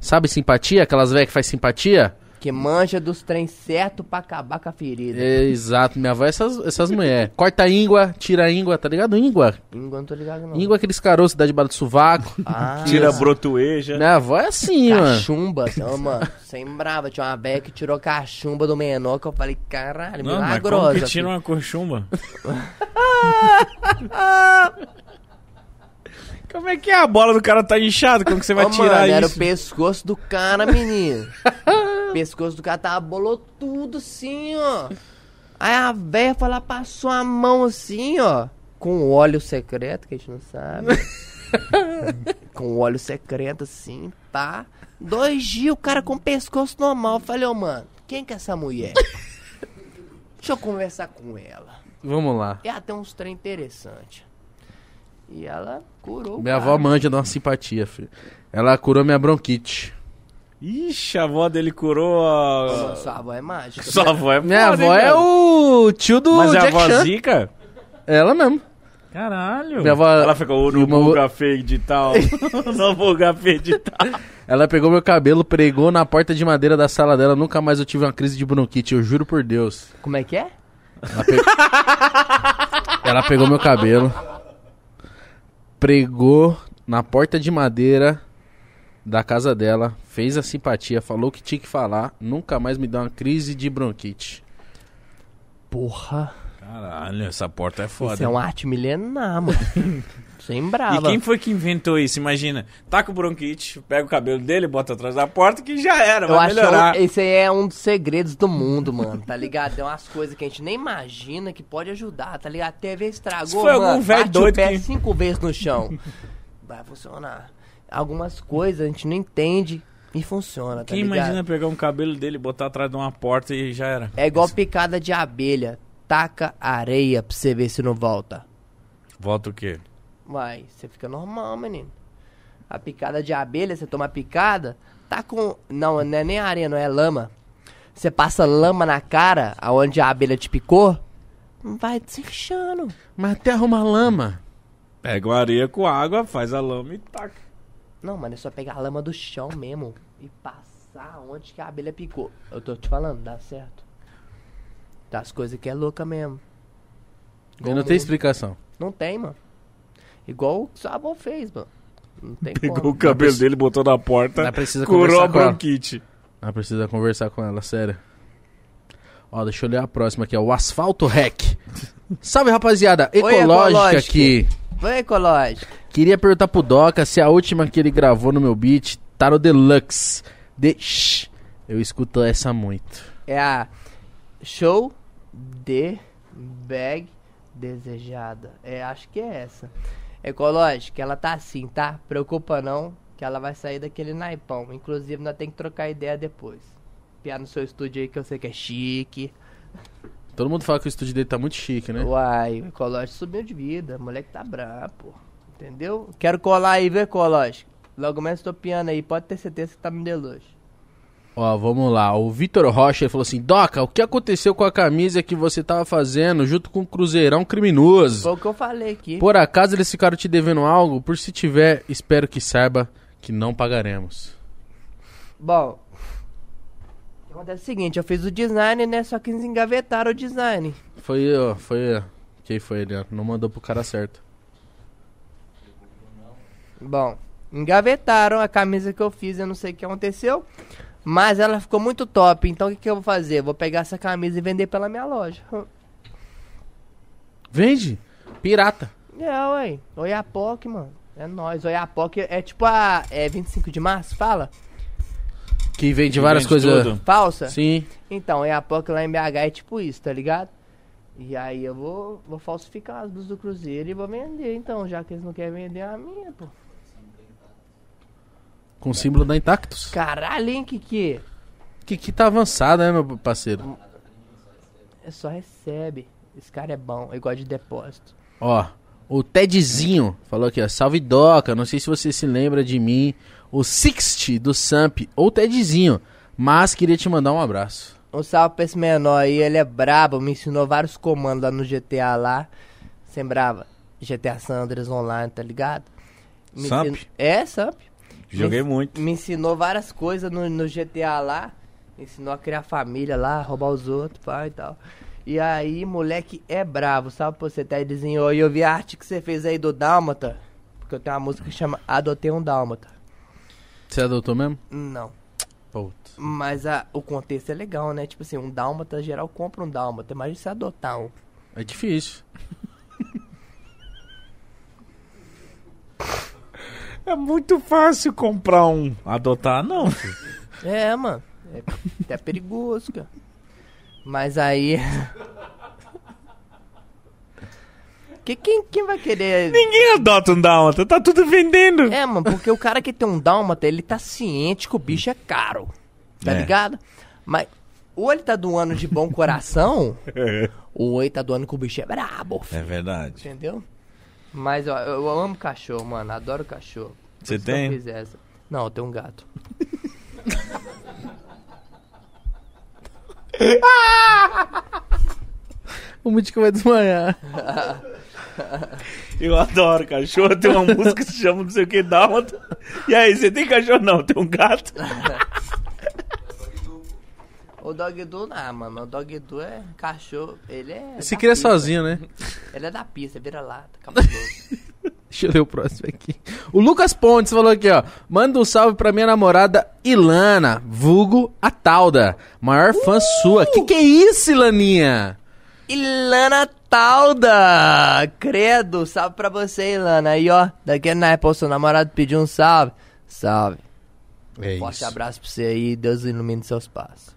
Speaker 1: Sabe simpatia? Aquelas velhas que faz simpatia?
Speaker 3: Que manja dos trem certo pra acabar com a ferida.
Speaker 1: É, exato. Minha avó é essas, essas mulheres. Corta a íngua, tira a íngua, tá ligado? Íngua.
Speaker 3: Língua, não tô ligado não.
Speaker 1: Íngua é aqueles caroços que dá debaixo do sovaco.
Speaker 3: Ah,
Speaker 2: Tira a brotoeja.
Speaker 1: Minha avó é assim, mano.
Speaker 3: Cachumba, então, mano, sem brava. Tinha uma velha que tirou cachumba do menor que eu falei, caralho,
Speaker 2: Não, mas como
Speaker 3: É milagrosa.
Speaker 2: que tira
Speaker 3: filho.
Speaker 2: uma cochumba? como é que é? A bola do cara tá inchada, como que você vai
Speaker 3: Ô,
Speaker 2: tirar
Speaker 3: mano, era o
Speaker 2: isso?
Speaker 3: pescoço do cara, menino. o pescoço do cara tava bolou tudo assim, ó. Aí a velha foi lá, passou a mão assim, ó. Com óleo secreto, que a gente não sabe. com um óleo secreto assim, pá. Dois dias o cara com o pescoço normal. Eu falei, ô, mano, quem que é essa mulher? Deixa eu conversar com ela.
Speaker 1: Vamos lá.
Speaker 3: E ela tem uns trem interessante. E ela curou. o
Speaker 1: Minha
Speaker 3: cara.
Speaker 1: avó manja de uma simpatia, filho. Ela curou minha bronquite.
Speaker 2: Ixi, a avó dele curou a...
Speaker 3: Sua- Sua avó é mágica.
Speaker 2: Sua avó é
Speaker 1: Minha
Speaker 2: foda,
Speaker 1: avó
Speaker 2: hein,
Speaker 1: é
Speaker 2: cara?
Speaker 1: o tio do
Speaker 2: Mas é a
Speaker 1: Jack
Speaker 2: avó
Speaker 1: Chan.
Speaker 2: zica?
Speaker 1: Ela mesmo.
Speaker 2: Caralho.
Speaker 1: Minha avó-
Speaker 2: Ela ficou no
Speaker 1: Uma-
Speaker 2: vulga feio de tal. no vulga feio de tal.
Speaker 1: Ela pegou meu cabelo, pregou na porta de madeira da sala dela. Nunca mais eu tive uma crise de bronquite, eu juro por Deus.
Speaker 3: Como é que é?
Speaker 1: Ela, pe- Ela pegou meu cabelo, pregou na porta de madeira da casa dela, fez a simpatia, falou o que tinha que falar. Nunca mais me deu uma crise de bronquite.
Speaker 3: Porra,
Speaker 2: Caralho, essa porta é
Speaker 3: isso
Speaker 2: foda.
Speaker 3: é um arte milenar, mano. Sem
Speaker 2: E
Speaker 3: brava.
Speaker 2: quem foi que inventou isso? Imagina, taca o bronquite, pega o cabelo dele, bota atrás da porta que já era,
Speaker 3: Eu
Speaker 2: vai
Speaker 3: acho que é um-
Speaker 2: melhorar.
Speaker 3: esse aí é um dos segredos do mundo, mano, tá ligado? Tem umas coisas que a gente nem imagina que pode ajudar, tá ligado? A TV estragou,
Speaker 2: Se foi algum
Speaker 3: mano,
Speaker 2: velho
Speaker 3: bate
Speaker 2: doido
Speaker 3: o pé
Speaker 2: que-
Speaker 3: cinco vezes no chão. Vai funcionar. Algumas coisas a gente não entende e funciona, tá
Speaker 2: Quem
Speaker 3: ligado?
Speaker 2: imagina pegar um cabelo dele, botar atrás de uma porta e já era?
Speaker 3: É igual picada de abelha. Taca areia pra você ver se não volta.
Speaker 2: Volta o quê?
Speaker 3: Vai, você fica normal, menino. A picada de abelha, você toma picada, tá com. Não, não é nem areia, não é lama. Você passa lama na cara, aonde a abelha te picou, vai desinchando.
Speaker 1: Mas até arruma lama.
Speaker 2: Pega uma areia com água, faz a lama e taca.
Speaker 3: Não, mano, é só pegar a lama do chão mesmo e passar onde que a abelha picou. Eu tô te falando, dá certo. Das coisas que é louca mesmo.
Speaker 1: Eu não tem explicação.
Speaker 3: Não tem, mano. Igual o que sua avó fez, mano. Não tem
Speaker 2: Pegou
Speaker 3: como.
Speaker 2: o cabelo dele, botou na porta,
Speaker 1: Mas precisa
Speaker 2: curou a
Speaker 1: conversar com ela.
Speaker 2: bronquite.
Speaker 1: Ah, precisa conversar com ela, sério. Ó, deixa eu ler a próxima aqui, ó. O Asfalto Rec. Salve, rapaziada. Ecológica
Speaker 3: ecológica.
Speaker 1: aqui.
Speaker 3: Vai, Ecológico.
Speaker 1: Queria perguntar pro Doca se a última que ele gravou no meu beat tá no Deluxe. De... Shhh. Eu escuto essa muito.
Speaker 3: É a Show de Bag Desejada. É, acho que é essa. Ecológico, ela tá assim, tá? Preocupa não, que ela vai sair daquele naipão. Inclusive, nós tem que trocar ideia depois. Piar no seu estúdio aí que eu sei que é chique.
Speaker 1: Todo mundo fala que o estúdio dele tá muito chique, né?
Speaker 3: Uai, o Ecológico subiu de vida. O moleque tá brabo. Entendeu? Quero colar aí, viu, Ecológico? Logo menos tô piando aí. Pode ter certeza que tá me deluxe.
Speaker 1: Ó, vamos lá. O Vitor Rocha ele falou assim: Doca, o que aconteceu com a camisa que você tava fazendo junto com o Cruzeirão Criminoso?
Speaker 3: Foi o que eu falei aqui.
Speaker 1: Por acaso eles ficaram te devendo algo? Por se tiver, espero que saiba que não pagaremos.
Speaker 3: Bom, acontece o seguinte, eu fiz o design, né? Só que eles engavetaram o design.
Speaker 1: Foi, ó, foi. ó, Quem foi ele? ó? Não mandou pro cara certo.
Speaker 3: Bom, engavetaram a camisa que eu fiz, eu não sei o que aconteceu. Mas ela ficou muito top, então o que, que eu vou fazer? Vou pegar essa camisa e vender pela minha loja.
Speaker 1: Vende? Pirata.
Speaker 3: É, ué. Oiapoque, mano. É nóis. Oiapoque é tipo a. É 25 de março? Fala?
Speaker 1: Que vende várias
Speaker 2: Vende
Speaker 1: coisas.
Speaker 2: tudo.
Speaker 3: Falsa?
Speaker 1: Sim.
Speaker 3: Então, Oiapoque lá em BH é tipo isso, tá ligado? E aí eu vou, vou falsificar as blusas do Cruzeiro e vou vender, então, já que eles não querem vender a minha, pô.
Speaker 1: Com o símbolo da Intactus.
Speaker 3: Caralho, hein, Kiki?
Speaker 1: Que, que tá avançada, né, meu parceiro?
Speaker 3: É Só recebe. Esse cara é bom, eu gosto de depósito.
Speaker 1: Ó, o Tedzinho falou aqui, ó. Salve Doca, não sei se você se lembra de mim. O Sixty do Samp, ou Tedzinho. Mas queria te mandar um abraço.
Speaker 3: Um salve pra esse menor aí, ele é brabo, me ensinou vários comandos lá no GTA lá. Sembrava GTA Sanders online, tá ligado? Me
Speaker 2: Samp?
Speaker 3: ensin- É, Samp.
Speaker 2: Joguei muito.
Speaker 3: Me ensinou várias coisas no, no GTA lá. Me ensinou a criar família lá, roubar os outros, pá e tal. E aí, moleque é bravo, sabe? Pô, você tá aí desenhou. E eu vi a arte que você fez aí do Dálmata. Porque eu tenho uma música que chama Adotei um Dálmata.
Speaker 1: Você adotou mesmo?
Speaker 3: Não.
Speaker 1: Putz.
Speaker 3: Mas a- o contexto é legal, né? Tipo assim, um dálmata geral compra um dálmata. Imagina se adotar um.
Speaker 1: É difícil.
Speaker 2: É muito fácil comprar um. Adotar, não.
Speaker 3: É, mano. É até perigoso, cara. Mas aí. que, quem, quem vai querer.
Speaker 2: Ninguém adota um Dálmata, tá tudo vendendo.
Speaker 3: É, mano, porque o cara que tem um dálmata, ele tá ciente que o bicho é caro. Tá
Speaker 2: É.
Speaker 3: ligado? Mas ou ele tá doando de bom coração, ou ele tá doando que o bicho é brabo.
Speaker 2: É verdade.
Speaker 3: Entendeu? Mas ó, eu, eu amo cachorro, mano. Adoro cachorro.
Speaker 2: Você
Speaker 3: Se eu
Speaker 2: tem?
Speaker 3: fiz essa- Não, eu tenho um gato.
Speaker 1: O Mítico vai desmaiar.
Speaker 2: Eu adoro cachorro, tem uma música que se chama não sei o que Dálmata. E aí, você tem cachorro? Não, tem um gato.
Speaker 3: O Dog Do, não, mano. O Dog Do é cachorro. Ele é.
Speaker 1: Se
Speaker 3: da
Speaker 1: cria
Speaker 3: pista.
Speaker 1: sozinho, né?
Speaker 3: Ele é da pista, vira lata, cabuloso.
Speaker 1: Deixa eu ler o próximo aqui. O Lucas Pontes falou aqui, ó. Manda um salve pra minha namorada Ilana, vulgo a Talda. Maior fã sua. Que que é isso, Ilaninha?
Speaker 3: Ilana Talda! Credo, salve pra você, Ilana. Aí, ó, daqui a Naipa, o seu namorado pediu um salve. Salve.
Speaker 1: É
Speaker 3: Forte abraço pra você aí. Deus ilumine seus passos.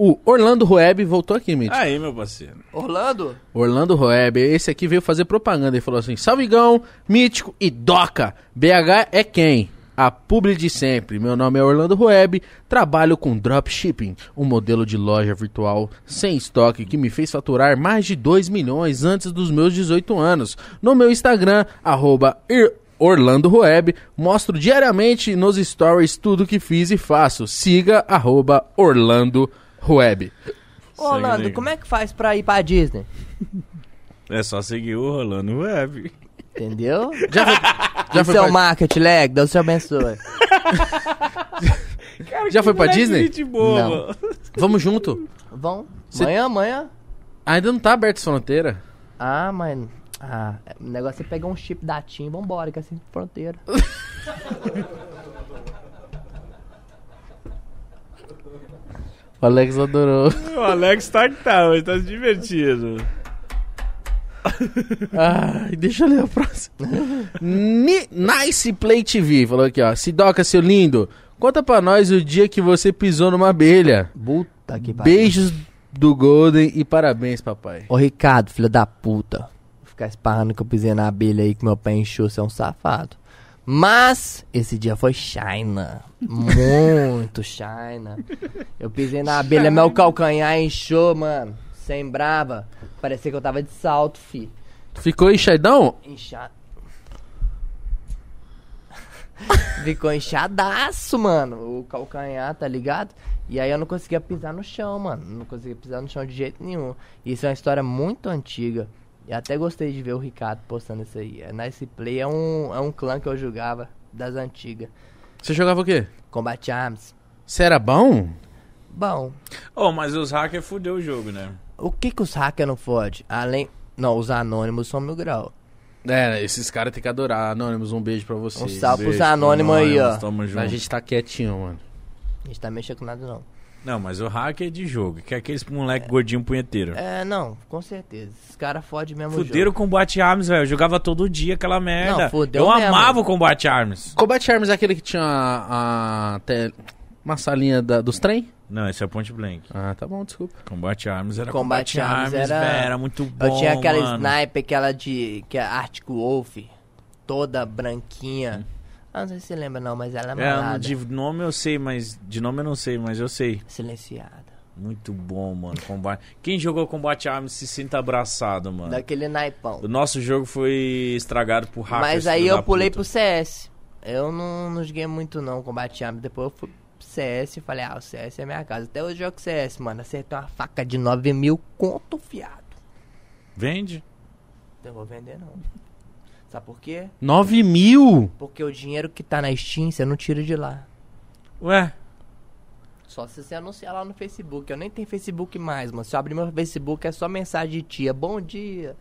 Speaker 1: O Orlando Roeb voltou aqui, Mitch.
Speaker 2: Aí, meu parceiro.
Speaker 3: Orlando?
Speaker 1: Orlando Roeb, esse aqui veio fazer propaganda e falou assim: Salvigão, Mítico e Doca. BH é quem? A publi de sempre. Meu nome é Orlando Roeb, trabalho com dropshipping, um modelo de loja virtual sem estoque que me fez faturar mais de 2 milhões antes dos meus 18 anos. No meu Instagram, arroba ir- Orlando Roeb, mostro diariamente nos stories tudo que fiz e faço. Siga arroba Orlando Roeb.
Speaker 3: Ô, Orlando,
Speaker 2: Segue,
Speaker 3: como é que faz pra ir pra Disney?
Speaker 2: É só seguir o Rolando Web.
Speaker 3: Entendeu?
Speaker 1: Já foi, já
Speaker 3: Isso
Speaker 1: foi
Speaker 3: é
Speaker 1: pra-
Speaker 3: o market, leg, Deus te abençoe.
Speaker 1: Já foi pra Disney?
Speaker 2: Gente boa,
Speaker 3: Não.
Speaker 2: mano.
Speaker 1: Vamos junto.
Speaker 3: Vão?
Speaker 1: Cê-
Speaker 3: Amanhã, amanhã?
Speaker 1: Ainda não tá aberto essa fronteira.
Speaker 3: Ah, mano. Ah, o negócio é pegar um chip da TIM e vambora, que é assim fronteira.
Speaker 1: O Alex adorou.
Speaker 2: O Alex tá que tá, mas tá se divertindo.
Speaker 1: Ai, deixa eu ler a próxima. Ni- nice Play TV falou aqui, ó. Sidoca, seu lindo, conta pra nós o dia que você pisou numa abelha.
Speaker 3: Puta que pariu.
Speaker 1: Beijos do Golden e parabéns, papai.
Speaker 3: Ô, Ricardo, filho da puta. Ficar esparrando que eu pisei na abelha aí que meu pé encheu, você é um safado. Mas, esse dia foi China. Muito China. Eu pisei na abelha, meu calcanhar encheu, mano. Sem brava. Parecia que eu tava de salto, fi.
Speaker 1: Ficou enxadão?
Speaker 3: Inchado. Ficou inchadaço, mano. O calcanhar, tá ligado? E aí eu não conseguia pisar no chão, mano. Não conseguia pisar no chão de jeito nenhum. Isso é uma história muito antiga. E até gostei de ver o Ricardo postando isso aí. É Nice Play é um, é um clã que eu jogava das antigas.
Speaker 1: Você jogava o quê?
Speaker 3: Combat Arms.
Speaker 1: Você era bom?
Speaker 3: Bom,
Speaker 2: Oh, mas os hackers fudeu o jogo, né?
Speaker 3: o que que os hackers não fodem? Além... Não, os anônimos são mil grau.
Speaker 1: É, esses caras têm que adorar. Anônimos, um beijo pra vocês.
Speaker 3: Um salve pros
Speaker 2: Beijo,
Speaker 3: anônimos aí, ó.
Speaker 2: nós, Tamo junto.
Speaker 1: A gente tá quietinho, mano.
Speaker 3: A gente tá mexendo com nada, não.
Speaker 2: Não, mas o hacker é de jogo, que é aqueles moleque gordinho punheteiro.
Speaker 3: É, não, com certeza. Esses caras fodem mesmo o jogo.
Speaker 2: Fuderam o combate arms, velho. Eu jogava todo dia aquela merda.
Speaker 3: Não, fudeu
Speaker 2: Eu
Speaker 3: mesmo.
Speaker 2: amava o combate arms.
Speaker 1: Combat Arms é aquele que tinha a, a te- uma salinha da- dos trem?
Speaker 2: Não, esse é Point Blank.
Speaker 1: Ah, tá bom, desculpa.
Speaker 2: Combate arms era
Speaker 3: Combat
Speaker 2: combate arms,
Speaker 3: Arms era-
Speaker 2: velho. Era muito bom.
Speaker 3: Eu tinha aquela
Speaker 2: mano. É,
Speaker 3: sniper, aquela de. que é Arctic Wolf, toda branquinha. Ah, não sei se você lembra, não, mas ela é malada.
Speaker 2: Hum. É, de nome eu sei, mas. De nome eu não sei, mas eu sei.
Speaker 3: Silenciada.
Speaker 2: Muito bom, mano. Combate... Quem jogou Combate Arms se sinta abraçado, mano.
Speaker 3: Daquele naipão.
Speaker 2: O nosso jogo foi estragado por hackers.
Speaker 3: Mas aí
Speaker 2: filho da
Speaker 3: eu pulei
Speaker 2: puta.
Speaker 3: pro CS. Eu não, não joguei muito, não, combate arma. Depois eu fui pro CS e falei, ah, o CS é minha casa. Até hoje eu jogo CS, mano. Acertei uma faca de 9 mil conto fiado.
Speaker 2: Vende?
Speaker 3: Não vou vender, não. Sabe por quê?
Speaker 1: 9 mil?
Speaker 3: Porque o dinheiro que tá na Steam, você não tira de lá.
Speaker 2: Ué?
Speaker 3: Só se você anunciar lá no Facebook. Eu nem tenho Facebook mais, mano. Se eu abrir meu Facebook, é só mensagem de tia. Bom dia.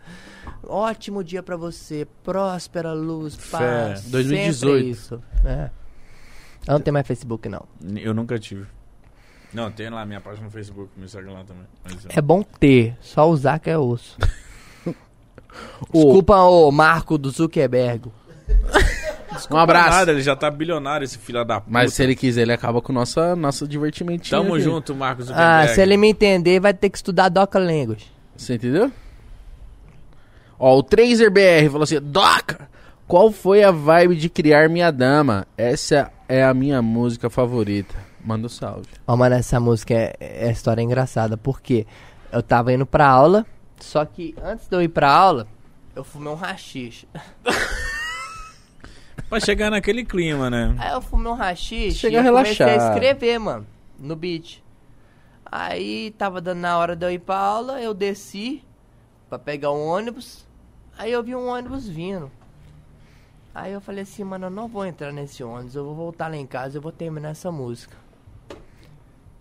Speaker 3: Ótimo dia pra você. Próspera luz,
Speaker 2: Fé.
Speaker 3: paz.
Speaker 1: 2018.
Speaker 3: Sempre isso. É. Eu não tenho mais Facebook, não.
Speaker 2: Eu nunca tive. Não, tem lá minha página no Facebook, me segue lá também. Mas, ó.
Speaker 3: É bom ter. Só usar que é osso.
Speaker 1: Ô.
Speaker 3: Desculpa o Marco do Zuckerberg.
Speaker 1: Um abraço.
Speaker 2: Nada, ele já tá bilionário, esse filho da puta.
Speaker 1: Mas se ele quiser, ele acaba com o nosso, nosso divertimentinho.
Speaker 2: Tamo
Speaker 1: aqui.
Speaker 2: junto, Marcos
Speaker 3: Ah,
Speaker 2: Zuckerberg.
Speaker 3: se ele me entender, vai ter que estudar Doca Language.
Speaker 1: Você entendeu? Ó, o Trazer BR falou assim: Doca, qual foi a vibe de criar minha dama? Essa é a minha música favorita. Manda um salve.
Speaker 3: Ó, mano, essa música é, é história engraçada, porque eu tava indo pra aula, só que antes de eu ir pra aula, eu fumei um rachixe.
Speaker 2: Pra chegar naquele clima, né?
Speaker 3: Aí eu fumei um rachixe
Speaker 1: Chega a
Speaker 3: e eu comecei a
Speaker 1: relaxar.
Speaker 3: escrever, mano, no beat. Aí tava dando na hora de eu ir pra aula, eu desci pra pegar um ônibus, aí eu vi um ônibus vindo. Aí eu falei assim, mano, eu não vou entrar nesse ônibus, eu vou voltar lá em casa, eu vou terminar essa música.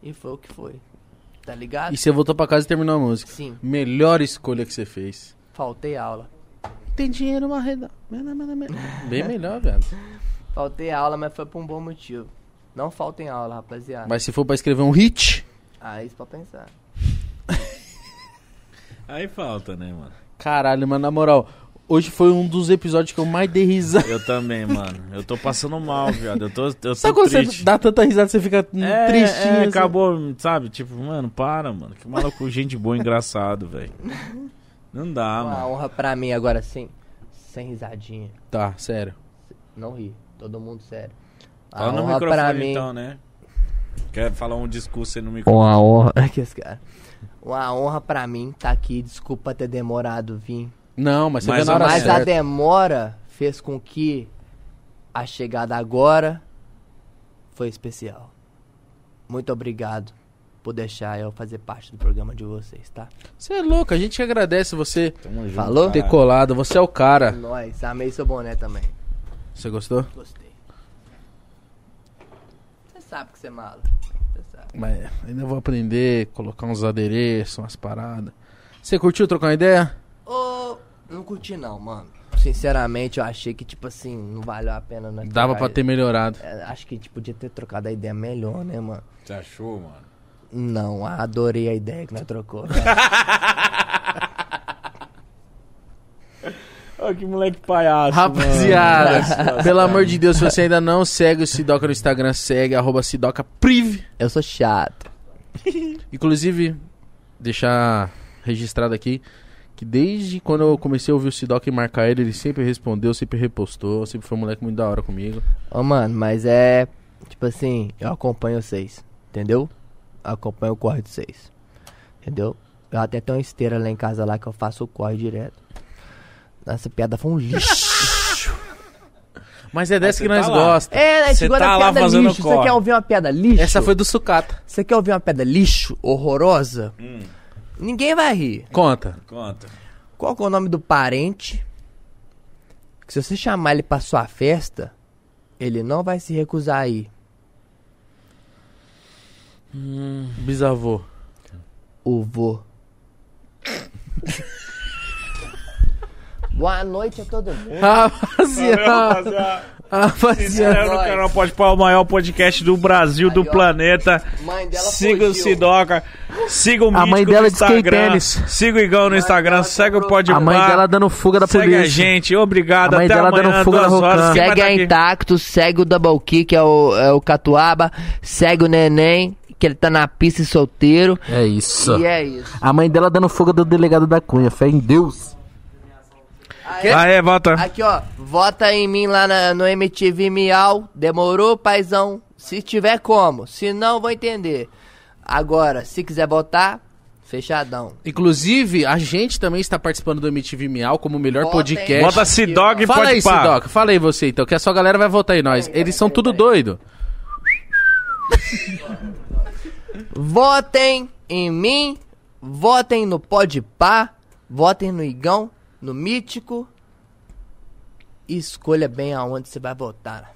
Speaker 3: E foi o que foi. Tá ligado?
Speaker 1: E você voltou pra casa e terminou a música.
Speaker 3: Sim.
Speaker 1: Melhor escolha que você fez.
Speaker 3: Faltei aula.
Speaker 1: Tem dinheiro uma reda. Bem melhor, velho.
Speaker 3: Faltei aula, mas foi por um bom motivo. Não faltem aula, rapaziada.
Speaker 1: Mas se for pra escrever um hit.
Speaker 3: Ah, isso pra pensar.
Speaker 2: Aí falta, né, mano?
Speaker 1: Caralho, mano, na moral. Hoje foi um dos episódios que eu mais dei risada.
Speaker 2: Eu também, mano. Eu tô passando mal, viado. Eu tô, eu tô
Speaker 1: Sabe quando
Speaker 2: triste.
Speaker 1: você dá tanta risada você fica hum,
Speaker 2: É,
Speaker 1: tristinho?
Speaker 2: é,
Speaker 1: assim?
Speaker 2: acabou, sabe? Tipo, mano, para, mano. Que maluco, gente boa, engraçado, velho. Não dá,
Speaker 3: Uma
Speaker 2: Ah, mano.
Speaker 3: honra pra mim agora, sim. Sem risadinha.
Speaker 1: Tá, sério.
Speaker 3: Não ri. Todo mundo sério. A
Speaker 2: Fala no
Speaker 3: Ah, honra pra
Speaker 2: microfone
Speaker 3: mim.
Speaker 2: então, né? Quer falar um discurso aí no microfone?
Speaker 3: Uma honra. que esse cara. Uma honra pra mim tá aqui. Desculpa ter demorado vir.
Speaker 1: Não, mas você
Speaker 2: Mas
Speaker 1: vê na
Speaker 2: a
Speaker 1: hora
Speaker 3: Mas a
Speaker 1: certa.
Speaker 3: demora fez com que a chegada agora foi especial. Muito obrigado por deixar eu fazer parte do programa de vocês, tá?
Speaker 1: Você é louco, a gente agradece você
Speaker 2: Tamo junto,
Speaker 3: Falou?
Speaker 2: cara.
Speaker 1: ter colado. Você é o cara.
Speaker 3: Nós, amei seu boné também.
Speaker 1: Você gostou?
Speaker 3: Gostei. Você sabe que você é malo. Você sabe.
Speaker 1: Mas é, ainda vou aprender, colocar uns adereços, umas paradas. Você curtiu trocar uma ideia?
Speaker 3: Ô, não curti não, mano. Sinceramente, eu achei que, tipo assim, não valeu a pena, né?
Speaker 1: Dava
Speaker 3: trocar
Speaker 1: pra ter melhorado.
Speaker 3: É, Acho que, tipo, podia ter trocado a ideia melhor, né, mano?
Speaker 2: Você achou, mano?
Speaker 3: né? Não, adorei a ideia que nós trocou. velho.
Speaker 2: Olha que moleque palhaço.
Speaker 1: Rapaziada, pelo amor de Deus, se você ainda não segue o Sidoca no Instagram, segue, arroba SidocaPriv.
Speaker 3: Eu sou chato.
Speaker 1: Inclusive, deixar registrado aqui que desde quando eu comecei a ouvir o Sidoca e marcar ele, ele sempre respondeu, sempre repostou, sempre foi um moleque muito da hora comigo.
Speaker 3: Ô, mano, mas é. Tipo assim, eu acompanho vocês, entendeu? Eu acompanho o corre de vocês. Entendeu? Eu até tenho uma esteira lá em casa lá que eu faço o corre direto. Essa piada foi um lixo.
Speaker 1: Mas é dessa
Speaker 2: você
Speaker 1: que nós
Speaker 2: tá lá.
Speaker 1: gosta.
Speaker 3: é, né?
Speaker 2: Cê
Speaker 3: Chegou
Speaker 2: tá
Speaker 3: na
Speaker 2: lá
Speaker 3: piada
Speaker 2: fazendo
Speaker 3: lixo. Você
Speaker 2: corre.
Speaker 3: quer ouvir uma piada lixo?
Speaker 1: Essa foi do Sucata.
Speaker 3: Você quer ouvir uma piada lixo, horrorosa?
Speaker 2: Hum.
Speaker 3: Ninguém vai rir.
Speaker 1: Conta.
Speaker 2: Conta.
Speaker 3: Qual que é o nome do parente? Que se você chamar ele pra sua festa, ele não vai se recusar a ir.
Speaker 2: Hum.
Speaker 1: Bisavô.
Speaker 3: O vô. Boa noite a todo
Speaker 2: É?
Speaker 3: mundo.
Speaker 1: Rapaziada,
Speaker 2: Se inscreve
Speaker 1: rapaziada.
Speaker 2: no é canal Pode Pau, o maior podcast do Brasil, do
Speaker 3: Aí, ó.
Speaker 2: planeta.
Speaker 3: Mãe dela
Speaker 2: Siga o
Speaker 3: fugiu.
Speaker 2: Sidoca, siga o
Speaker 1: A
Speaker 2: Mítico
Speaker 1: mãe dela
Speaker 2: no
Speaker 1: de skate
Speaker 2: Instagram,
Speaker 1: tênis.
Speaker 2: siga o Igão no Instagram, segue o Pode
Speaker 1: A mãe
Speaker 2: Pá,
Speaker 1: dela dando fuga da
Speaker 2: segue
Speaker 1: polícia.
Speaker 2: a gente, obrigado,
Speaker 1: A mãe
Speaker 2: até
Speaker 1: dela
Speaker 2: amanhã,
Speaker 1: dando fuga na
Speaker 2: duas horas,
Speaker 1: Rocan.
Speaker 2: quem vai
Speaker 3: Segue
Speaker 2: tá
Speaker 3: a
Speaker 2: aqui?
Speaker 3: Intacto, segue o Double Kick, que é o, é o Catuaba, segue o Neném, que ele tá na pista e solteiro.
Speaker 1: É isso.
Speaker 2: Tá.
Speaker 3: E é isso.
Speaker 1: A mãe dela dando fuga do delegado da Cunha. Fé em Deus.
Speaker 3: tá.
Speaker 2: Aê, volta.
Speaker 3: Aqui, ó, vota em mim lá na- no MTV Miau. Demorou, paizão? Se tiver como, se não, vou entender. Agora, se quiser votar, fechadão.
Speaker 1: Inclusive, a gente também está participando do MTV Miau como o melhor
Speaker 3: Bota,
Speaker 1: podcast.
Speaker 3: hein?
Speaker 2: Bota Sidog e
Speaker 1: Fala
Speaker 2: Pode
Speaker 1: aí,
Speaker 2: Pá.
Speaker 1: Sidoca. Fala aí você, então, que a sua galera vai votar em nós. Eles são tudo doido.
Speaker 3: Votem em mim, votem no Podpá, votem no Igão, no Mítico. E escolha bem aonde você vai votar.